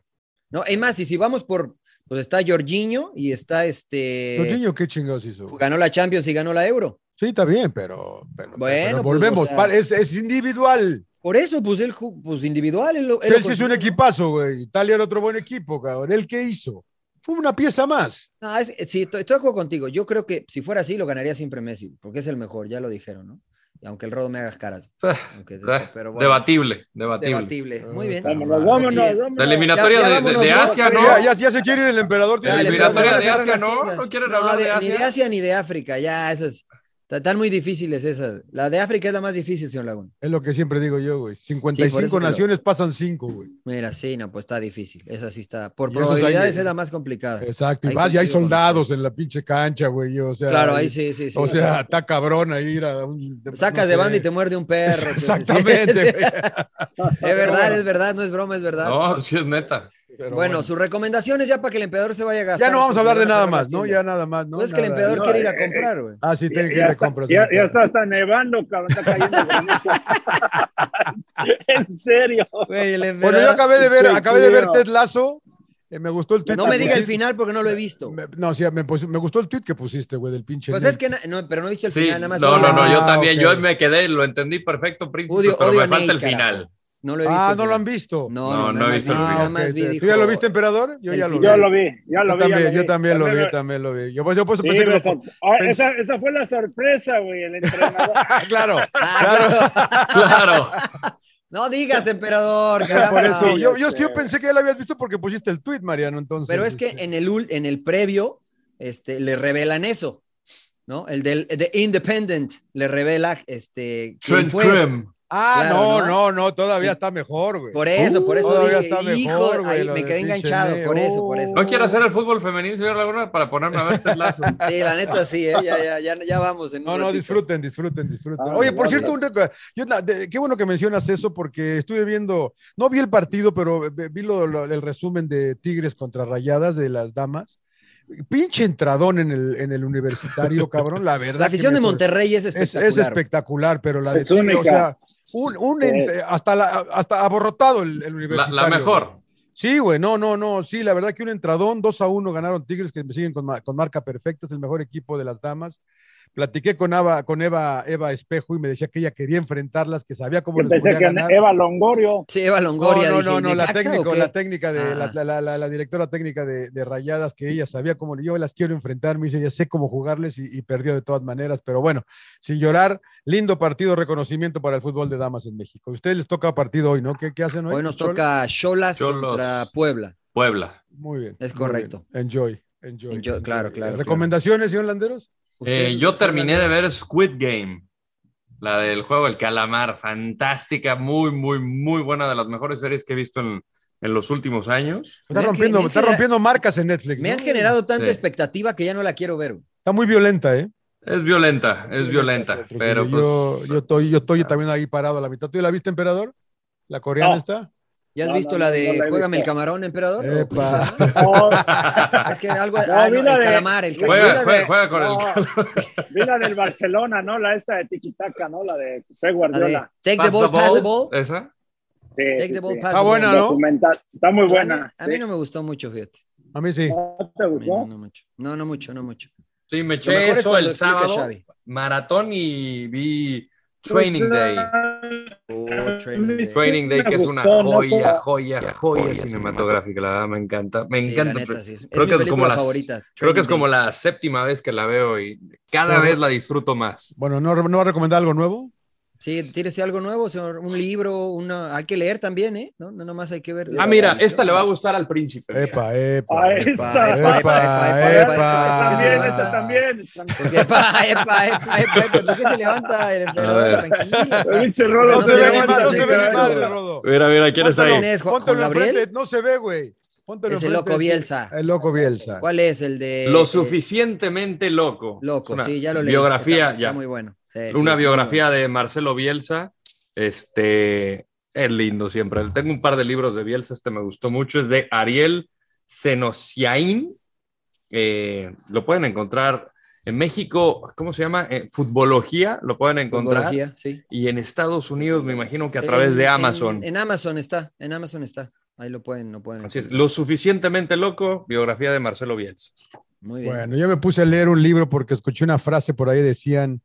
Speaker 5: No, es más, y si vamos por, pues está Jorginho y está este.
Speaker 2: Jorginho, qué chingados hizo. güey?
Speaker 5: Ganó la Champions y ganó la Euro.
Speaker 2: Sí, está bien, pero, pero,
Speaker 5: Bueno,
Speaker 2: pero
Speaker 5: pues, o
Speaker 2: volvemos.
Speaker 5: sea-
Speaker 2: pa- es, es individual.
Speaker 5: Por eso, pues él, ju- pues individual. Él, lo- él lo
Speaker 2: Chelsea es un
Speaker 5: consiguió.
Speaker 2: equipazo, güey. Italia era otro buen equipo, cabrón. ¿El qué hizo? Fue una pieza más.
Speaker 5: No, es- sí, estoy, estoy de acuerdo contigo. Yo creo que si fuera así, lo ganaría siempre Messi, porque es el mejor, ya lo dijeron, ¿no? Y aunque el rodo me hagas caras. aunque-
Speaker 7: Ah,
Speaker 5: pero bueno,
Speaker 7: debatible, debatible.
Speaker 5: debatible. Muy bien.
Speaker 9: Vámonos, vámonos,
Speaker 5: Bien.
Speaker 9: vámonos.
Speaker 7: La
Speaker 5: Ya-
Speaker 7: eliminatoria
Speaker 5: ya
Speaker 7: de- de,
Speaker 5: vámonos,
Speaker 7: de
Speaker 5: ¿no?
Speaker 7: Asia, ¿no?
Speaker 2: Ya, ya- ya se quiere ir el emperador.
Speaker 7: La
Speaker 5: Ya,
Speaker 2: tiene-
Speaker 5: le
Speaker 7: eliminatoria
Speaker 5: preguntaron
Speaker 7: de
Speaker 5: a
Speaker 7: Asia,
Speaker 5: las
Speaker 7: ¿no?
Speaker 5: chicas.
Speaker 7: ¿No quieren hablar de
Speaker 5: Ni de
Speaker 7: Asia?
Speaker 5: Asia ni de África, ya esas. ta- Están muy difíciles esas. La de África es la más difícil, señor Laguna.
Speaker 2: Es lo que siempre digo yo, güey.
Speaker 5: Sí, por
Speaker 2: 55
Speaker 5: eso te lo-
Speaker 2: naciones pasan 5, güey.
Speaker 5: Mira, sí, no, pues está difícil. Esa sí está. Por
Speaker 2: Y esos hay-
Speaker 5: probabilidades es la más complicada.
Speaker 2: Exacto. Y
Speaker 5: Ahí
Speaker 2: vas, ya hay
Speaker 5: coincido con
Speaker 2: soldados en la pinche cancha, güey. O sea,
Speaker 5: Claro, ahí sí, sí, sí.
Speaker 2: O sea, está cabrón a ir a un.
Speaker 5: Sacas
Speaker 2: no
Speaker 5: de
Speaker 2: sé.
Speaker 5: banda y te muerde un perro.
Speaker 2: Exactamente, güey.
Speaker 5: es verdad, es verdad, no es broma, es verdad.
Speaker 7: No, sí es neta.
Speaker 2: Pero
Speaker 5: bueno, sus recomendaciones ya para que el emperador se vaya a gastar.
Speaker 2: Ya no vamos a hablar de nada más, ¿no? Ya
Speaker 5: no.
Speaker 2: nada más, ¿no?
Speaker 5: No es Pues que el
Speaker 2: Nada.
Speaker 5: emperador
Speaker 9: no,
Speaker 5: quiere ir a
Speaker 9: eh, eh,
Speaker 5: comprar, güey.
Speaker 2: Ah, sí,
Speaker 9: Ya,
Speaker 2: tiene que ir
Speaker 9: ya
Speaker 2: a
Speaker 9: está-
Speaker 2: compras.
Speaker 9: ya- ya está hasta nevando, cabrón. Está cayendo granizo. en serio.
Speaker 5: Güey, el
Speaker 2: Bueno, yo
Speaker 5: emperador-
Speaker 2: acabé de ver,
Speaker 9: Sí,
Speaker 2: acabé de ver
Speaker 9: claro.
Speaker 2: Ted Lazo. me gustó el tweet.
Speaker 5: No
Speaker 2: que
Speaker 5: me diga el
Speaker 2: pusiste.
Speaker 5: final porque no lo he visto.
Speaker 2: Me- no, sí, me, pusi- me gustó el tweet que pusiste, güey, del pinche.
Speaker 5: Pues
Speaker 2: Ned.
Speaker 5: es que, na- no, pero no he visto el
Speaker 7: Sí,
Speaker 5: final, nada más.
Speaker 7: no, no, no, yo
Speaker 2: Ah,
Speaker 7: también,
Speaker 2: ok.
Speaker 7: yo me quedé, lo entendí perfecto, príncipe,
Speaker 5: Odio-
Speaker 7: pero
Speaker 5: odio
Speaker 7: me
Speaker 5: a Ney,
Speaker 7: falta el
Speaker 5: carajo.
Speaker 7: final.
Speaker 5: No lo he visto.
Speaker 2: ah,
Speaker 5: el
Speaker 2: no lo
Speaker 5: final.
Speaker 2: han visto.
Speaker 5: No,
Speaker 7: No,
Speaker 5: no,
Speaker 7: no
Speaker 5: nada
Speaker 7: he
Speaker 5: más
Speaker 7: visto el
Speaker 5: vi-
Speaker 7: final.
Speaker 5: nada
Speaker 2: ok,
Speaker 5: más vi,
Speaker 2: ¿Tú
Speaker 5: dijo-
Speaker 2: ya lo viste, emperador? Yo
Speaker 5: el
Speaker 2: ya lo vi.
Speaker 5: final.
Speaker 9: Yo lo vi, ya lo
Speaker 2: Yo
Speaker 9: vi. ya lo vi.
Speaker 2: también, yo también lo vi,
Speaker 9: me-
Speaker 2: yo también lo vi. Yo por eso, por eso
Speaker 9: Sí,
Speaker 2: pensé que
Speaker 9: me
Speaker 2: lo.
Speaker 9: sor- Ah,
Speaker 2: pensé-
Speaker 9: esa, esa fue la sorpresa, güey, el entrenador.
Speaker 2: Ah, claro.
Speaker 5: Ah, claro.
Speaker 7: Claro,
Speaker 5: No digas, emperador. caramba.
Speaker 2: Por eso, yo, yo- yo pensé que ya lo habías visto porque pusiste el tweet, Mariano,
Speaker 7: Pues
Speaker 2: entonces. este.
Speaker 5: Pero es que en el, ul- en el previo este, le revelan eso, ¿no? El del de Independent le revela este, quién fue.
Speaker 2: Ah,
Speaker 5: Claro,
Speaker 2: no,
Speaker 5: ¿no?
Speaker 2: no, no, todavía está mejor, güey.
Speaker 5: Por eso, por eso
Speaker 2: Todavía
Speaker 5: dije,
Speaker 2: está
Speaker 5: hijo,
Speaker 2: mejor, güey,
Speaker 5: ahí
Speaker 2: lo
Speaker 5: me
Speaker 2: de
Speaker 5: quedé
Speaker 2: pinche
Speaker 5: enganchado,
Speaker 2: Neo.
Speaker 5: por eso, por eso.
Speaker 7: No quiero hacer el fútbol femenil, señor Laguna, para ponerme a ver este lazo.
Speaker 5: Sí, la neta sí, ¿eh? ya, ya, ya, ya vamos. En un
Speaker 2: No, no,
Speaker 5: ratito.
Speaker 2: disfruten, disfruten, disfruten.
Speaker 5: Ah,
Speaker 2: Oye, por
Speaker 5: guarda.
Speaker 2: cierto, un reco- yo la- de- qué bueno que mencionas eso porque estuve viendo, no vi el partido, pero ve- vi lo- lo- el resumen de Tigres contra Rayadas de las damas. Pinche entradón en el, en el universitario, cabrón, la verdad.
Speaker 5: La afición
Speaker 2: que
Speaker 5: de
Speaker 2: me sor-
Speaker 5: Monterrey es
Speaker 2: es,
Speaker 5: espectacular.
Speaker 2: es espectacular, pero la de
Speaker 5: Es
Speaker 2: Tigres, o
Speaker 5: única.
Speaker 2: sea, un, un
Speaker 5: Sí.
Speaker 9: eh,
Speaker 2: ente- hasta, la- hasta aborrotado el, el
Speaker 7: La,
Speaker 2: universitario.
Speaker 7: la mejor.
Speaker 2: Sí, güey, no, no, no, sí, la verdad que un entradón, 2 a 1 ganaron Tigres que me siguen con, ma- con marca perfecta, es el mejor equipo de las damas. Platiqué con, Ava- con Eva, Eva Espejo y me decía que ella quería enfrentarlas, que sabía cómo
Speaker 9: Yo
Speaker 2: les
Speaker 9: pensé
Speaker 2: pues, podía
Speaker 9: que
Speaker 2: ganar.
Speaker 9: Eva Longorio.
Speaker 5: Sí, Eva Longoria.
Speaker 2: no, no,
Speaker 5: dije,
Speaker 2: no, no, la
Speaker 5: ¿Necaxa o
Speaker 2: técnica,
Speaker 5: qué?
Speaker 2: la técnica de la-
Speaker 5: Ah.
Speaker 2: la, la- la- la directora técnica de, de Rayadas, que ella sabía cómo yo las quiero enfrentar, me dice, ya sé cómo jugarles y, y perdió de todas maneras, pero bueno, sin llorar, lindo partido, reconocimiento para el fútbol de damas en México. A ustedes les toca partido hoy, ¿no? ¿Qué, qué hacen hoy?
Speaker 5: Hoy nos
Speaker 2: Chol?
Speaker 5: toca Cholas
Speaker 7: Cholos.
Speaker 5: contra Puebla.
Speaker 7: Eh, Puebla.
Speaker 2: Muy bien.
Speaker 5: Es
Speaker 2: muy bien.
Speaker 5: correcto.
Speaker 2: Enjoy,
Speaker 5: Enjoy-
Speaker 2: enjoy. enjoy.
Speaker 5: claro, claro,
Speaker 2: ¿Recomendaciones, señor Landeros?
Speaker 7: Eh, yo terminé de ver Squid Game, la del juego del calamar, fantástica, muy, muy, muy buena, de las mejores series que he visto en, en los últimos años.
Speaker 2: Está
Speaker 5: Me han
Speaker 2: rompiendo,
Speaker 5: gener-
Speaker 2: está rompiendo marcas en Netflix.
Speaker 5: Me
Speaker 2: ¿no?
Speaker 5: han generado tanta
Speaker 7: Sí.
Speaker 5: expectativa que ya no la quiero ver. güey.
Speaker 2: Está muy violenta, ¿eh?
Speaker 7: Es violenta, es violenta,
Speaker 2: Trujillo,
Speaker 7: pero
Speaker 2: yo,
Speaker 7: pues
Speaker 2: yo estoy, yo estoy también ahí parado a la mitad. ¿Tú la viste, emperador? ¿La coreana
Speaker 9: No.
Speaker 2: está?
Speaker 5: ¿Ya has
Speaker 9: No,
Speaker 5: visto
Speaker 9: no,
Speaker 5: la
Speaker 9: no,
Speaker 5: de
Speaker 9: no la he
Speaker 5: Juégame el
Speaker 9: visto.
Speaker 5: camarón, emperador?
Speaker 2: Epa.
Speaker 9: Oh,
Speaker 5: Es que algo.
Speaker 9: No,
Speaker 5: ah, no,
Speaker 9: vi
Speaker 5: el
Speaker 9: la de-
Speaker 5: calamar, el
Speaker 9: vi la
Speaker 5: calamar.
Speaker 7: Juega,
Speaker 9: de-
Speaker 7: juega, juega con el
Speaker 9: Vi la del Barcelona, ¿no? La esta de Tiquitaca, ¿no? La de Pep
Speaker 5: La de
Speaker 9: Guardiola. Eh,
Speaker 5: Take the
Speaker 7: Pass the
Speaker 5: ball, pass the
Speaker 7: ball, Ah,
Speaker 5: ball.
Speaker 7: esa.
Speaker 9: Sí,
Speaker 5: Take
Speaker 9: sí,
Speaker 5: the ball,
Speaker 9: sí.
Speaker 5: pass
Speaker 2: Está
Speaker 5: the ball.
Speaker 2: buena, ¿no?
Speaker 9: Documental. Está muy
Speaker 5: A mí,
Speaker 9: buena.
Speaker 5: a mí
Speaker 9: sí.
Speaker 5: no me gustó mucho, fíjate.
Speaker 2: A mí sí.
Speaker 9: ¿No te
Speaker 5: A mí
Speaker 9: gustó?
Speaker 5: No, no mucho. No, no mucho, no mucho.
Speaker 7: Sí, me
Speaker 5: Lo mejor
Speaker 7: eché
Speaker 5: es
Speaker 7: eso
Speaker 5: cuando
Speaker 7: el
Speaker 5: explica
Speaker 7: sábado,
Speaker 5: Xavi.
Speaker 7: maratón y vi
Speaker 9: Pues
Speaker 7: Training Day.
Speaker 9: "Ah,
Speaker 5: Oh, Training Day.
Speaker 7: Training
Speaker 9: me
Speaker 7: Day, que es una
Speaker 9: gustó, ¿no?
Speaker 7: joya,
Speaker 9: Toda-
Speaker 7: joya, joya cinematográfica, la verdad, me encanta, me
Speaker 5: Sí, la
Speaker 7: encanta.
Speaker 5: neta, sí, es- es
Speaker 7: creo
Speaker 5: mi
Speaker 7: que es como
Speaker 5: película
Speaker 7: las-
Speaker 5: favorita.
Speaker 7: Creo que es
Speaker 5: Training
Speaker 7: como
Speaker 5: Day.
Speaker 7: la séptima vez que la veo y cada
Speaker 2: Claro.
Speaker 7: vez la disfruto más.
Speaker 2: Bueno, ¿no, ¿no va a recomendar algo nuevo?
Speaker 5: Sí, tírese algo nuevo, señor. Un libro, una... hay que leer también, ¿eh? No, no nomás hay que ver.
Speaker 7: Ah, mira, esta le va a gustar al príncipe. mira.
Speaker 2: Epa, epa.
Speaker 9: Ah,
Speaker 2: epa.
Speaker 9: esta.
Speaker 2: epa,
Speaker 9: Esta
Speaker 2: epa, epa.
Speaker 9: También,
Speaker 2: Este
Speaker 9: esta también.
Speaker 5: Porque, epa, epa, epa, epa, epa, ¿por qué se levanta el
Speaker 7: A
Speaker 5: emperador?
Speaker 7: ver.
Speaker 9: El
Speaker 5: Tranquilo.
Speaker 9: pinche Rodo
Speaker 2: No se ve ni
Speaker 5: levanta,
Speaker 2: madre, este no se ve ni
Speaker 5: claro.
Speaker 2: madre, Rodo.
Speaker 7: Mira, mira, ¿quién está ahí?
Speaker 5: Póntalo. ¿Quién es, Ju-
Speaker 2: Póntelo
Speaker 5: Juan Gabriel?
Speaker 2: enfrente, no se ve, güey. Póntelo
Speaker 5: Ese
Speaker 2: enfrente
Speaker 5: loco
Speaker 2: de ti.
Speaker 5: Bielsa.
Speaker 2: El loco Bielsa.
Speaker 5: ¿Cuál es el de.
Speaker 7: Lo
Speaker 5: eh,
Speaker 7: suficientemente loco. Es
Speaker 5: Loco,
Speaker 7: una
Speaker 5: sí, ya lo leí.
Speaker 7: Biografía,
Speaker 5: Está-
Speaker 7: ya.
Speaker 5: Está muy bueno. Sí, Eh, sí,
Speaker 7: una
Speaker 5: está
Speaker 7: biografía de Marcelo Bielsa. Este es lindo siempre. Tengo un par de libros de Bielsa, este me gustó mucho. Es de Ariel Senosiaín. Eh, lo pueden encontrar en México, ¿cómo se llama? Eh, Futbología, lo pueden
Speaker 5: muy bueno.
Speaker 7: encontrar.
Speaker 5: Futbología, sí.
Speaker 7: Y en Estados Unidos, me imagino que a
Speaker 5: En-
Speaker 7: través de
Speaker 5: en-
Speaker 7: Amazon.
Speaker 5: En, Amazon está, en Amazon está. Ahí lo pueden, lo pueden.
Speaker 7: Así es, lo suficientemente loco, biografía de Marcelo Bielsa.
Speaker 5: Muy bien.
Speaker 2: Bueno, yo me puse a leer un libro porque escuché una frase por ahí, decían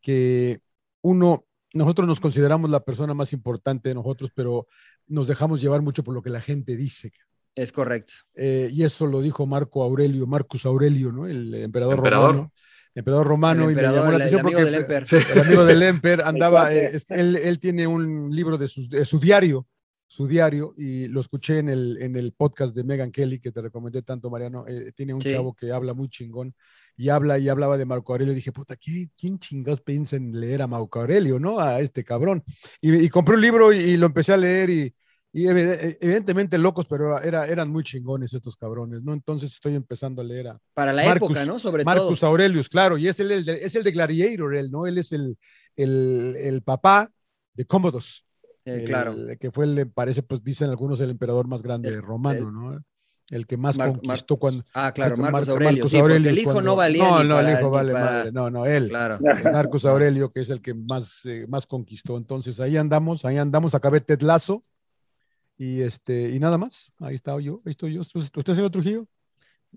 Speaker 2: que uno, nosotros nos consideramos la persona más importante de nosotros, pero nos dejamos llevar mucho por lo que la gente dice.
Speaker 5: Es correcto.
Speaker 2: Eh, y eso lo dijo Marco Aurelio, Marcus Aurelio, ¿no? El emperador,
Speaker 7: Emperador.
Speaker 2: romano. Emperador romano
Speaker 5: el
Speaker 2: y me llamó
Speaker 5: emperador,
Speaker 2: la
Speaker 5: el- el
Speaker 2: atención
Speaker 5: amigo
Speaker 2: porque
Speaker 5: del Emper.
Speaker 2: el amigo del Emper andaba,
Speaker 9: cuate.
Speaker 2: eh, es- él, él tiene un libro de, sus- de su diario, su diario, y lo escuché en el, en el podcast de Megan Kelly, que te recomendé tanto, Mariano, eh, tiene un
Speaker 5: Sí.
Speaker 2: chavo que habla muy chingón, y habla y hablaba de Marco Aurelio, y dije, puta, ¿qué- ¿quién chingados piensa en leer a Marco Aurelio, no? A este cabrón. Y, y compré un libro y, y lo empecé a leer y... y evide- evidentemente locos, pero era, eran muy chingones estos cabrones, ¿no? Entonces estoy empezando a leer a,
Speaker 5: Para la
Speaker 2: Marcus-
Speaker 5: época, ¿no? Sobre
Speaker 2: Marcus
Speaker 5: todo.
Speaker 2: Aurelius, claro, y es el, el de, es el de Gladiator, él, ¿no? Él es el, el, el papá de Cómodos,
Speaker 5: Eh, claro.
Speaker 2: que fue, le parece, pues dicen algunos, el emperador más grande
Speaker 5: El-
Speaker 2: romano, ¿no? El que más
Speaker 5: Mar- Mar-
Speaker 2: conquistó cuando.
Speaker 5: Ah, claro,
Speaker 2: Marco-
Speaker 5: Marcos
Speaker 2: Mar-
Speaker 5: Aurelio.
Speaker 2: Marcus
Speaker 5: sí, porque
Speaker 2: Aurelius
Speaker 5: el hijo
Speaker 2: cuando-
Speaker 5: no valía.
Speaker 2: No,
Speaker 5: ni
Speaker 2: no,
Speaker 5: para-
Speaker 2: el hijo
Speaker 5: ni
Speaker 2: vale
Speaker 5: para-
Speaker 2: madre. No, no, él.
Speaker 5: Claro.
Speaker 2: Marcos Aurelio, que es el que más, eh, más conquistó. Entonces ahí andamos, ahí andamos, acabé Ted Lasso y, este, y nada más. Ahí estaba yo, ahí estoy yo. ¿Usted, usted señor Trujillo?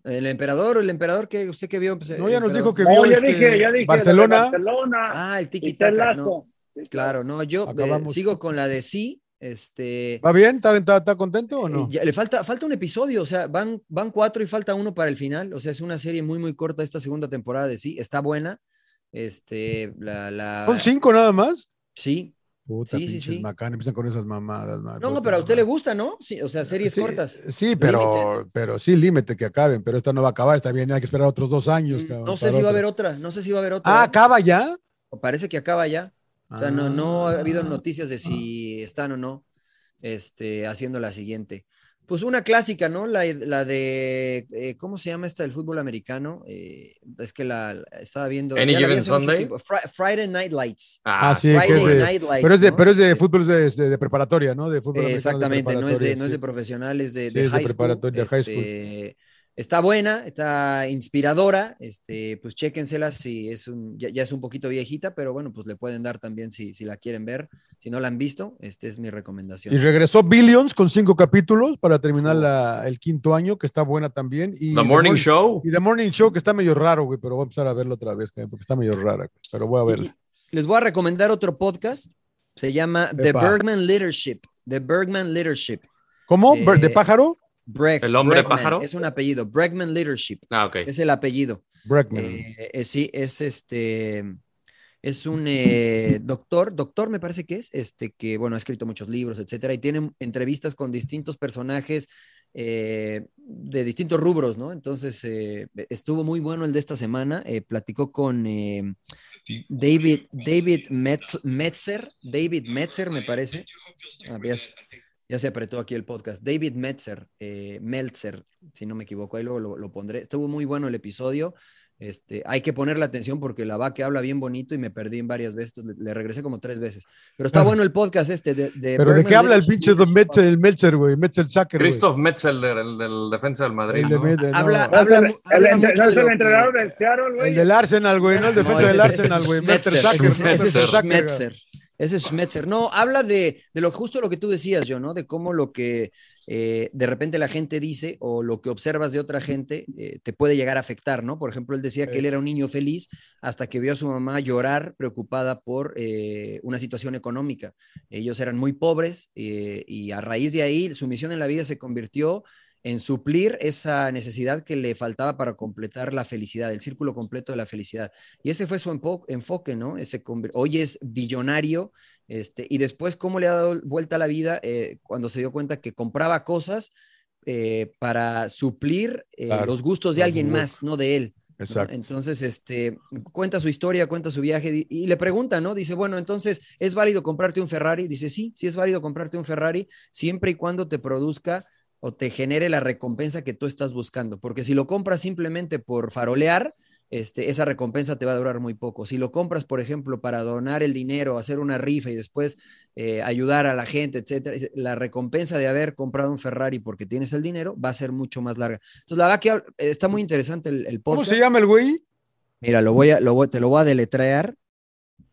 Speaker 5: El emperador, el emperador que usted que vio. pues,
Speaker 2: No,
Speaker 5: el
Speaker 2: ya nos
Speaker 5: emperador.
Speaker 2: dijo que vio
Speaker 9: No, ya
Speaker 2: este,
Speaker 9: dije, ya dije. la de
Speaker 2: Barcelona.
Speaker 9: Barcelona.
Speaker 5: Ah, el tiki
Speaker 9: Y Ted
Speaker 5: taka.
Speaker 9: Lasso. Sí,
Speaker 5: claro, no, yo eh,
Speaker 2: Acabamos.
Speaker 5: sigo con la de sí. Este.
Speaker 2: ¿Va bien? ¿Está, está- está contento o no?
Speaker 5: eh, ya- le falta, falta un episodio, o sea, van, van cuatro y falta uno para el final. O sea, es una serie muy, muy corta esta segunda
Speaker 2: ¿Oh,
Speaker 5: temporada de sí. Está buena. Este, la, la-
Speaker 2: Son cinco nada más.
Speaker 5: Sí,
Speaker 2: Puta,
Speaker 5: Sí, sí,
Speaker 2: pinches
Speaker 5: sí.
Speaker 2: macanas, empiezan con esas mamadas. man,
Speaker 5: No,
Speaker 2: puta
Speaker 5: pero a usted
Speaker 2: madre.
Speaker 5: le gusta, ¿no? Sí, o sea, series cortas.
Speaker 2: Sí, pero, pero sí, límite que acaben, pero esta no va a acabar, está bien, hay que esperar otros dos años. cabrón,
Speaker 5: Mm, No sé
Speaker 2: para
Speaker 5: si va a
Speaker 2: otra.
Speaker 5: haber otra, no sé si va a haber otra.
Speaker 2: Ah, ¿acaba ya?
Speaker 5: Parece que acaba ya. O sea,
Speaker 2: Ah.
Speaker 5: no, no ha habido noticias de si están o no este, haciendo la siguiente. Pues una clásica, ¿no? La, la de, eh, ¿cómo se llama esta del fútbol americano? Eh, es que la, la estaba viendo.
Speaker 7: Any
Speaker 5: ya la vi
Speaker 7: Given
Speaker 5: hace mucho
Speaker 7: Sunday?
Speaker 5: tiempo. Fri- Friday Night Lights.
Speaker 2: Ah, sí, que es
Speaker 5: Friday
Speaker 2: de-
Speaker 5: Night Lights,
Speaker 2: pero, es de,
Speaker 5: ¿no?
Speaker 2: pero es de fútbol de, de- de preparatoria, ¿no? De fútbol americano
Speaker 5: Eh,
Speaker 2: de
Speaker 5: exactamente, no es, de,
Speaker 2: preparatoria,
Speaker 5: no es
Speaker 2: sí.
Speaker 5: de profesionales de,
Speaker 2: Sí,
Speaker 5: de
Speaker 2: es de
Speaker 5: high, school,
Speaker 2: preparatoria, high school.
Speaker 5: este, Está buena, está inspiradora, este, pues chéquensela si es un, ya, ya es un poquito viejita, pero bueno, pues le pueden dar también si, si la quieren ver. Si no la han visto, este es mi recomendación.
Speaker 2: Y regresó Billions con cinco capítulos para terminar la- el quinto año, que está buena también. Y
Speaker 7: The Morning
Speaker 2: Mor-
Speaker 7: Show.
Speaker 2: Y The Morning Show, que está medio raro, güey, pero voy a empezar a verlo otra vez, güey, porque está medio rara, güey, pero voy a verla.
Speaker 5: Les voy a recomendar otro podcast, se llama The
Speaker 2: Epa.
Speaker 5: Bergman Leadership. The Bergman Leadership.
Speaker 2: ¿Cómo?
Speaker 5: Eh,
Speaker 2: ¿De pájaro?
Speaker 5: Breg-
Speaker 7: ¿El hombre
Speaker 5: Bregman,
Speaker 7: pájaro?
Speaker 5: Es un apellido, Bregman Leadership.
Speaker 7: Ah, ok.
Speaker 5: Es el apellido.
Speaker 2: Bregman.
Speaker 5: Eh, eh, sí, es este. Es un eh, doctor, doctor me parece que es, este, que bueno, ha escrito muchos libros, etcétera, y tiene entrevistas con distintos personajes eh, de distintos rubros, ¿no? Entonces, eh, estuvo muy bueno el de esta semana, eh, platicó con eh, David, David Met- Metzer, David Metzer me parece,
Speaker 2: Este,
Speaker 5: Ah,
Speaker 2: pues,
Speaker 5: ya, se- ya se apretó aquí el podcast. David Metzer, eh, Meltzer, si no me equivoco, ahí luego lo, lo pondré. Estuvo muy bueno el episodio. Este, hay que ponerle atención porque la va que habla bien bonito y me perdí en varias veces, le, le regresé como tres veces. Pero está bueno el podcast este. De,
Speaker 2: Ah. ¿Pero de
Speaker 5: Bergman
Speaker 2: qué habla el
Speaker 5: Leadership
Speaker 2: pinche Don Metzel, el Meltzer, güey? Metzel Sacker, güey.
Speaker 7: Christoph Metzel, del, el del defensa del Madrid.
Speaker 2: El de
Speaker 7: ¿no?
Speaker 2: Medel, no.
Speaker 5: Habla-
Speaker 2: No,
Speaker 5: habla-
Speaker 2: el-
Speaker 5: habla
Speaker 2: el-
Speaker 5: mucho
Speaker 2: no,
Speaker 5: de lo que-
Speaker 9: del Seattle,
Speaker 2: El del Arsenal, güey, no el
Speaker 5: No,
Speaker 2: defensa
Speaker 5: ese-
Speaker 2: del
Speaker 5: ese-
Speaker 2: Arsenal,
Speaker 5: ese
Speaker 2: güey.
Speaker 5: es
Speaker 2: Metzel
Speaker 5: Schmetzer, ese-
Speaker 2: Sacker,
Speaker 5: ese es
Speaker 2: Metzel Sacker, güey.
Speaker 5: Schmetzer. Ese es Schmetzer. No, habla de, de lo justo lo que tú decías, yo, ¿no? De cómo lo que eh, de repente la gente dice o lo que observas de otra gente eh, te puede llegar a afectar, ¿no? Por ejemplo, él decía que él era un niño feliz hasta que vio a su mamá llorar preocupada por eh, una situación económica. Ellos eran muy pobres eh, y a raíz de ahí su misión en la vida se convirtió en suplir esa necesidad que le faltaba para completar la felicidad, el círculo completo de la felicidad. Y ese fue su empo- enfoque, ¿no? Ese conver- hoy es billonario, este, y después cómo le ha dado vuelta a la vida eh, cuando se dio cuenta que compraba cosas eh, para suplir eh,
Speaker 2: Claro,
Speaker 5: los gustos de
Speaker 2: los
Speaker 5: alguien
Speaker 2: gustos.
Speaker 5: más, no de él. ¿no?
Speaker 2: Exacto.
Speaker 5: Entonces, este, cuenta su historia, cuenta su viaje di- y le pregunta, ¿no? Dice, bueno, entonces, ¿es válido comprarte un Ferrari? Dice, sí, sí es válido comprarte un Ferrari siempre y cuando te produzca o te genere la recompensa que tú estás buscando. Porque si lo compras simplemente por farolear, este, esa recompensa te va a durar muy poco. Si lo compras, por ejemplo, para donar el dinero, hacer una rifa y después eh, ayudar a la gente, etcétera, dice, la recompensa de haber comprado un Ferrari porque tienes el dinero va a ser mucho más larga. Entonces, la verdad que hab- está muy interesante el, el
Speaker 2: ¿Cómo
Speaker 5: podcast.
Speaker 2: se llama el güey?
Speaker 5: Mira, lo voy a, lo voy- te lo voy a deletrear.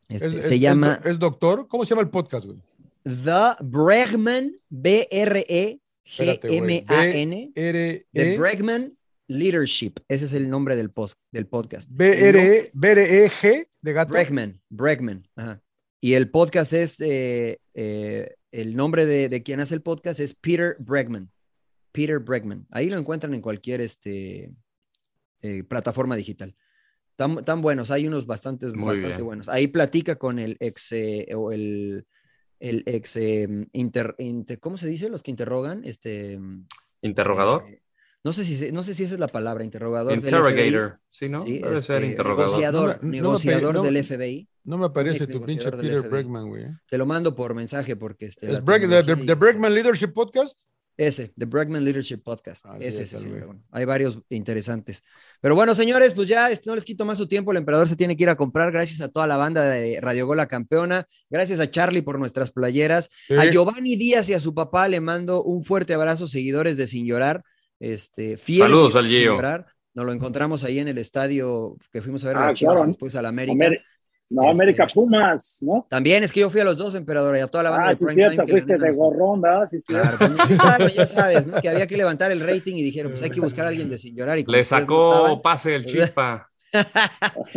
Speaker 5: Este,
Speaker 2: Es-
Speaker 5: se
Speaker 2: es-
Speaker 5: llama
Speaker 2: ¿Es doctor? ¿Cómo se llama el podcast, güey?
Speaker 5: The Bregman, E B-R-E-G-M-A-N.
Speaker 2: R
Speaker 5: E The
Speaker 2: E
Speaker 5: Bregman Leadership. Ese es el nombre del, post, del podcast.
Speaker 2: B R E B R E G de gato.
Speaker 5: Bregman, Bregman. ajá. Y el podcast es, eh, eh, el nombre de, de quien hace el podcast es Peter Bregman. Peter Bregman. Ahí lo encuentran en cualquier este, eh, plataforma digital. Tan, tan buenos, hay unos bastantes,
Speaker 7: Muy
Speaker 5: bastante
Speaker 7: bien.
Speaker 5: buenos. Ahí platica con el ex, eh, o el, el ex, eh, inter- inter- ¿cómo se dice? Los que interrogan, este...
Speaker 7: Interrogador.
Speaker 5: eh, no sé, si, se- no sé si esa es la palabra, interrogador. del FBI.
Speaker 7: Interrogator. Sí, ¿no?
Speaker 5: Sí,
Speaker 7: Debe ser
Speaker 5: este,
Speaker 7: interrogador.
Speaker 5: Negociador,
Speaker 2: No me- no me pe-
Speaker 5: negociador
Speaker 2: no-
Speaker 5: del FBI.
Speaker 2: No me aparece
Speaker 5: Ex
Speaker 2: tu pinche
Speaker 5: negociador del
Speaker 2: Peter
Speaker 5: FBI.
Speaker 2: Bregman, güey. eh.
Speaker 5: Te lo mando por mensaje porque... Este,
Speaker 2: ¿Es
Speaker 5: la
Speaker 2: Breg- de, de-
Speaker 5: tecnología y-
Speaker 2: de Bregman Leadership Podcast?
Speaker 5: Ese, The Bregman Leadership Podcast.
Speaker 2: Así
Speaker 5: Ese,
Speaker 2: es,
Speaker 5: ese,
Speaker 2: tal
Speaker 5: ese,
Speaker 2: vez.
Speaker 5: bueno. Hay varios interesantes. Pero bueno, señores, pues ya este, no les quito más su tiempo. El emperador se tiene que ir a comprar. Gracias a toda la banda de Radio Gola Campeona. Gracias a Charlie por nuestras playeras.
Speaker 2: Sí.
Speaker 5: A Giovanni Díaz y a su papá le mando un fuerte abrazo, seguidores de Sin Llorar. Este, fieles
Speaker 7: Saludos
Speaker 5: seguidores
Speaker 7: al
Speaker 5: de Sin
Speaker 7: Gio.
Speaker 5: Llorar. Nos lo encontramos ahí en el estadio que fuimos a ver a
Speaker 9: Ah,
Speaker 5: las Chivas,
Speaker 9: claro.
Speaker 5: después a la América.
Speaker 9: Ameri- no,
Speaker 5: Este-
Speaker 9: América Pumas, ¿no?
Speaker 5: También es que yo fui a los dos, emperador, y a toda la banda
Speaker 9: Ah,
Speaker 5: de
Speaker 9: sí,
Speaker 5: Prime
Speaker 9: cierto,
Speaker 5: Time que le
Speaker 9: fuiste
Speaker 5: neta
Speaker 9: de
Speaker 5: nos-
Speaker 9: gorrón, ¿verdad? Sí, cierto.
Speaker 5: Claro, pues, claro, ya sabes, ¿no? Que había que levantar el rating y dijeron, pues hay que buscar a alguien de sin llorar. Y como
Speaker 7: Le
Speaker 5: ustedes no
Speaker 7: sacó
Speaker 5: estaban-
Speaker 7: pase el chispa.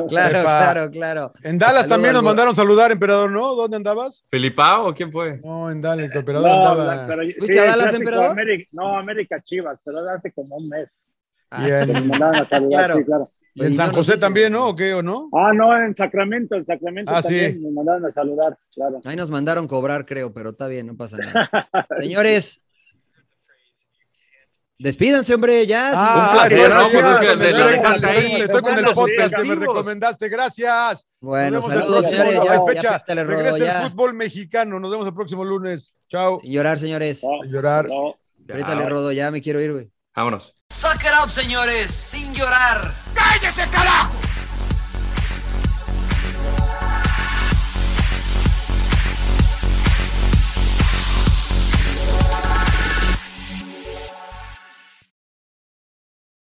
Speaker 5: claro,
Speaker 2: Epa.
Speaker 5: claro, claro.
Speaker 2: En Dallas
Speaker 5: Saludos
Speaker 2: también nos
Speaker 5: al-
Speaker 2: mandaron saludar, emperador, ¿no? ¿Dónde andabas?
Speaker 7: ¿Filipao o quién fue?
Speaker 2: No, en Dallas, el
Speaker 9: No,
Speaker 2: emperador
Speaker 9: la-
Speaker 2: andaba.
Speaker 9: pero-
Speaker 5: ¿Fuiste a Dallas,
Speaker 9: clásico
Speaker 5: emperador?
Speaker 2: Eh,
Speaker 9: Ameri- no, América Chivas, pero hace como un mes.
Speaker 2: Y
Speaker 5: Ah,
Speaker 2: en,
Speaker 9: mandaron a saludar,
Speaker 2: Claro.
Speaker 9: sí, claro.
Speaker 2: y en San José también, ¿no? ¿O qué o no?
Speaker 9: Ah, no, en Sacramento, en Sacramento
Speaker 2: Ah, sí.
Speaker 9: también me mandaron a saludar, claro.
Speaker 5: Ahí nos mandaron cobrar, creo, pero está bien, no pasa nada. Señores, despídanse, hombre, ya.
Speaker 2: Ah,
Speaker 5: Sí.
Speaker 2: gracias.
Speaker 5: Gracias.
Speaker 2: Estoy con el- Estoy con el
Speaker 5: Hermanos,
Speaker 2: podcast que me
Speaker 5: recasivos.
Speaker 2: recomendaste, gracias.
Speaker 5: Bueno,
Speaker 2: Nos vemos el
Speaker 5: saludos,
Speaker 2: próximo-
Speaker 5: señores,
Speaker 2: no,
Speaker 5: ya-
Speaker 2: hay
Speaker 5: ya
Speaker 2: fecha.
Speaker 5: apástale, Rodo,
Speaker 2: Regresa
Speaker 5: ya.
Speaker 2: el fútbol mexicano. Nos vemos el próximo lunes. Chao.
Speaker 5: Sin llorar, señores.
Speaker 2: Sin llorar.
Speaker 5: Apriétale,
Speaker 2: Chao.
Speaker 5: Rodo, ya me quiero ir, güey.
Speaker 7: Vámonos.
Speaker 5: Suck it up, señores, sin llorar.
Speaker 11: ¡Cállese, carajo!